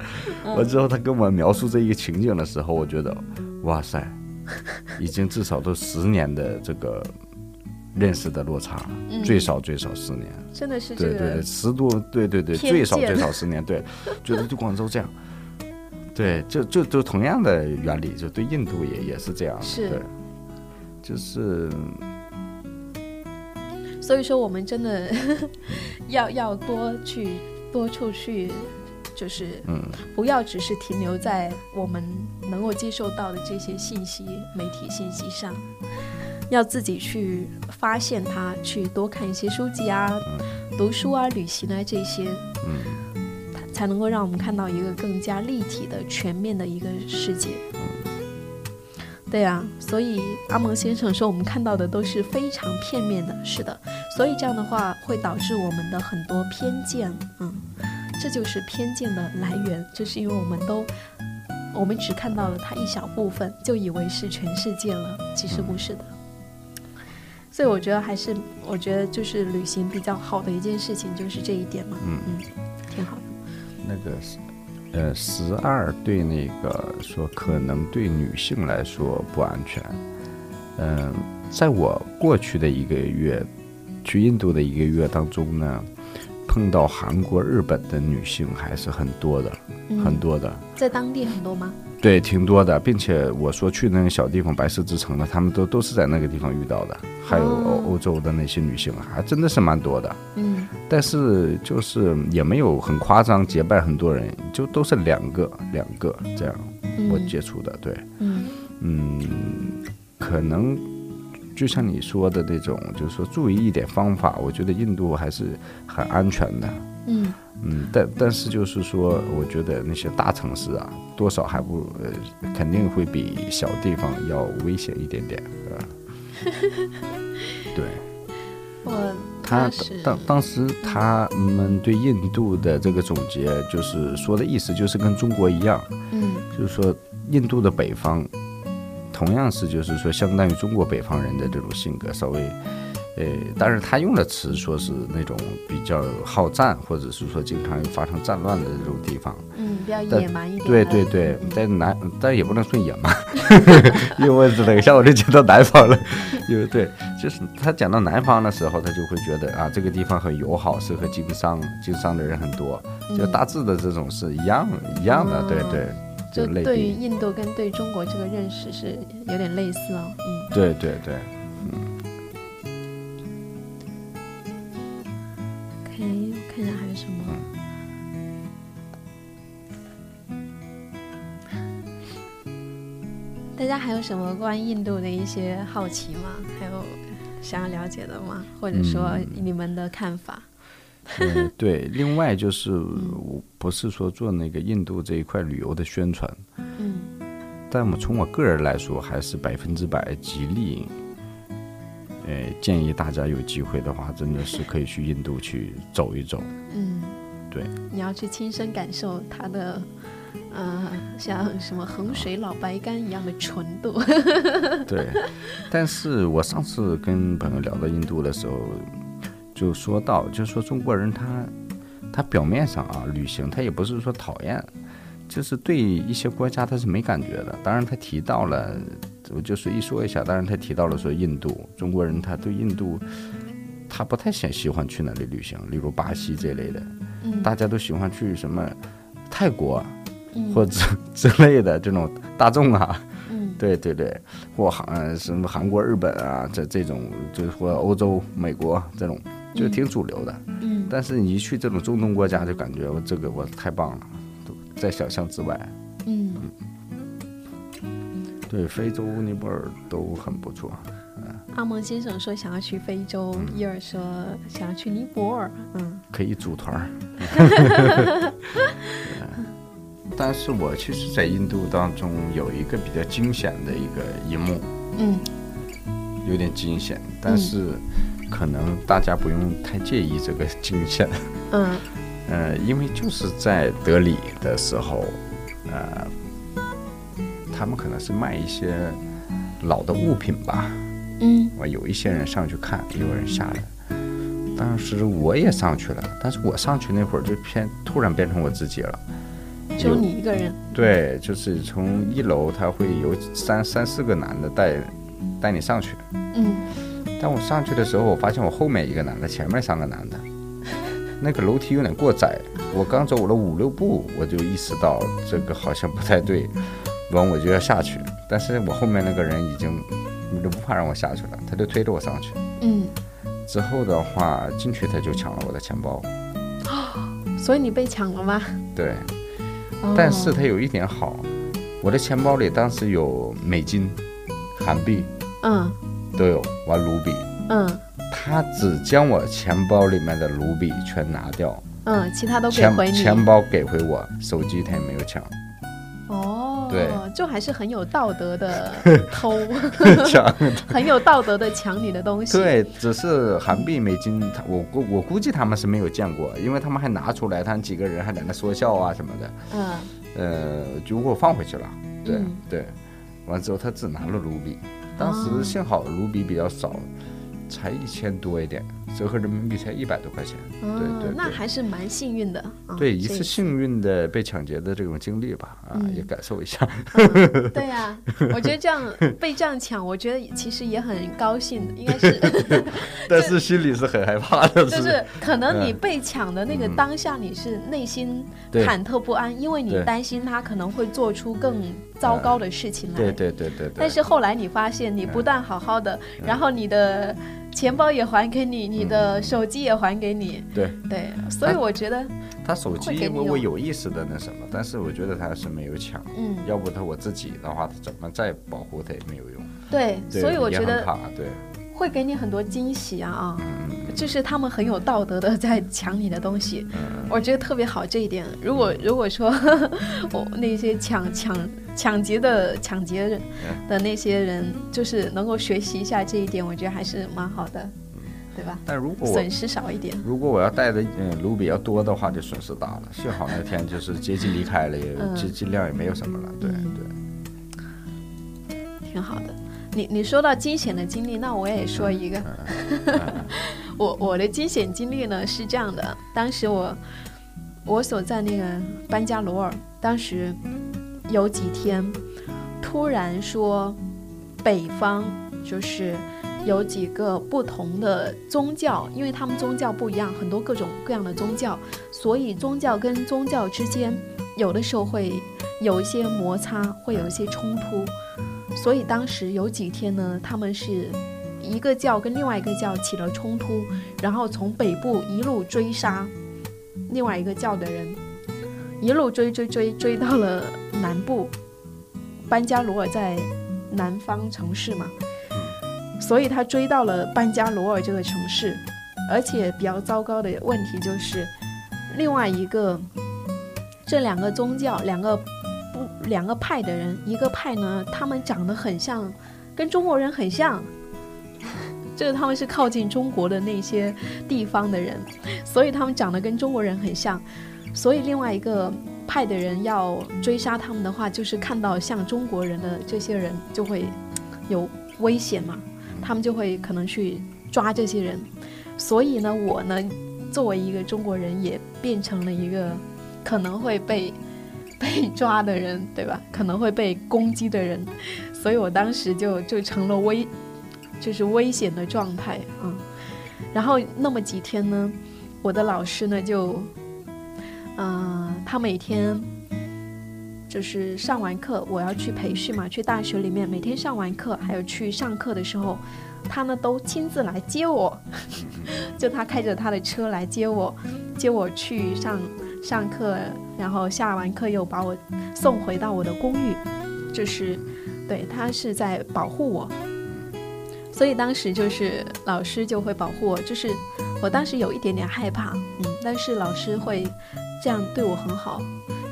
[SPEAKER 4] 完之后，他跟我描述这一个情景的时候，我觉得，哇塞，已经至少都十年的这个认识的落差了，最少最少十年。
[SPEAKER 3] 真的嗯是这
[SPEAKER 4] 对对对，
[SPEAKER 3] 个
[SPEAKER 4] 十多，对对对，
[SPEAKER 3] 偏
[SPEAKER 4] 最少
[SPEAKER 3] 见
[SPEAKER 4] 最少十
[SPEAKER 3] *laughs*
[SPEAKER 4] 年，对，觉得就广州这样，对，就就就同样的原理，就对印度也也是这样，
[SPEAKER 3] 是
[SPEAKER 4] 对，就是
[SPEAKER 3] 所以说我们真的 *laughs* 要要多去多出去，就是
[SPEAKER 4] 嗯，
[SPEAKER 3] 不要只是停留在我们能够接受到的这些信息、媒体信息上，要自己去发现它，去多看一些书籍啊、读书啊、旅行啊这些，嗯，才能够让我们看到一个更加立体的、全面的一个世界。对啊，所以阿蒙先生说我们看到的都是非常片面的，是的，所以这样的话会导致我们的很多偏见，嗯，这就是偏见的来源，就是因为我们都，我们只看到了它一小部分，就以为是全世界了，其实不是的。所以我觉得还是，我觉得就是旅行比较好的一件事情就是这一点嘛，嗯挺好的，
[SPEAKER 4] 那个是呃十二对那个说可能对女性来说不安全，嗯、在我过去的一个月去印度的一个月当中呢，碰到韩国、日本的女性还是很多的，很多的。
[SPEAKER 3] 嗯在当地很多吗？
[SPEAKER 4] 对，挺多的，并且我说去那个小地方白色之城的，他们都都是在那个地方遇到的，还有欧欧洲的那些女性，啊还真的是蛮多的。
[SPEAKER 3] 嗯，
[SPEAKER 4] 但是就是也没有很夸张，结拜很多人，就都是两个两个这样，我接触的，对，
[SPEAKER 3] 嗯
[SPEAKER 4] 嗯，可能就像你说的那种，就是说注意一点方法，我觉得印度还是很安全的，
[SPEAKER 3] 嗯。
[SPEAKER 4] 嗯，但但是就是说，我觉得那些大城市啊，多少还不呃，肯定会比小地方要危险一点点，对吧？ *laughs* 对
[SPEAKER 3] 我
[SPEAKER 4] 他
[SPEAKER 3] 是
[SPEAKER 4] 当当时他们对印度的这个总结，就是说的意思就是跟中国一样，
[SPEAKER 3] 嗯
[SPEAKER 4] 就是说印度的北方同样是就是说相当于中国北方人的这种性格，稍微呃，但是他用的词说是那种比较好战，或者是说经常发生战乱的这种地方。
[SPEAKER 3] 嗯比较
[SPEAKER 4] 但
[SPEAKER 3] 野蛮一点
[SPEAKER 4] 对
[SPEAKER 3] 的
[SPEAKER 4] 对对，在南，但也不能说野蛮，因为等一下我就讲到南方了，因为对，就是他讲到南方的时候，他就会觉得啊，这个地方很友好，适合经商，经商的人很多，就大致的这种是一样一样的，对对，
[SPEAKER 3] 就
[SPEAKER 4] 类
[SPEAKER 3] 对于
[SPEAKER 4] 比，
[SPEAKER 3] 印度跟对中国这个认识是有点类似哦，嗯，
[SPEAKER 4] 对对对，
[SPEAKER 3] 看看一下还有什么。大家还有什么关于印度的一些好奇吗？还有想要了解的吗？或者说你们的看法？
[SPEAKER 4] 嗯，对。另外就是，我不是说做那个印度这一块旅游的宣传，
[SPEAKER 3] 嗯
[SPEAKER 4] 但我从我个人来说，还是百分之百极力，呃，建议大家有机会的话，真的是可以去印度去走一走。
[SPEAKER 3] 嗯，
[SPEAKER 4] 对，
[SPEAKER 3] 你要去亲身感受它的，呃，像什么衡水老白干一样的纯度。
[SPEAKER 4] *laughs* 对，但是我上次跟朋友聊到印度的时候，就说到，就说中国人他他表面上啊旅行，他也不是说讨厌，就是对一些国家他是没感觉的。当然他提到了，我就随意说一下，当然他提到了说印度，中国人他对印度。他不太喜喜欢去哪里旅行，例如巴西这类的，
[SPEAKER 3] 嗯
[SPEAKER 4] 大家都喜欢去什么泰国啊
[SPEAKER 3] 嗯
[SPEAKER 4] 或者 *laughs* 之类的这种大众啊，
[SPEAKER 3] *laughs* 嗯
[SPEAKER 4] 对对对，或韩什么韩国、日本啊，这这种就是或欧洲、美国这种，就挺主流的。
[SPEAKER 3] 嗯
[SPEAKER 4] 但是你一去这种中东国家，就感觉我这个我太棒了，都在想象之外。
[SPEAKER 3] 嗯。
[SPEAKER 4] 对，非洲、尼泊尔都很不错。
[SPEAKER 3] 阿蒙先生说想要去非洲，
[SPEAKER 4] 嗯
[SPEAKER 3] 伊尔说想要去尼泊尔，嗯
[SPEAKER 4] 可以组团儿。 *laughs* 但是我其实，在印度当中有一个比较惊险的一个一幕，
[SPEAKER 3] 嗯，
[SPEAKER 4] 有点惊险，但是可能大家不用太介意这个惊险，
[SPEAKER 3] 嗯
[SPEAKER 4] 呃，因为就是在德里的时候，呃，他们可能是卖一些老的物品吧，
[SPEAKER 3] 嗯
[SPEAKER 4] 我有一些人上去看，也有人下来。当时我也上去了，但是我上去那会儿就偏突然变成我自己了，
[SPEAKER 3] 只有你一个人，
[SPEAKER 4] 对，就是从一楼他会有三三四个男的带带你上去，
[SPEAKER 3] 嗯，
[SPEAKER 4] 但我上去的时候，我发现我后面一个男的，前面三个男的，那个楼梯有点过窄。我刚走了五六步，我就意识到这个好像不太对，完我就要下去。但是我后面那个人已经就不怕让我下去了，他就推着我上去。
[SPEAKER 3] 嗯，
[SPEAKER 4] 之后的话，进去他就抢了我的钱包。
[SPEAKER 3] 所以你被抢了吗？
[SPEAKER 4] 对，
[SPEAKER 3] 哦
[SPEAKER 4] 但是他有一点好，我的钱包里当时有美金、韩币
[SPEAKER 3] 嗯
[SPEAKER 4] 都有，完卢比。
[SPEAKER 3] 嗯
[SPEAKER 4] 他只将我钱包里面的卢比全拿掉，
[SPEAKER 3] 嗯，其他都给
[SPEAKER 4] 钱
[SPEAKER 3] 回你，
[SPEAKER 4] 钱包给回我，手机他也没有
[SPEAKER 3] *laughs*
[SPEAKER 4] 抢，
[SPEAKER 3] 哦，
[SPEAKER 4] 对，
[SPEAKER 3] 就还是很有道德的 *laughs* 偷，
[SPEAKER 4] 抢
[SPEAKER 3] 很有道德的抢你的东西，，
[SPEAKER 4] 对，只是韩币、美金，他我估我估计他们是没有见过，因为他们还拿出来，他们几个人还在那说笑啊什么的，
[SPEAKER 3] 嗯，
[SPEAKER 4] 呃，就给我放回去了，对、
[SPEAKER 3] 嗯啊
[SPEAKER 4] 对，完之后他只拿了卢比，当时幸好卢比比较少，才一千多一点，折合人民币才一百多块钱，对
[SPEAKER 3] 嗯
[SPEAKER 4] 对对，
[SPEAKER 3] 那还是蛮幸运的，啊
[SPEAKER 4] 对一次
[SPEAKER 3] 这
[SPEAKER 4] 幸运的被抢劫的这种经历吧，啊，
[SPEAKER 3] 嗯
[SPEAKER 4] 也感受一
[SPEAKER 3] *laughs*
[SPEAKER 4] 下。
[SPEAKER 3] 对 *laughs* 呀、我觉得这样被这样抢，我觉得其实也很高兴的，应该是
[SPEAKER 4] 但是心里是很害怕的，
[SPEAKER 3] 就是可能你
[SPEAKER 4] 嗯
[SPEAKER 3] 被抢的那个
[SPEAKER 4] 嗯
[SPEAKER 3] 当下，你是内心
[SPEAKER 4] 对
[SPEAKER 3] 忐忑不安，因为你
[SPEAKER 4] 对
[SPEAKER 3] 担心他可能会做出更糟糕的事情来。
[SPEAKER 4] 嗯对嗯对对对对。
[SPEAKER 3] 但是后来你发现，你不但好好的，然后你的钱包也还给你，你的
[SPEAKER 4] 嗯
[SPEAKER 3] 手机也还给你，
[SPEAKER 4] 对
[SPEAKER 3] 对，所以我觉得，
[SPEAKER 4] 他手机，
[SPEAKER 3] 会给
[SPEAKER 4] 因
[SPEAKER 3] 你
[SPEAKER 4] 为
[SPEAKER 3] 用
[SPEAKER 4] 我有意识的那什么，但是我觉得他是没有抢，
[SPEAKER 3] 嗯，
[SPEAKER 4] 要不他我自己的话，他怎么再保护他也没有用。
[SPEAKER 3] 对，
[SPEAKER 4] 对
[SPEAKER 3] 所以我
[SPEAKER 4] 也
[SPEAKER 3] 觉
[SPEAKER 4] 很
[SPEAKER 3] 得
[SPEAKER 4] 怕对，
[SPEAKER 3] 会给你很多惊喜啊啊。
[SPEAKER 4] 嗯
[SPEAKER 3] 就是他们很有道德的在抢你的东西，
[SPEAKER 4] 嗯
[SPEAKER 3] 我觉得特别好这一点。如果如果说 *laughs* 我那些抢抢抢劫的抢劫人
[SPEAKER 4] 嗯
[SPEAKER 3] 的那些人，就是能够学习一下这一点，我觉得还是蛮好的，对吧？
[SPEAKER 4] 但如果嗯我
[SPEAKER 3] 损失少一点，
[SPEAKER 4] 如果我要带的嗯卢比要多的话，就损失大了。幸好那天就是接近离开了，也
[SPEAKER 3] 嗯
[SPEAKER 4] 尽尽量也没有什么了。对对，
[SPEAKER 3] 挺好的。你你说到惊险的经历，那我也说一个， *laughs* 我我的惊险经历呢是这样的，当时我我所在那个班加罗尔，当时有几天突然说北方就是有几个不同的宗教，因为他们宗教不一样，很多各种各样的宗教，所以宗教跟宗教之间有的时候会有一些摩擦，会有一些冲突，所以当时有几天呢，他们是一个教跟另外一个教起了冲突，然后从北部一路追杀另外一个教的人，一路追追追追到了南部。班加罗尔在南方城市嘛，所以他追到了班加罗尔这个城市，而且比较糟糕的问题就是，另外一个这两个宗教两个不两个派的人，一个派呢，他们长得很像，跟中国人很像， *laughs* 就是他们是靠近中国的那些地方的人，所以他们长得跟中国人很像，所以另外一个派的人要追杀他们的话，就是看到像中国人的这些人就会有危险嘛，他们就会可能去抓这些人，所以呢，我呢作为一个中国人也变成了一个可能会被。被抓的人，对吧？可能会被攻击的人，所以我当时就就成了危就是危险的状态啊、嗯。然后那么几天呢，我的老师呢就，嗯、他每天就是上完课，我要去培训嘛，去大学里面每天上完课，还有去上课的时候，他呢都亲自来接我， *laughs* 就他开着他的车来接我，接我去上上课，然后下完课又把我送回到我的公寓，就是对他是在保护我。所以当时就是老师就会保护我，就是我当时有一点点害怕，嗯，但是老师会这样对我很好，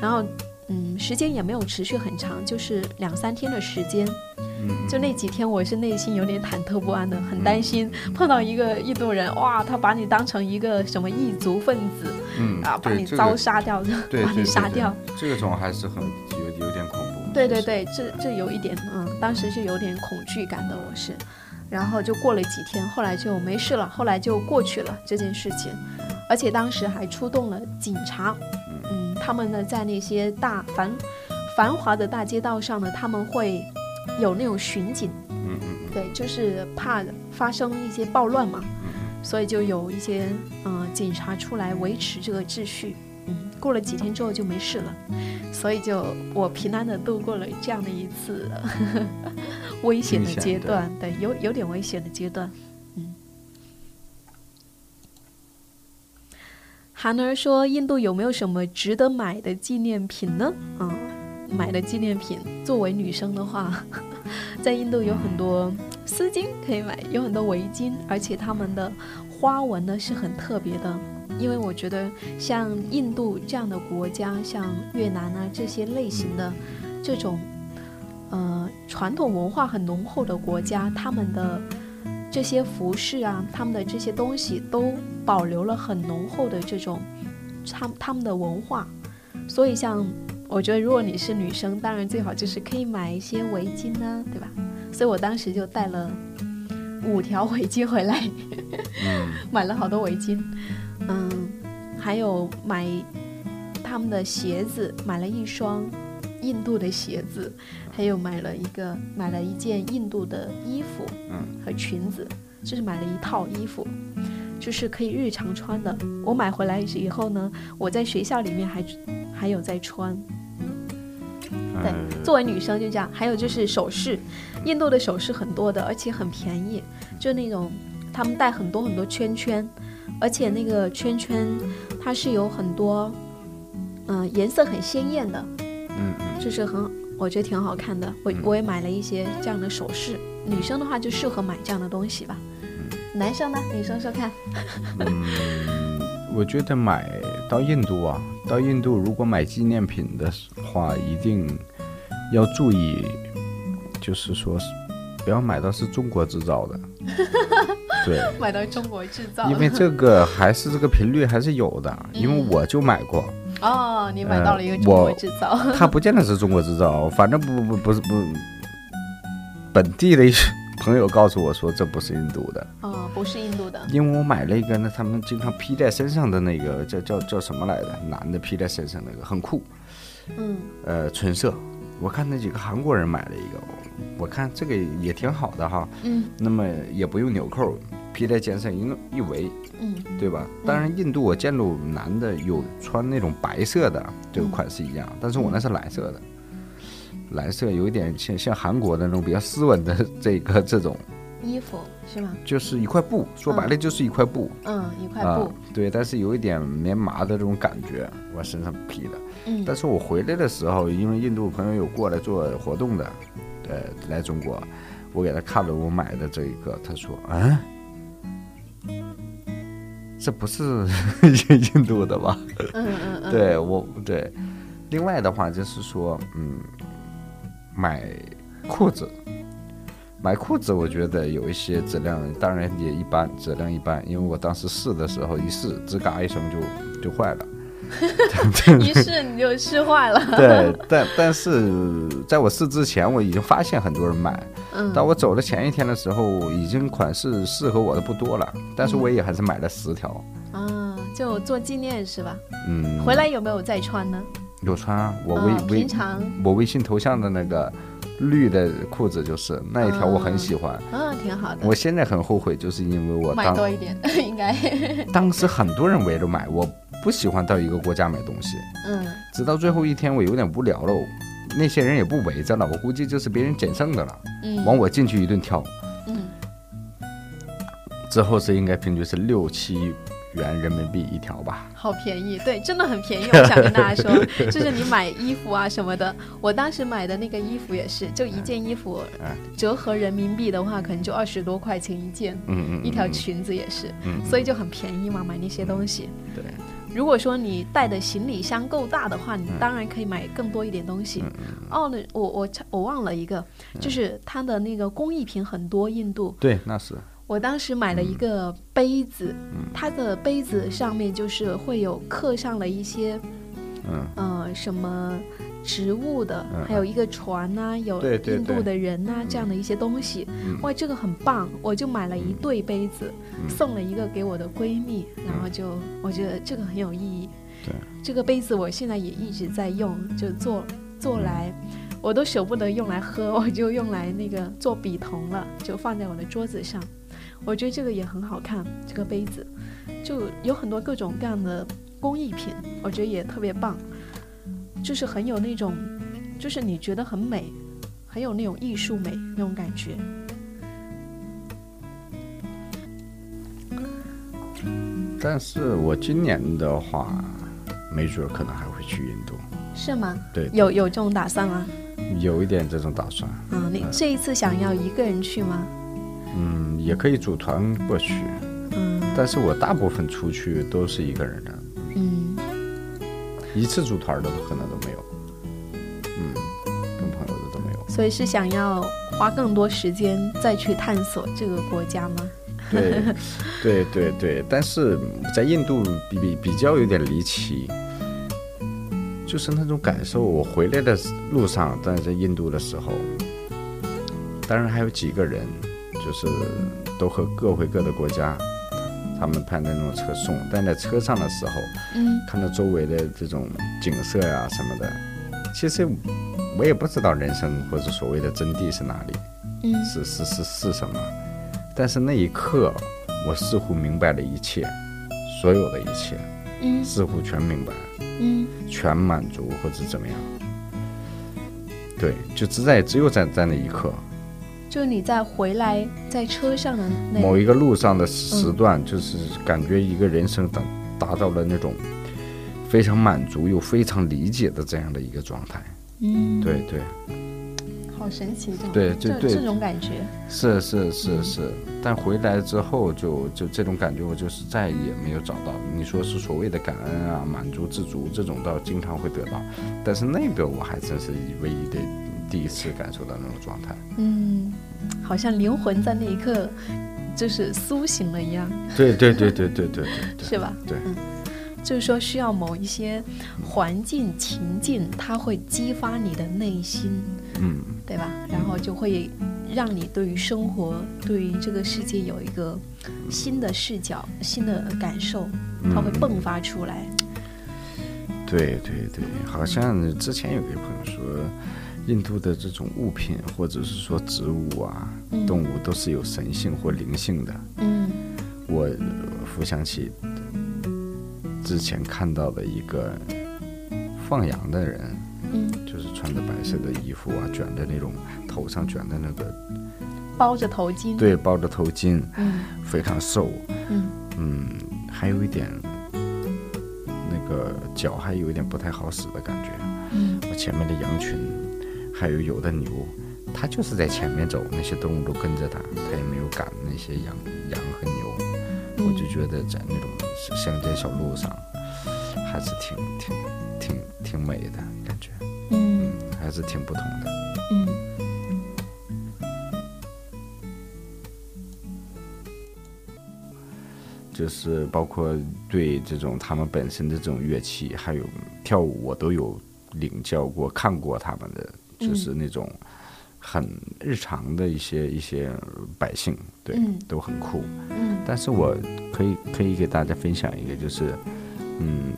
[SPEAKER 3] 然后嗯，时间也没有持续很长，就是两三天的时间，
[SPEAKER 4] 嗯
[SPEAKER 3] 就那几天我是内心有点忐忑不安的，很担心
[SPEAKER 4] 嗯
[SPEAKER 3] 碰到一个印度人，哇，他把你当成一个什么异族分子
[SPEAKER 4] 嗯
[SPEAKER 3] 啊，把
[SPEAKER 4] 对
[SPEAKER 3] 你
[SPEAKER 4] 这个
[SPEAKER 3] 糟杀掉，
[SPEAKER 4] 对
[SPEAKER 3] 把
[SPEAKER 4] 对
[SPEAKER 3] 你杀
[SPEAKER 4] 对对
[SPEAKER 3] 掉，，
[SPEAKER 4] 这种还是很有有点恐怖。
[SPEAKER 3] 对对
[SPEAKER 4] 就是，
[SPEAKER 3] 对，这这有一点，嗯，当时是有点恐惧感的，我是。然后就过了几天，后来就没事了，后来就过去了这件事情，而且当时还出动了警察，嗯，他们呢在那些大繁繁华的大街道上呢，他们会有那种巡警，
[SPEAKER 4] 嗯嗯嗯
[SPEAKER 3] 对，就是怕发生一些暴乱嘛，
[SPEAKER 4] 嗯
[SPEAKER 3] 所以就有一些嗯、呃警察出来维持这个秩序。嗯，过了几天之后就没事了，所以就我平安的度过了这样的一次 *laughs* 危险的
[SPEAKER 4] 惊险
[SPEAKER 3] 阶
[SPEAKER 4] 对
[SPEAKER 3] 段，对，有有点危险的阶段。嗯，韩儿说，印度有没有什么值得买的纪念品呢？嗯，买的纪念品，作为女生的话， *laughs* 在印度有很多丝巾可以买，有很多围巾，而且他们的花纹呢是很特别的。因为我觉得像印度这样的国家，像越南啊这些类型的这种呃传统文化很浓厚的国家，他们的这些服饰啊，他们的这些东西都保留了很浓厚的这种他他们的文化，所以像我觉得如果你是女生，当然最好就是可以买一些围巾啊，对吧？所以我当时就带了五条围巾回来，
[SPEAKER 4] 嗯
[SPEAKER 3] *laughs* 买了好多围巾，嗯，还有买他们的鞋子，买了一双印度的鞋子，还有买了一个买了一件印度的衣服
[SPEAKER 4] 嗯
[SPEAKER 3] 和裙子，就是买了一套衣服，就是可以日常穿的。我买回来以后呢，我在学校里面还还有在穿，
[SPEAKER 4] 嗯，
[SPEAKER 3] 对
[SPEAKER 4] 呃，
[SPEAKER 3] 作为女生就这样。还有就是首饰，印度的首饰很多的，而且很便宜，就那种他们戴很多很多圈圈，而且那个圈圈它是有很多，嗯、颜色很鲜艳的，
[SPEAKER 4] 嗯嗯
[SPEAKER 3] 就是很我觉得挺好看的。我
[SPEAKER 4] 嗯
[SPEAKER 3] 我也买了一些这样的首饰，女生的话就适合买这样的东西吧。
[SPEAKER 4] 嗯
[SPEAKER 3] 男生呢？你说说看。
[SPEAKER 4] 我觉得买到印度啊，到印度如果买纪念品的话，一定要注意，就是说是不要买到是中国制造的。对，
[SPEAKER 3] *laughs* 买到中国制造
[SPEAKER 4] 因为这个还是这个频率还是有的，因为我就买过，
[SPEAKER 3] 哦，你
[SPEAKER 4] 买到了一个呃中国我制
[SPEAKER 3] 造。
[SPEAKER 4] 它不见得是中国制造，反正不不不是不，本地的一些朋友告诉我说这不是印度的，
[SPEAKER 3] *laughs* 哦，不是印度的。
[SPEAKER 4] 因为我买了一个那他们经常披在身上的那个叫叫叫什么来着？男的披在身上那个很酷，
[SPEAKER 3] 嗯，
[SPEAKER 4] 呃，纯色。我看那几个韩国人买了一个，我我看这个也挺好的哈。
[SPEAKER 3] 嗯。
[SPEAKER 4] 那么也不用纽扣，披在肩上一弄一围，
[SPEAKER 3] 嗯，
[SPEAKER 4] 对吧？当然，印度我见着男的有穿那种白色的，这
[SPEAKER 3] 嗯
[SPEAKER 4] 个款式一样，但是我那是蓝色的，蓝色有一点像像韩国的那种比较斯文的这个这种，
[SPEAKER 3] 衣服是吗？
[SPEAKER 4] 就是一块布，说白了就是一块布。
[SPEAKER 3] 嗯，一块
[SPEAKER 4] 啊
[SPEAKER 3] 布。，
[SPEAKER 4] 对，但是有一点棉麻的这种感觉，往身上披的。
[SPEAKER 3] 嗯
[SPEAKER 4] 但是我回来的时候，因为印度朋友有过来做活动的，呃，来中国，我给他看了我买的这一个，他说：“啊，这不是 *laughs* 印度的吧？”
[SPEAKER 3] 嗯嗯嗯，
[SPEAKER 4] 对我对。另外的话就是说，嗯，买裤子，买裤子，我觉得有一些质量，当然也一般，质量一般，因为我当时试的时候一试，吱嘎一声就就坏了。
[SPEAKER 3] 一试你就试坏了。
[SPEAKER 4] 对，但但是在我试之前，我已经发现很多人买。
[SPEAKER 3] *laughs* 嗯
[SPEAKER 4] 当我走的前一天的时候，已经款式适合我的不多了，但是我也还是买了十条。
[SPEAKER 3] 啊，就做纪念是吧？
[SPEAKER 4] 嗯，
[SPEAKER 3] 回来有没有再穿呢？
[SPEAKER 4] 有穿啊，我
[SPEAKER 3] 啊
[SPEAKER 4] 微微
[SPEAKER 3] 平常
[SPEAKER 4] 我微信头像的那个绿的裤子就是那一条，我很喜欢。
[SPEAKER 3] 啊，挺好的
[SPEAKER 4] 我。现在很后悔，就是因为我
[SPEAKER 3] 买
[SPEAKER 4] 当
[SPEAKER 3] 多一点 *laughs* 应该。
[SPEAKER 4] 当时很多人围着买，我不喜欢到一个国家买东西。
[SPEAKER 3] 嗯
[SPEAKER 4] 直到最后一天，我有点无聊了，那些人也不围着了，我估计就是别人捡剩的了，
[SPEAKER 3] 嗯
[SPEAKER 4] 往我进去一顿挑。
[SPEAKER 3] 嗯
[SPEAKER 4] 之后是应该平均是六七元人民币一条吧。
[SPEAKER 3] 好便宜，对，真的很便
[SPEAKER 4] *laughs*
[SPEAKER 3] 宜。我想跟大家说，就是你买衣服啊什么的，我当时买的那个衣服也是，就一件衣
[SPEAKER 4] *laughs*
[SPEAKER 3] 服
[SPEAKER 4] 嗯
[SPEAKER 3] 折合人民币的话，可能就二十多块钱一件。
[SPEAKER 4] 嗯嗯，
[SPEAKER 3] 一条
[SPEAKER 4] 嗯，
[SPEAKER 3] 裙子也是，
[SPEAKER 4] 嗯嗯
[SPEAKER 3] 所以就很便宜嘛，买那些东西。
[SPEAKER 4] 对，
[SPEAKER 3] 如果说你带的行李箱够大的话，你
[SPEAKER 4] 嗯
[SPEAKER 3] 当然可以买更多一点东西。哦，那我我我忘了一个，
[SPEAKER 4] 嗯
[SPEAKER 3] 就是它的那个工艺品很多，印度。
[SPEAKER 4] 对，那是
[SPEAKER 3] 我当时买了一
[SPEAKER 4] 嗯
[SPEAKER 3] 个杯子，它的杯子上面就是会有刻上了一些，
[SPEAKER 4] 嗯
[SPEAKER 3] 呃，什么植物的，
[SPEAKER 4] 嗯
[SPEAKER 3] 还有一个船呐、有
[SPEAKER 4] 对对
[SPEAKER 3] 印度
[SPEAKER 4] 对嗯
[SPEAKER 3] 的人呐、这样的一些东西。哇，这个很棒，我就买了一对杯子，送了一个给我的闺蜜，然后就我觉得这个很有意义。
[SPEAKER 4] 嗯对，
[SPEAKER 3] 这个杯子我现在也一直在用，就做做来，
[SPEAKER 4] 嗯
[SPEAKER 3] 我都舍不得用来喝， *laughs* 我就用来那个做笔筒了，就放在我的桌子上。我觉得这个也很好看，这个杯子就有很多各种各样的工艺品，我觉得也特别棒，就是很有那种，就是你觉得很美，很有那种艺术美那种感觉。
[SPEAKER 4] 但是我今年的话，没准儿可能还会去印度，
[SPEAKER 3] 是吗？
[SPEAKER 4] 对，
[SPEAKER 3] *laughs* 有有这种打算吗？
[SPEAKER 4] 有一点这种打算，
[SPEAKER 3] 嗯，你这一次想要一个人去吗？
[SPEAKER 4] 嗯，也可以组团过去，
[SPEAKER 3] 嗯
[SPEAKER 4] 但是我大部分出去都是一个人的，
[SPEAKER 3] 嗯，，
[SPEAKER 4] 一次组团的可能都没有，嗯，跟朋友的都没有
[SPEAKER 3] 所以是想要花更多时间再去探索这个国家吗？
[SPEAKER 4] 对，对对对，但是在印度比比比较有点离奇。就是那种感受，我回来的路上，但是在印度的时候，当然还有几个人，就是都和各回各的国家，他们派那种车送，但在车上的时候，
[SPEAKER 3] 嗯，
[SPEAKER 4] 看到周围的这种景色呀、什么的，其实我也不知道人生或者所谓的真谛是哪里，
[SPEAKER 3] 嗯
[SPEAKER 4] 是是是是什么，但是那一刻，我似乎明白了一切，所有的一切，
[SPEAKER 3] 嗯
[SPEAKER 4] 似乎全明白了。
[SPEAKER 3] 嗯
[SPEAKER 4] 全满足或者怎么样。对，就只在只有在在那一刻，
[SPEAKER 3] 就是你在回来在车上的那
[SPEAKER 4] 某一个路上的时时
[SPEAKER 3] 嗯
[SPEAKER 4] 段，就是感觉一个人生达达到了那种非常满足又非常理解的这样的一个状态。
[SPEAKER 3] 嗯，
[SPEAKER 4] 对对，
[SPEAKER 3] 好神奇，这种
[SPEAKER 4] 对就
[SPEAKER 3] 这
[SPEAKER 4] 对
[SPEAKER 3] 这种感觉，
[SPEAKER 4] 是是是是。
[SPEAKER 3] 嗯
[SPEAKER 4] 但回来之后就，就这种感觉，我就是再也没有找到。你说是所谓的感恩啊、满足、自足这种，倒经常会得到，但是那个我还真是唯一的第一次感受到那种状
[SPEAKER 3] *laughs*
[SPEAKER 4] 态。
[SPEAKER 3] 嗯，好像灵魂在那一刻就是苏醒了一样，
[SPEAKER 4] 对对对对对对对对，
[SPEAKER 3] 是吧？
[SPEAKER 4] 对
[SPEAKER 3] 嗯，就是说需要某一些环境情境，它会激发你的内心，
[SPEAKER 4] 嗯，
[SPEAKER 3] 对吧？然后就会让你对于生活、对于这个世界有一个新的视角、新的感受，
[SPEAKER 4] 嗯
[SPEAKER 3] 它会迸发出来。
[SPEAKER 4] 对对对，好像之前有个朋友说，印度的这种物品或者是说植物啊、动物都是有神性或灵性的。
[SPEAKER 3] 嗯
[SPEAKER 4] 我呃浮想起之前看到的一个放羊的人，
[SPEAKER 3] 嗯，
[SPEAKER 4] 就是穿着白色的衣服啊，卷着那种头上卷着那个
[SPEAKER 3] 包着头巾，
[SPEAKER 4] 对，包着头巾，
[SPEAKER 3] 嗯
[SPEAKER 4] 非常瘦，
[SPEAKER 3] 嗯
[SPEAKER 4] 嗯还有一点那个脚还有一点不太好使的感觉。
[SPEAKER 3] 嗯
[SPEAKER 4] 我前面的羊群，还有有的牛，它就是在前面走，那些动物都跟着它，它也没有赶那些羊羊和牛。
[SPEAKER 3] 嗯
[SPEAKER 4] 我就觉得在那种乡间小路上，还是挺挺挺挺美的感觉，
[SPEAKER 3] 嗯
[SPEAKER 4] 嗯，还是挺不同的。
[SPEAKER 3] 嗯。
[SPEAKER 4] 就是包括对这种他们本身的这种乐器，还有跳舞，我都有领教过、看过他们的，
[SPEAKER 3] 嗯
[SPEAKER 4] 就是那种很日常的一些一些百姓，对，
[SPEAKER 3] 嗯
[SPEAKER 4] 都很酷。
[SPEAKER 3] 嗯
[SPEAKER 4] 但是我可以可以给大家分享一个，就是嗯，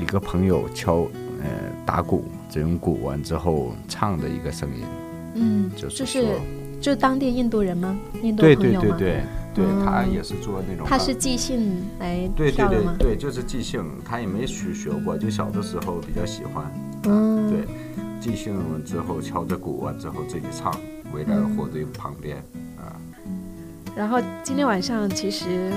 [SPEAKER 4] 一个朋友敲呃打鼓，只用鼓完之后唱的一个声音，
[SPEAKER 3] 嗯，
[SPEAKER 4] 就是
[SPEAKER 3] 是
[SPEAKER 4] 说
[SPEAKER 3] 就是当地印度人吗？印度
[SPEAKER 4] 对
[SPEAKER 3] 朋
[SPEAKER 4] 对
[SPEAKER 3] 友
[SPEAKER 4] 对
[SPEAKER 3] 吗？
[SPEAKER 4] 对对，他
[SPEAKER 3] 嗯
[SPEAKER 4] 也是做那种
[SPEAKER 3] 他
[SPEAKER 4] 很
[SPEAKER 3] 是即兴来
[SPEAKER 4] 对对
[SPEAKER 3] 跳的吗
[SPEAKER 4] 对？对，就是即兴，他也没学学过，就小的时候比较喜欢，
[SPEAKER 3] 嗯，
[SPEAKER 4] 对，即兴完之后敲着鼓完之后自己唱，围在
[SPEAKER 3] 嗯
[SPEAKER 4] 火堆旁边，
[SPEAKER 3] 然后今天晚上其实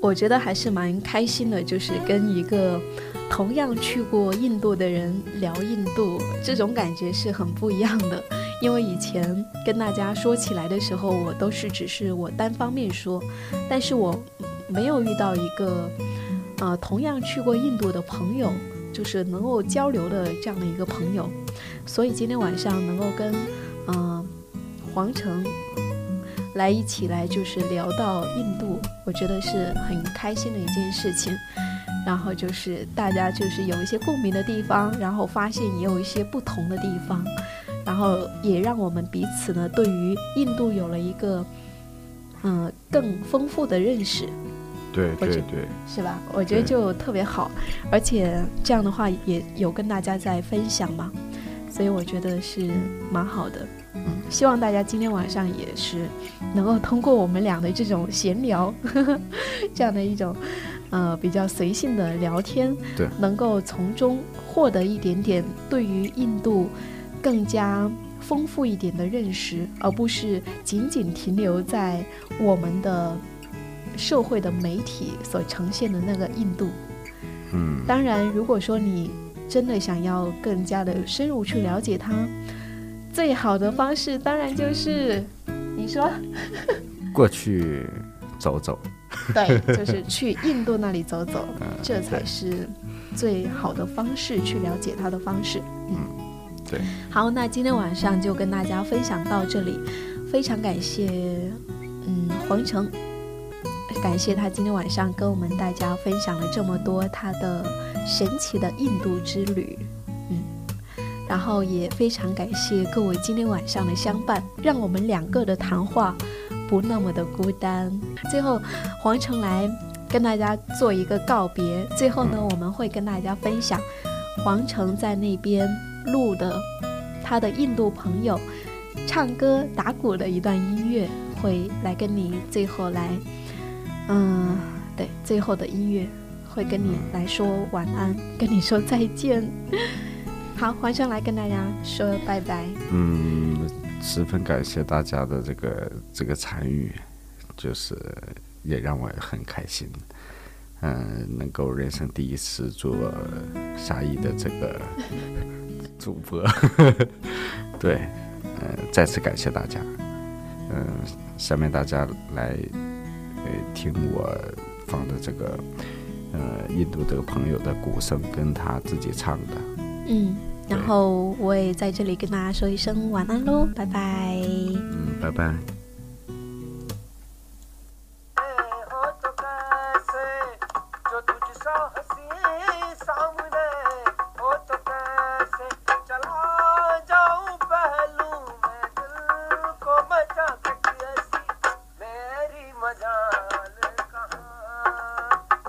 [SPEAKER 3] 我觉得还是蛮开心的，就是跟一个同样去过印度的人聊印度，这种感觉是很不一样的。因为以前跟大家说起来的时候，我都是只是我单方面说，但是我没有遇到一个呃同样去过印度的朋友，就是能够交流的这样的一个朋友，所以今天晚上能够跟嗯、呃黄成来一起来就是聊到印度，我觉得是很开心的一件事情。然后就是大家就是有一些共鸣的地方，然后发现也有一些不同的地方，然后也让我们彼此呢对于印度有了一个嗯、呃更丰富的认识。
[SPEAKER 4] 对
[SPEAKER 3] 我
[SPEAKER 4] 对
[SPEAKER 3] 觉
[SPEAKER 4] 对，
[SPEAKER 3] 是吧？我觉得
[SPEAKER 4] 对
[SPEAKER 3] 就特别好，而且这样的话也有跟大家在分享嘛，所以我觉得是蛮好的。
[SPEAKER 4] 嗯
[SPEAKER 3] 希望大家今天晚上也是能够通过我们俩的这种闲聊， *laughs* 这样的一种呃比较随性的聊天，
[SPEAKER 4] 对
[SPEAKER 3] 能够从中获得一点点对于印度更加丰富一点的认识，而不是仅仅停留在我们的社会的媒体所呈现的那个印度。
[SPEAKER 4] 嗯，
[SPEAKER 3] 当然，如果说你真的想要更加的深入去了解它，最好的方式当然就是你说
[SPEAKER 4] 过去走走，
[SPEAKER 3] 对，就是去印度那里走走，这才
[SPEAKER 4] 对
[SPEAKER 3] 是最好的方式去了解它的方式。
[SPEAKER 4] 对，
[SPEAKER 3] 好，那今天晚上就跟大家分享到这里，非常感谢，嗯，黄成，感谢他今天晚上跟我们大家分享了这么多他的神奇的印度之旅，嗯，然后也非常感谢各位今天晚上的相伴，让我们两个的谈话不那么的孤单。最后，黄成来跟大家做一个告别，最后呢，我们会跟大家分享黄成在那边录的他的印度朋友唱歌打鼓的一段音乐，会来跟你最后来，嗯，对，最后的音乐会跟你来说晚安，跟你说再见。 *laughs* 好，黄生来跟大家说拜拜。
[SPEAKER 4] 嗯，十分感谢大家的这个这个参与，就是也让我很开心。嗯，能够人生第一次做沙溢的这个主播， *laughs* 对，嗯，再次感谢大家。嗯，下面大家来，呃，听我放的这个，呃，印度的朋友的鼓声跟他自己唱的。
[SPEAKER 3] 嗯，然
[SPEAKER 4] 对
[SPEAKER 3] 后我也在这里跟大家说一声晚安喽，拜拜。
[SPEAKER 4] 嗯，拜拜。
[SPEAKER 5] ओ तो कैसे जो तुझ सा हसी सामने ओ तो कैसे चला जाऊं पहलू मैं दिल को मचा के ऐसी मेरी मजाल कहाँ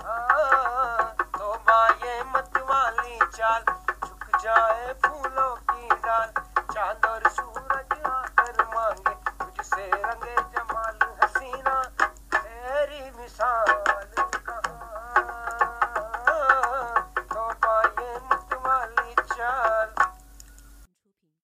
[SPEAKER 5] हाँ, तो माये मतवाली चाल झुक जाए फूल